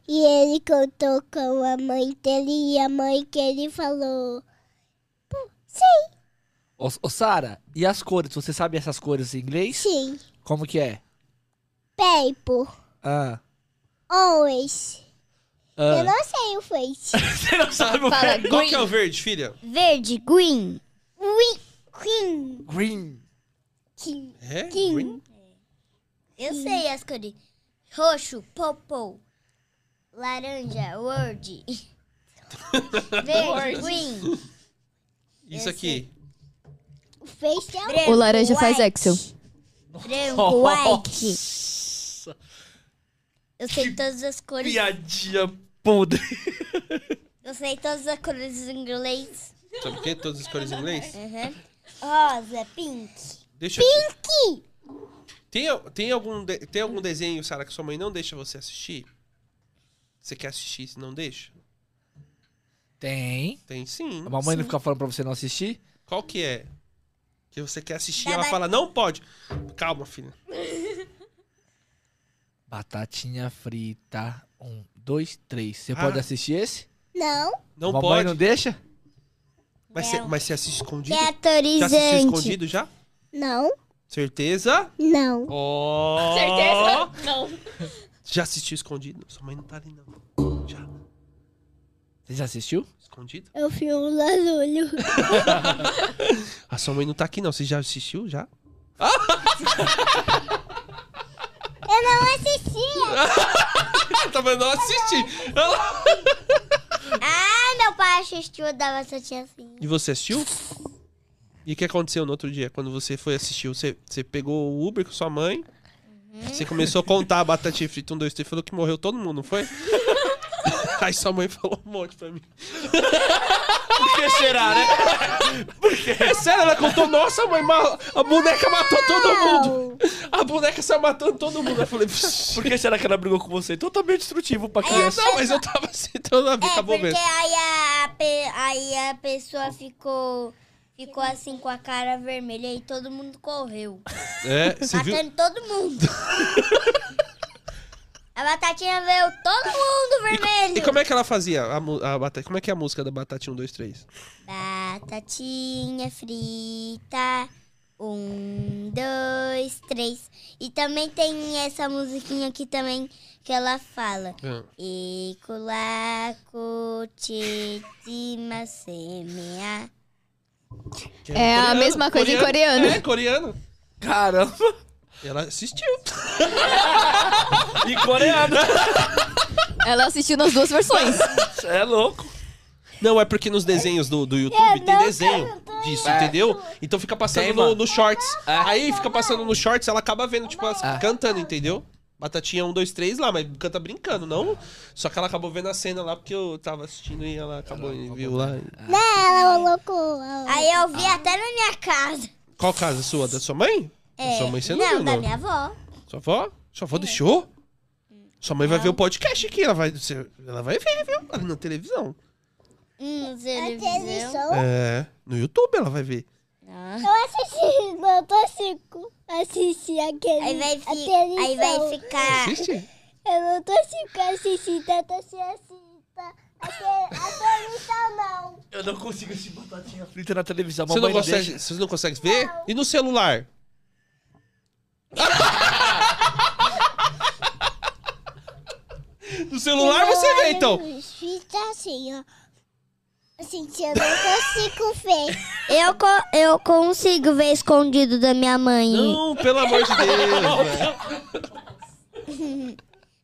Speaker 5: E ele cantou com a mãe dele e a mãe que ele falou.
Speaker 3: Ô, ô, Sara, e as cores? Você sabe essas cores em inglês?
Speaker 5: Sim,
Speaker 3: Como que é?
Speaker 5: paper,
Speaker 3: Ah.
Speaker 5: always. Eu
Speaker 3: ah.
Speaker 5: não sei o feito.
Speaker 3: Você não sabe o
Speaker 2: Fala,
Speaker 3: que
Speaker 4: Qual
Speaker 2: green.
Speaker 4: que é o verde, filha?
Speaker 1: Verde, green.
Speaker 5: Queen,
Speaker 3: é? Green.
Speaker 5: queen,
Speaker 4: É?
Speaker 5: queen.
Speaker 1: Eu sei as cores. Roxo, purple. Laranja, word. Verde, green.
Speaker 4: Isso aqui.
Speaker 5: O feito é
Speaker 1: Branco,
Speaker 2: O laranja faz
Speaker 1: white.
Speaker 2: Excel.
Speaker 1: Branco, white.
Speaker 3: Nossa,
Speaker 1: Eu sei todas as cores.
Speaker 3: piadinha podre.
Speaker 1: Eu sei todas as cores em inglês.
Speaker 4: Sabe o quê? Todas as
Speaker 1: É.
Speaker 4: cores em inglês?
Speaker 1: Rosa, pink.
Speaker 4: Deixa Pink! Tem, al- tem, algum de- tem algum desenho, Sara, que sua mãe não deixa você assistir? Você quer assistir e não deixa?
Speaker 3: Tem.
Speaker 4: Tem sim.
Speaker 3: A mamãe não fica falando pra você não assistir?
Speaker 4: Qual que é? Que você quer assistir
Speaker 1: Dá
Speaker 4: ela
Speaker 1: ba-
Speaker 4: fala, não pode. Calma, filha.
Speaker 3: Batatinha frita. Um, dois, três. Você
Speaker 4: Ah.
Speaker 3: pode assistir esse?
Speaker 5: não.
Speaker 4: Não
Speaker 3: Mamãe
Speaker 4: pode.
Speaker 3: não deixa?
Speaker 4: Mas, você, mas você assiste
Speaker 1: é
Speaker 4: escondido?
Speaker 5: É
Speaker 4: Já assistiu
Speaker 1: Deatorizante.
Speaker 4: escondido já?
Speaker 5: Não,
Speaker 4: Certeza?
Speaker 5: não.
Speaker 4: Ó.
Speaker 2: Certeza? Não.
Speaker 4: Já assistiu escondido? Sua mãe não tá ali, não. Já.
Speaker 3: Você já assistiu?
Speaker 4: Escondido?
Speaker 5: Eu fiz um larulho.
Speaker 4: A sua mãe não tá aqui, não. Você já assistiu? Já?
Speaker 5: Eu não assistia.
Speaker 4: Ah, tá vendo? Não assisti.
Speaker 1: Ah, meu pai assistiu, eu dava só tinha assim.
Speaker 4: E você assistiu? E o que aconteceu no outro dia? Quando você foi assistir, você, você pegou o Uber com sua mãe,
Speaker 1: Uhum.
Speaker 4: você começou a contar a batatinha frita, um, dois, três, falou que morreu todo mundo, não foi? Aí sua mãe falou um monte pra mim.
Speaker 6: Por que será, né?
Speaker 4: É sério, ela contou, nossa mãe, ma- a boneca matou todo mundo. A boneca saiu matando todo mundo. Aí Eu falei, "Pss,
Speaker 6: Por que será que ela brigou com você? Totalmente destrutivo pra criança.
Speaker 4: Ah, não, mas eu tava sentando a
Speaker 1: É,
Speaker 4: vida, acabou
Speaker 1: porque
Speaker 4: mesmo.
Speaker 1: aí a, pe- aí a pessoa ficou, ficou assim com a cara vermelha e todo mundo correu.
Speaker 4: É, você viu?
Speaker 1: matando todo mundo. a batatinha veio todo mundo vermelho.
Speaker 4: E como é que ela fazia a, mu- a batata? Como é que é a música da Batatinha 1, 2, 3?
Speaker 1: Batatinha frita. Um, dois, três. E também tem essa musiquinha aqui também que ela fala.
Speaker 4: É.
Speaker 1: E culaco, titima, semea.
Speaker 2: É a mesma coisa em
Speaker 4: É,
Speaker 2: coreano.
Speaker 4: coreano.
Speaker 6: Caramba.
Speaker 4: Ela assistiu.
Speaker 6: E coreano.
Speaker 2: Ela assistiu nas duas versões.
Speaker 6: É louco.
Speaker 4: Não, é porque nos desenhos do,
Speaker 2: É,
Speaker 4: do YouTube tem desenho disso, entendeu? Então fica passando
Speaker 6: Tem,
Speaker 4: no,
Speaker 6: mano.
Speaker 4: no shorts.
Speaker 2: É.
Speaker 4: Aí fica passando no shorts, ela acaba vendo, tipo, as-
Speaker 6: Ah.
Speaker 4: cantando, entendeu? Batatinha 1, 2, 3 lá, mas canta brincando, não? Só que ela acabou vendo a cena lá porque eu tava assistindo e ela acabou e viu lá.
Speaker 5: Ela colocou. a-
Speaker 1: Aí eu vi até na minha casa.
Speaker 4: Qual casa sua? Da sua mãe?
Speaker 2: É,
Speaker 4: Da sua mãe você não, viu,
Speaker 1: da
Speaker 4: não?
Speaker 1: minha avó.
Speaker 4: Sua avó? Sua avó deixou? Sua mãe vai ver o podcast aqui, ela vai, você- ela vai ver, viu? Ali na televisão.
Speaker 1: Hum,
Speaker 5: a
Speaker 1: você televisão.
Speaker 5: televisão.
Speaker 4: É, no YouTube ela vai ver.
Speaker 5: Eu assisti Motocico. Assisti aquele.
Speaker 1: Aí vai, fi-
Speaker 5: a televisão.
Speaker 1: aí vai
Speaker 4: É.
Speaker 1: ficar.
Speaker 4: Assiste?
Speaker 5: Eu não tô assistindo, assisti, tanto assim, assim. tá? Aquele- A televisão não.
Speaker 6: Eu não consigo assistir batatinha frita.
Speaker 3: Frita na televisão.
Speaker 4: Você não,
Speaker 3: mamãe
Speaker 4: consegue, você não consegue ver? E no celular? no celular você vê, então.
Speaker 5: Fica assim, ó. Assim, eu não consigo ver.
Speaker 1: Eu, co- eu consigo ver escondido da minha mãe.
Speaker 4: Não, pelo amor de Deus. velho.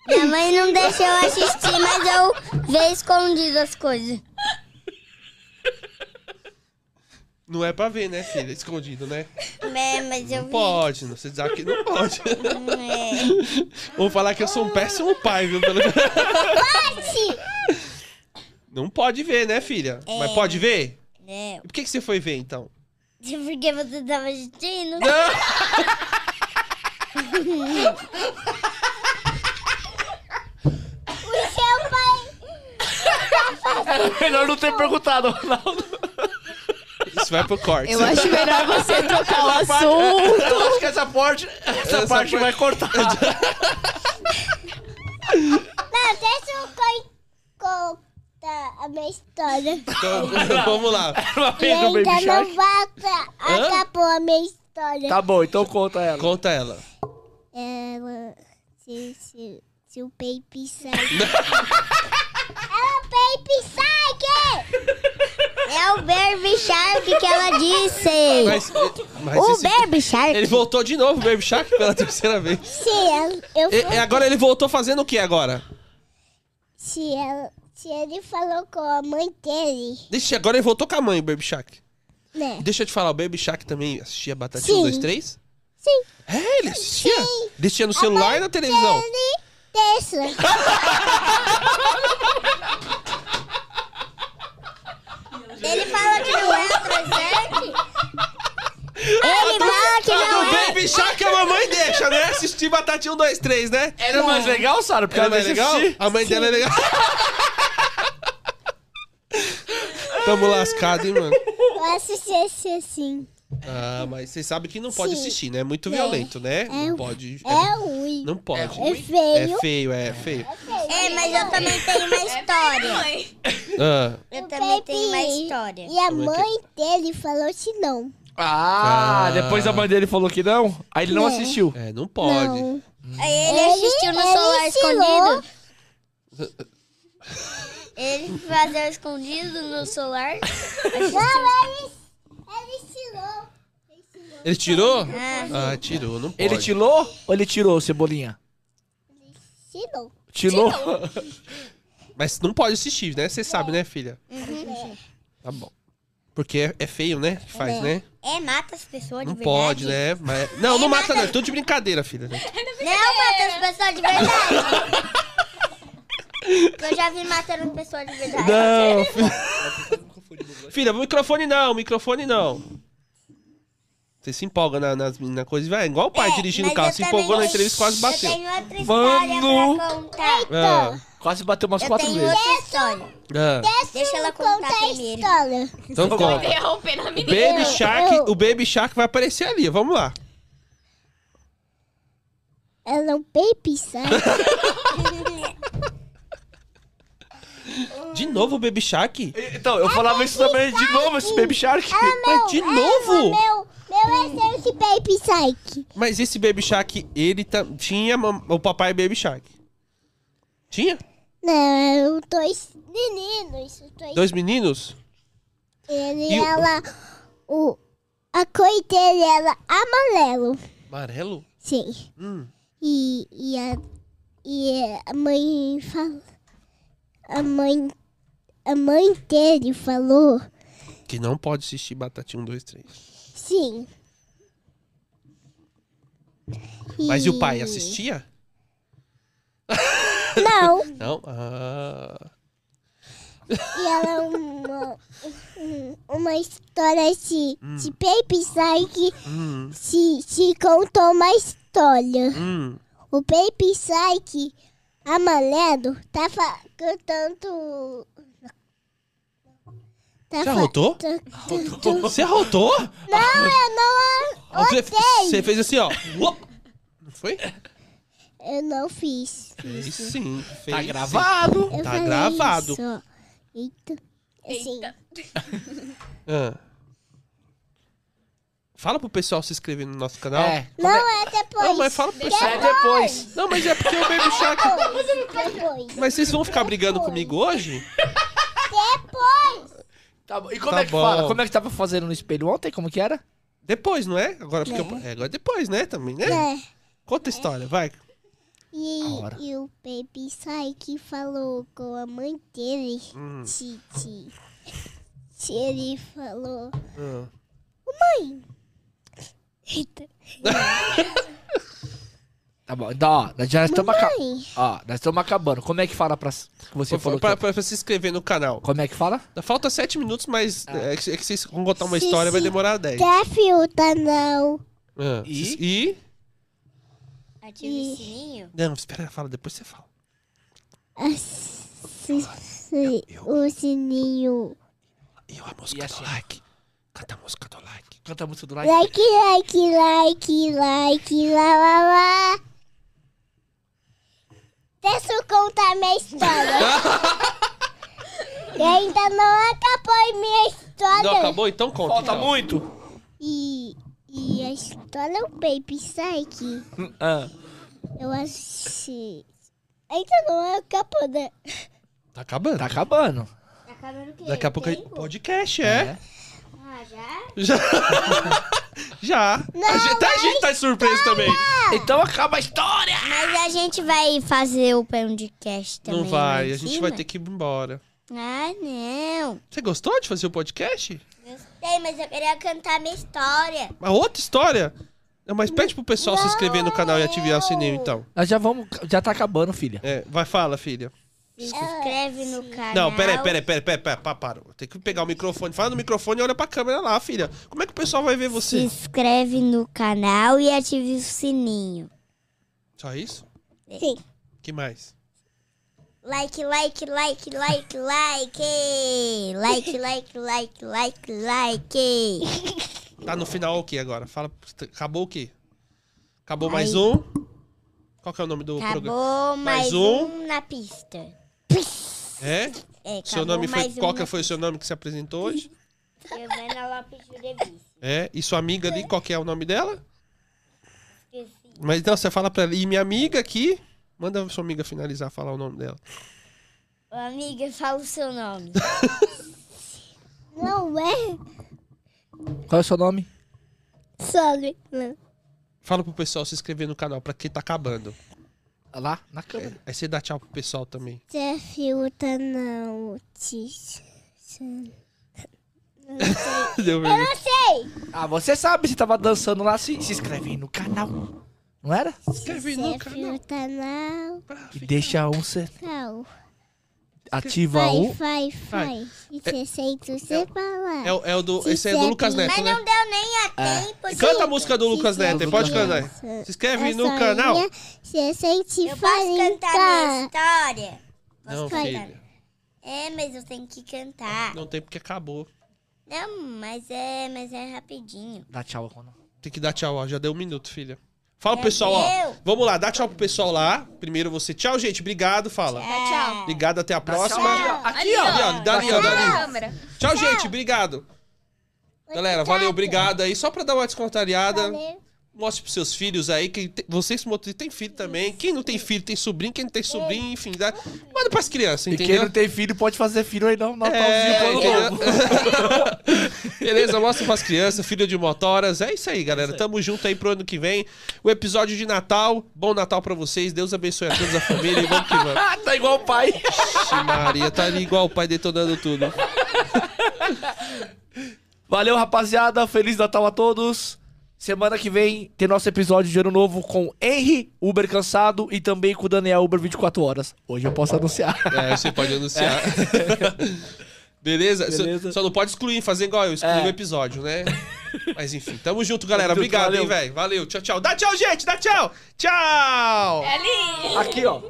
Speaker 1: Minha mãe não deixa eu assistir, mas eu ver escondido as coisas.
Speaker 4: Não é pra ver, né, filha? Escondido, né?
Speaker 1: É, mas eu
Speaker 4: Não pode, não. Você diz que não pode. Vou falar que eu sou um péssimo pai, viu? Pelo- Não pode ver, né, filha? Mas pode ver?
Speaker 1: É,
Speaker 4: E Por que, que você foi ver, então?
Speaker 1: porque você tava assistindo.
Speaker 3: É Melhor não ter perguntado, Ronaldo.
Speaker 4: Isso vai pro corte.
Speaker 2: Eu acho melhor você trocar o assunto.
Speaker 3: Eu acho que essa parte, essa
Speaker 4: Essa
Speaker 3: parte
Speaker 4: parte-
Speaker 3: vai cortar.
Speaker 5: Não, deixa eu co- contar a minha história.
Speaker 4: Então, vamos lá.
Speaker 5: E
Speaker 3: Vem do
Speaker 5: ainda
Speaker 3: Baby Shark.
Speaker 5: não volta. Acabou a minha história.
Speaker 3: Tá bom, então conta ela.
Speaker 4: Conta ela.
Speaker 5: Ela. Se, se, se o Baby Psyche. Ela Baby Psyche!
Speaker 1: É o Baby Shark que ela disse.
Speaker 4: Mas, mas
Speaker 1: O
Speaker 4: esse-
Speaker 1: Baby Shark.
Speaker 4: Ele voltou de novo, Baby Shark, pela terceira vez.
Speaker 5: Se ela. Eu
Speaker 4: E, e agora ele voltou fazendo o que agora?
Speaker 5: Se, ela, se ele falou com a mãe dele,
Speaker 4: Deixa, agora ele voltou com a mãe, o Baby Shark.
Speaker 5: né?
Speaker 4: Deixa eu te falar, o Baby Shark também assistia Batatinha
Speaker 5: Sim.
Speaker 4: 1, 2, 3?
Speaker 5: Sim.
Speaker 4: É, ele assistia? Ele assistia no celular e na televisão.
Speaker 5: Ele deixa.
Speaker 1: Ele fala que não é presente. Ele fala que
Speaker 4: Ah,
Speaker 1: não
Speaker 4: do
Speaker 1: é.
Speaker 4: Baby Shark a mamãe deixa, né? Assistir Batatinha 1, 2, 3, né?
Speaker 3: Era mais legal, Sara? Porque
Speaker 4: Ela não é
Speaker 3: ela vai
Speaker 4: legal?
Speaker 3: É, assistir.
Speaker 4: A mãe dela é legal. Tamo lascado, hein, mano?
Speaker 5: Eu assisti esse assim.
Speaker 4: Ah, mas vocês sabem que não pode
Speaker 5: Sim.
Speaker 4: assistir, né? É muito violento, né? Não
Speaker 5: o-
Speaker 4: pode.
Speaker 5: É ruim.
Speaker 4: Não pode.
Speaker 5: É feio.
Speaker 4: É feio, é feio.
Speaker 1: É, mas eu também tenho uma história.
Speaker 5: É.
Speaker 4: Ah,
Speaker 1: Eu
Speaker 5: O
Speaker 1: também tenho uma
Speaker 5: Baby-
Speaker 1: história.
Speaker 5: E a
Speaker 4: Como é que-
Speaker 5: mãe dele falou que não.
Speaker 3: Ah,
Speaker 4: Ah.
Speaker 3: depois a mãe dele falou que não, aí ele não
Speaker 5: É.
Speaker 3: assistiu.
Speaker 4: é, não pode.
Speaker 5: Não.
Speaker 1: Ele assistiu no
Speaker 5: ele
Speaker 1: celular
Speaker 5: ensinou.
Speaker 1: escondido. Ele fazia escondido no celular.
Speaker 5: Não, ele, ele ensinou.
Speaker 4: Ele tirou?
Speaker 1: Ah,
Speaker 4: Ah, tirou, não pode.
Speaker 3: Ele tirou ou ele tirou, Cebolinha?
Speaker 5: Ensinou.
Speaker 3: Tirou?
Speaker 4: Mas não pode assistir, né? Você sabe, né, filha? Tá bom. Porque é, é feio, né? Que faz, né?
Speaker 1: É, mata as pessoas
Speaker 4: Não
Speaker 1: de verdade.
Speaker 4: pode, né? Mas... Não, não mata, não. É tudo de brincadeira, filha. né?
Speaker 1: Não mata as pessoas de verdade. Eu já vi matando pessoas de verdade.
Speaker 4: Não, filha. filha, microfone não, microfone não. Você se empolga na, nas- na coisa e vai. é Igual o pai dirigindo o
Speaker 1: É, mas
Speaker 4: carro.
Speaker 1: eu
Speaker 4: Se empolgou
Speaker 1: também-
Speaker 4: na entrevista e quase bateu.
Speaker 1: Eu tenho outra história
Speaker 6: Mano.
Speaker 1: pra contar.
Speaker 4: Ah,
Speaker 3: Quase bateu umas
Speaker 1: Eu
Speaker 3: quatro
Speaker 1: tenho
Speaker 3: vezes.
Speaker 1: outra história.
Speaker 4: ah.
Speaker 1: Deixa ela
Speaker 5: Conta
Speaker 1: contar
Speaker 5: a
Speaker 1: primeiro.
Speaker 5: história.
Speaker 4: Então conta.
Speaker 2: Interrompendo a
Speaker 4: O
Speaker 2: menina.
Speaker 4: Baby Shark,
Speaker 5: eu-
Speaker 4: o Baby Shark vai aparecer ali. Vamos lá.
Speaker 5: Ela é um baby shark.
Speaker 4: De novo o Baby Shark?
Speaker 3: Então, eu falava isso também de novo, esse Baby Shark.
Speaker 4: Mas de novo?
Speaker 5: meu, meu é esse baby shark.
Speaker 4: Mas esse Baby Shark, ele tá- tinha mam- o papai Baby Shark. Tinha?
Speaker 5: Não, dois meninos. Dois,
Speaker 4: Dois meninos?
Speaker 5: Ele,
Speaker 4: E o-
Speaker 5: ela, o... A cor dele era amarelo.
Speaker 4: Amarelo?
Speaker 5: Sim.
Speaker 4: Hum.
Speaker 5: E, e, a, e a mãe fala... A mãe... A mãe dele falou...
Speaker 4: Que não pode assistir Batatinha 1, 2, 3.
Speaker 5: Sim.
Speaker 4: Mas e o pai assim? assistia?
Speaker 5: Não.
Speaker 4: Não? Ah.
Speaker 5: E ela é uma, um- uma história de, de Baby Psyche
Speaker 4: Hum.
Speaker 5: se, se contou uma história.
Speaker 4: Hum.
Speaker 5: O Baby Psyche amarelo tava cantando.
Speaker 4: Você
Speaker 5: Tava,
Speaker 4: arrotou?
Speaker 5: tá-
Speaker 4: Você arrotou?
Speaker 5: não, eu não,
Speaker 4: Ó, Você, você fez assim, ó. Uou! Não foi?
Speaker 5: eu não fiz.
Speaker 4: Fez sim. Fez
Speaker 3: Tá
Speaker 4: sim.
Speaker 3: gravado.
Speaker 5: Eu
Speaker 4: Tá
Speaker 5: falei
Speaker 4: gravado.
Speaker 5: isso, ó. Eita. Assim,
Speaker 4: Ah. Fala pro pessoal se inscrever no nosso canal.
Speaker 3: É.
Speaker 5: Não, é depois.
Speaker 4: Não, mas fala pro pessoal.
Speaker 3: É depois.
Speaker 4: Não, mas é porque o Baby Shark.
Speaker 5: Depois.
Speaker 4: Mas vocês vão ficar brigando comigo hoje?
Speaker 3: Tá bom. E como
Speaker 4: Tá
Speaker 3: é que fala?
Speaker 4: bom.
Speaker 3: Como é que tava fazendo no espelho ontem? Como que era?
Speaker 4: Depois, não é? Agora fica. É, agora depois, né? Também, né?
Speaker 5: É.
Speaker 4: Conta a história, vai.
Speaker 5: E,
Speaker 3: hora.
Speaker 5: e o Baby Psyche falou com a mãe dele,
Speaker 4: Hum.
Speaker 5: Titi. Se ele falou,
Speaker 4: Ah.
Speaker 5: Eita.
Speaker 3: Tá bom. Então, ó, nós já estamos acabando.
Speaker 5: mãe,
Speaker 3: Ó, nós estamos acabando. Como é que fala pra. Que você falou
Speaker 4: pra,
Speaker 3: que...
Speaker 4: pra- pra se inscrever no canal.
Speaker 3: Como é que fala?
Speaker 4: Falta sete minutos, mas
Speaker 3: Ah.
Speaker 4: é, que, é que vocês vão contar uma
Speaker 5: Se-
Speaker 4: história, vai
Speaker 5: se-
Speaker 4: demorar dez.
Speaker 5: Jeff o Tanão.
Speaker 4: Ah.
Speaker 3: E?
Speaker 4: e.
Speaker 1: Ativa o sininho.
Speaker 4: Não, espera, fala, depois você fala.
Speaker 5: Assiste o sininho.
Speaker 4: E a música
Speaker 3: E
Speaker 4: do
Speaker 3: assim?
Speaker 4: like. Canta a música do like.
Speaker 3: Canta a música do like.
Speaker 5: Like, like, like, like, lá, lá, lá. Deixa eu contar minha história. e ainda não é- acabou minha história.
Speaker 4: Não, acabou? Então conta.
Speaker 3: Falta
Speaker 4: então.
Speaker 3: muito.
Speaker 5: E, e a história é o Baby Psyche.
Speaker 3: Ah,
Speaker 5: Eu assisti. Ainda não acabou, né?
Speaker 4: Tá acabando.
Speaker 3: tá acabando.
Speaker 1: Tá acabando o quê?
Speaker 4: Daqui a pouco é
Speaker 1: Tempo?
Speaker 4: podcast, é.
Speaker 1: Ah, já?
Speaker 4: Já. Já. a gente, até a gente tá surpreso também.
Speaker 3: Então acaba a história.
Speaker 1: Mas a gente vai fazer o podcast também.
Speaker 4: Não vai, a gente vai ter que ir embora.
Speaker 1: Ah, não.
Speaker 4: Você gostou de fazer o podcast?
Speaker 1: Gostei, mas eu queria cantar minha história.
Speaker 4: Uma outra história? Não, mas pede pro pessoal se inscrever no canal e ativar o sininho, então.
Speaker 3: Nós já vamos. Já tá acabando, filha.
Speaker 4: É, vai, fala, filha.
Speaker 1: Se inscreve no canal.
Speaker 4: Não, peraí, peraí, peraí, peraí, peraí, pá, parou. Tem que pegar o microfone. Fala no microfone e olha pra câmera lá, filha. Como é que o pessoal vai ver
Speaker 1: Se
Speaker 4: você?
Speaker 1: inscreve no canal e ative o sininho.
Speaker 4: Só isso?
Speaker 1: Sim.
Speaker 4: que mais?
Speaker 1: Like, like, like, like, like. Like, like, like, like, like.
Speaker 4: Tá no final o que agora? Fala. Acabou o quê? Acabou mais um? Qual que é o nome do programa?
Speaker 1: Acabou Tá mais,
Speaker 4: Mais um.
Speaker 1: um. na pista.
Speaker 4: É?
Speaker 1: É,
Speaker 4: Seu
Speaker 1: acabou
Speaker 4: nome foi,
Speaker 1: mais um
Speaker 4: qual
Speaker 1: na
Speaker 4: que foi o seu nome que se apresentou hoje?
Speaker 1: Giovana Lopes Jurevice.
Speaker 4: É, e sua amiga ali, qual que é o nome dela?
Speaker 1: Esqueci.
Speaker 4: Mas então você fala pra ela, e minha amiga aqui, manda sua amiga finalizar, falar o nome dela.
Speaker 1: Ô, Amiga, fala o seu nome.
Speaker 5: Não é?
Speaker 3: Qual é o seu nome?
Speaker 5: Sobre. Não.
Speaker 4: Fala pro pessoal se inscrever no canal, pra quem tá acabando.
Speaker 3: Lá na câmera.
Speaker 4: Aí você dá tchau pro pessoal também.
Speaker 5: Jeff o Tanão. Tis-
Speaker 4: Deu vergonha.
Speaker 5: Sei.
Speaker 3: Ah, você sabe, você tava dançando lá, se, se inscreve aí no canal. Não era?
Speaker 4: Escreve no
Speaker 5: Chefe
Speaker 4: canal.
Speaker 5: no canal.
Speaker 3: E deixa um, você
Speaker 5: Cal.
Speaker 3: ativa
Speaker 5: Vai,
Speaker 3: um.
Speaker 5: vai, vai. E você senta, você fala.
Speaker 4: É, o- é o do,
Speaker 5: Se
Speaker 4: esse é do
Speaker 5: inscreve.
Speaker 4: Lucas Neto,
Speaker 1: Mas
Speaker 4: né?
Speaker 1: não deu nem a tempo. de-
Speaker 4: Canta a música do Lucas
Speaker 5: inscreve.
Speaker 4: Neto, aí, pode cantar. Se
Speaker 1: É
Speaker 4: inscreve no canal.
Speaker 5: Você sente
Speaker 1: Eu posso cantar tá? minha
Speaker 5: farinha.
Speaker 1: história? Posso
Speaker 4: Não,
Speaker 1: cantar?
Speaker 4: filho.
Speaker 1: É, mas eu tenho que cantar.
Speaker 4: Não tem porque acabou.
Speaker 1: Não, mas é, mas é rapidinho.
Speaker 3: Dá tchau, Conan.
Speaker 4: Tem que dar tchau, ó. Já deu um minuto, filha. Fala pro
Speaker 1: É Meu
Speaker 4: pessoal, ó.
Speaker 1: Deus.
Speaker 4: Vamos lá, dá tchau pro pessoal lá. Primeiro você. Tchau, gente. Obrigado, fala.
Speaker 2: Dá tchau.
Speaker 4: Obrigado, até a próxima.
Speaker 3: Aqui, ó.
Speaker 2: Ali,
Speaker 4: ó. Dá ali, ó, dá ali.
Speaker 2: Câmera.
Speaker 4: Tchau, gente. Obrigado. Galera, valeu, obrigado aí. Só pra dar uma descontariada. Mostre pros seus filhos aí, que tem- vocês que tem filho também. Quem não tem filho tem sobrinho, quem não tem sobrinho, enfim. Dá, manda pras crianças,
Speaker 3: E quem
Speaker 4: entendeu?
Speaker 3: não tem filho pode fazer filho aí um, não, Natalzinho
Speaker 4: É,
Speaker 3: pro ano
Speaker 4: entendeu?
Speaker 3: novo.
Speaker 4: Beleza, mostra pras crianças, filho de motoras. É isso aí, galera. Tamo junto aí pro ano que vem. O episódio de Natal. Bom Natal pra vocês. Deus abençoe a todos a família e vamos que vamos.
Speaker 3: Ah, tá igual o pai.
Speaker 4: Ixi, Maria, tá ali igual o pai detonando tudo.
Speaker 3: Valeu, rapaziada. Feliz Natal a todos. Semana que vem tem nosso episódio de Ano Novo com Henry, Uber Cansado, e também com o Daniel, Uber 24 Horas. Hoje eu posso anunciar.
Speaker 4: É, você pode anunciar. Beleza? Só-
Speaker 3: É. Beleza.
Speaker 4: Só, não pode excluir, fazer igual eu, excluir
Speaker 3: É.
Speaker 4: o episódio, né? Mas enfim, tamo junto, galera.
Speaker 3: Tamo junto,
Speaker 4: Obrigado, hein,
Speaker 3: valeu.
Speaker 4: velho. Valeu, tchau, tchau. Dá tchau, gente, dá tchau. Tchau.
Speaker 3: Aqui, ó.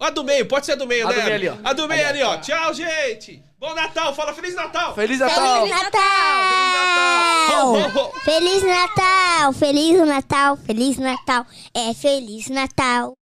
Speaker 4: A do meio, pode ser a do meio,
Speaker 3: A
Speaker 4: né?
Speaker 3: do meio ali, ó.
Speaker 4: A do meio ali, ó. Tchau, gente. Bom Natal, fala Feliz Natal.
Speaker 3: Feliz Natal.
Speaker 1: Natal!
Speaker 4: Ho, ho, ho.
Speaker 1: Feliz Natal! Feliz Natal! Feliz Natal! É Feliz Natal!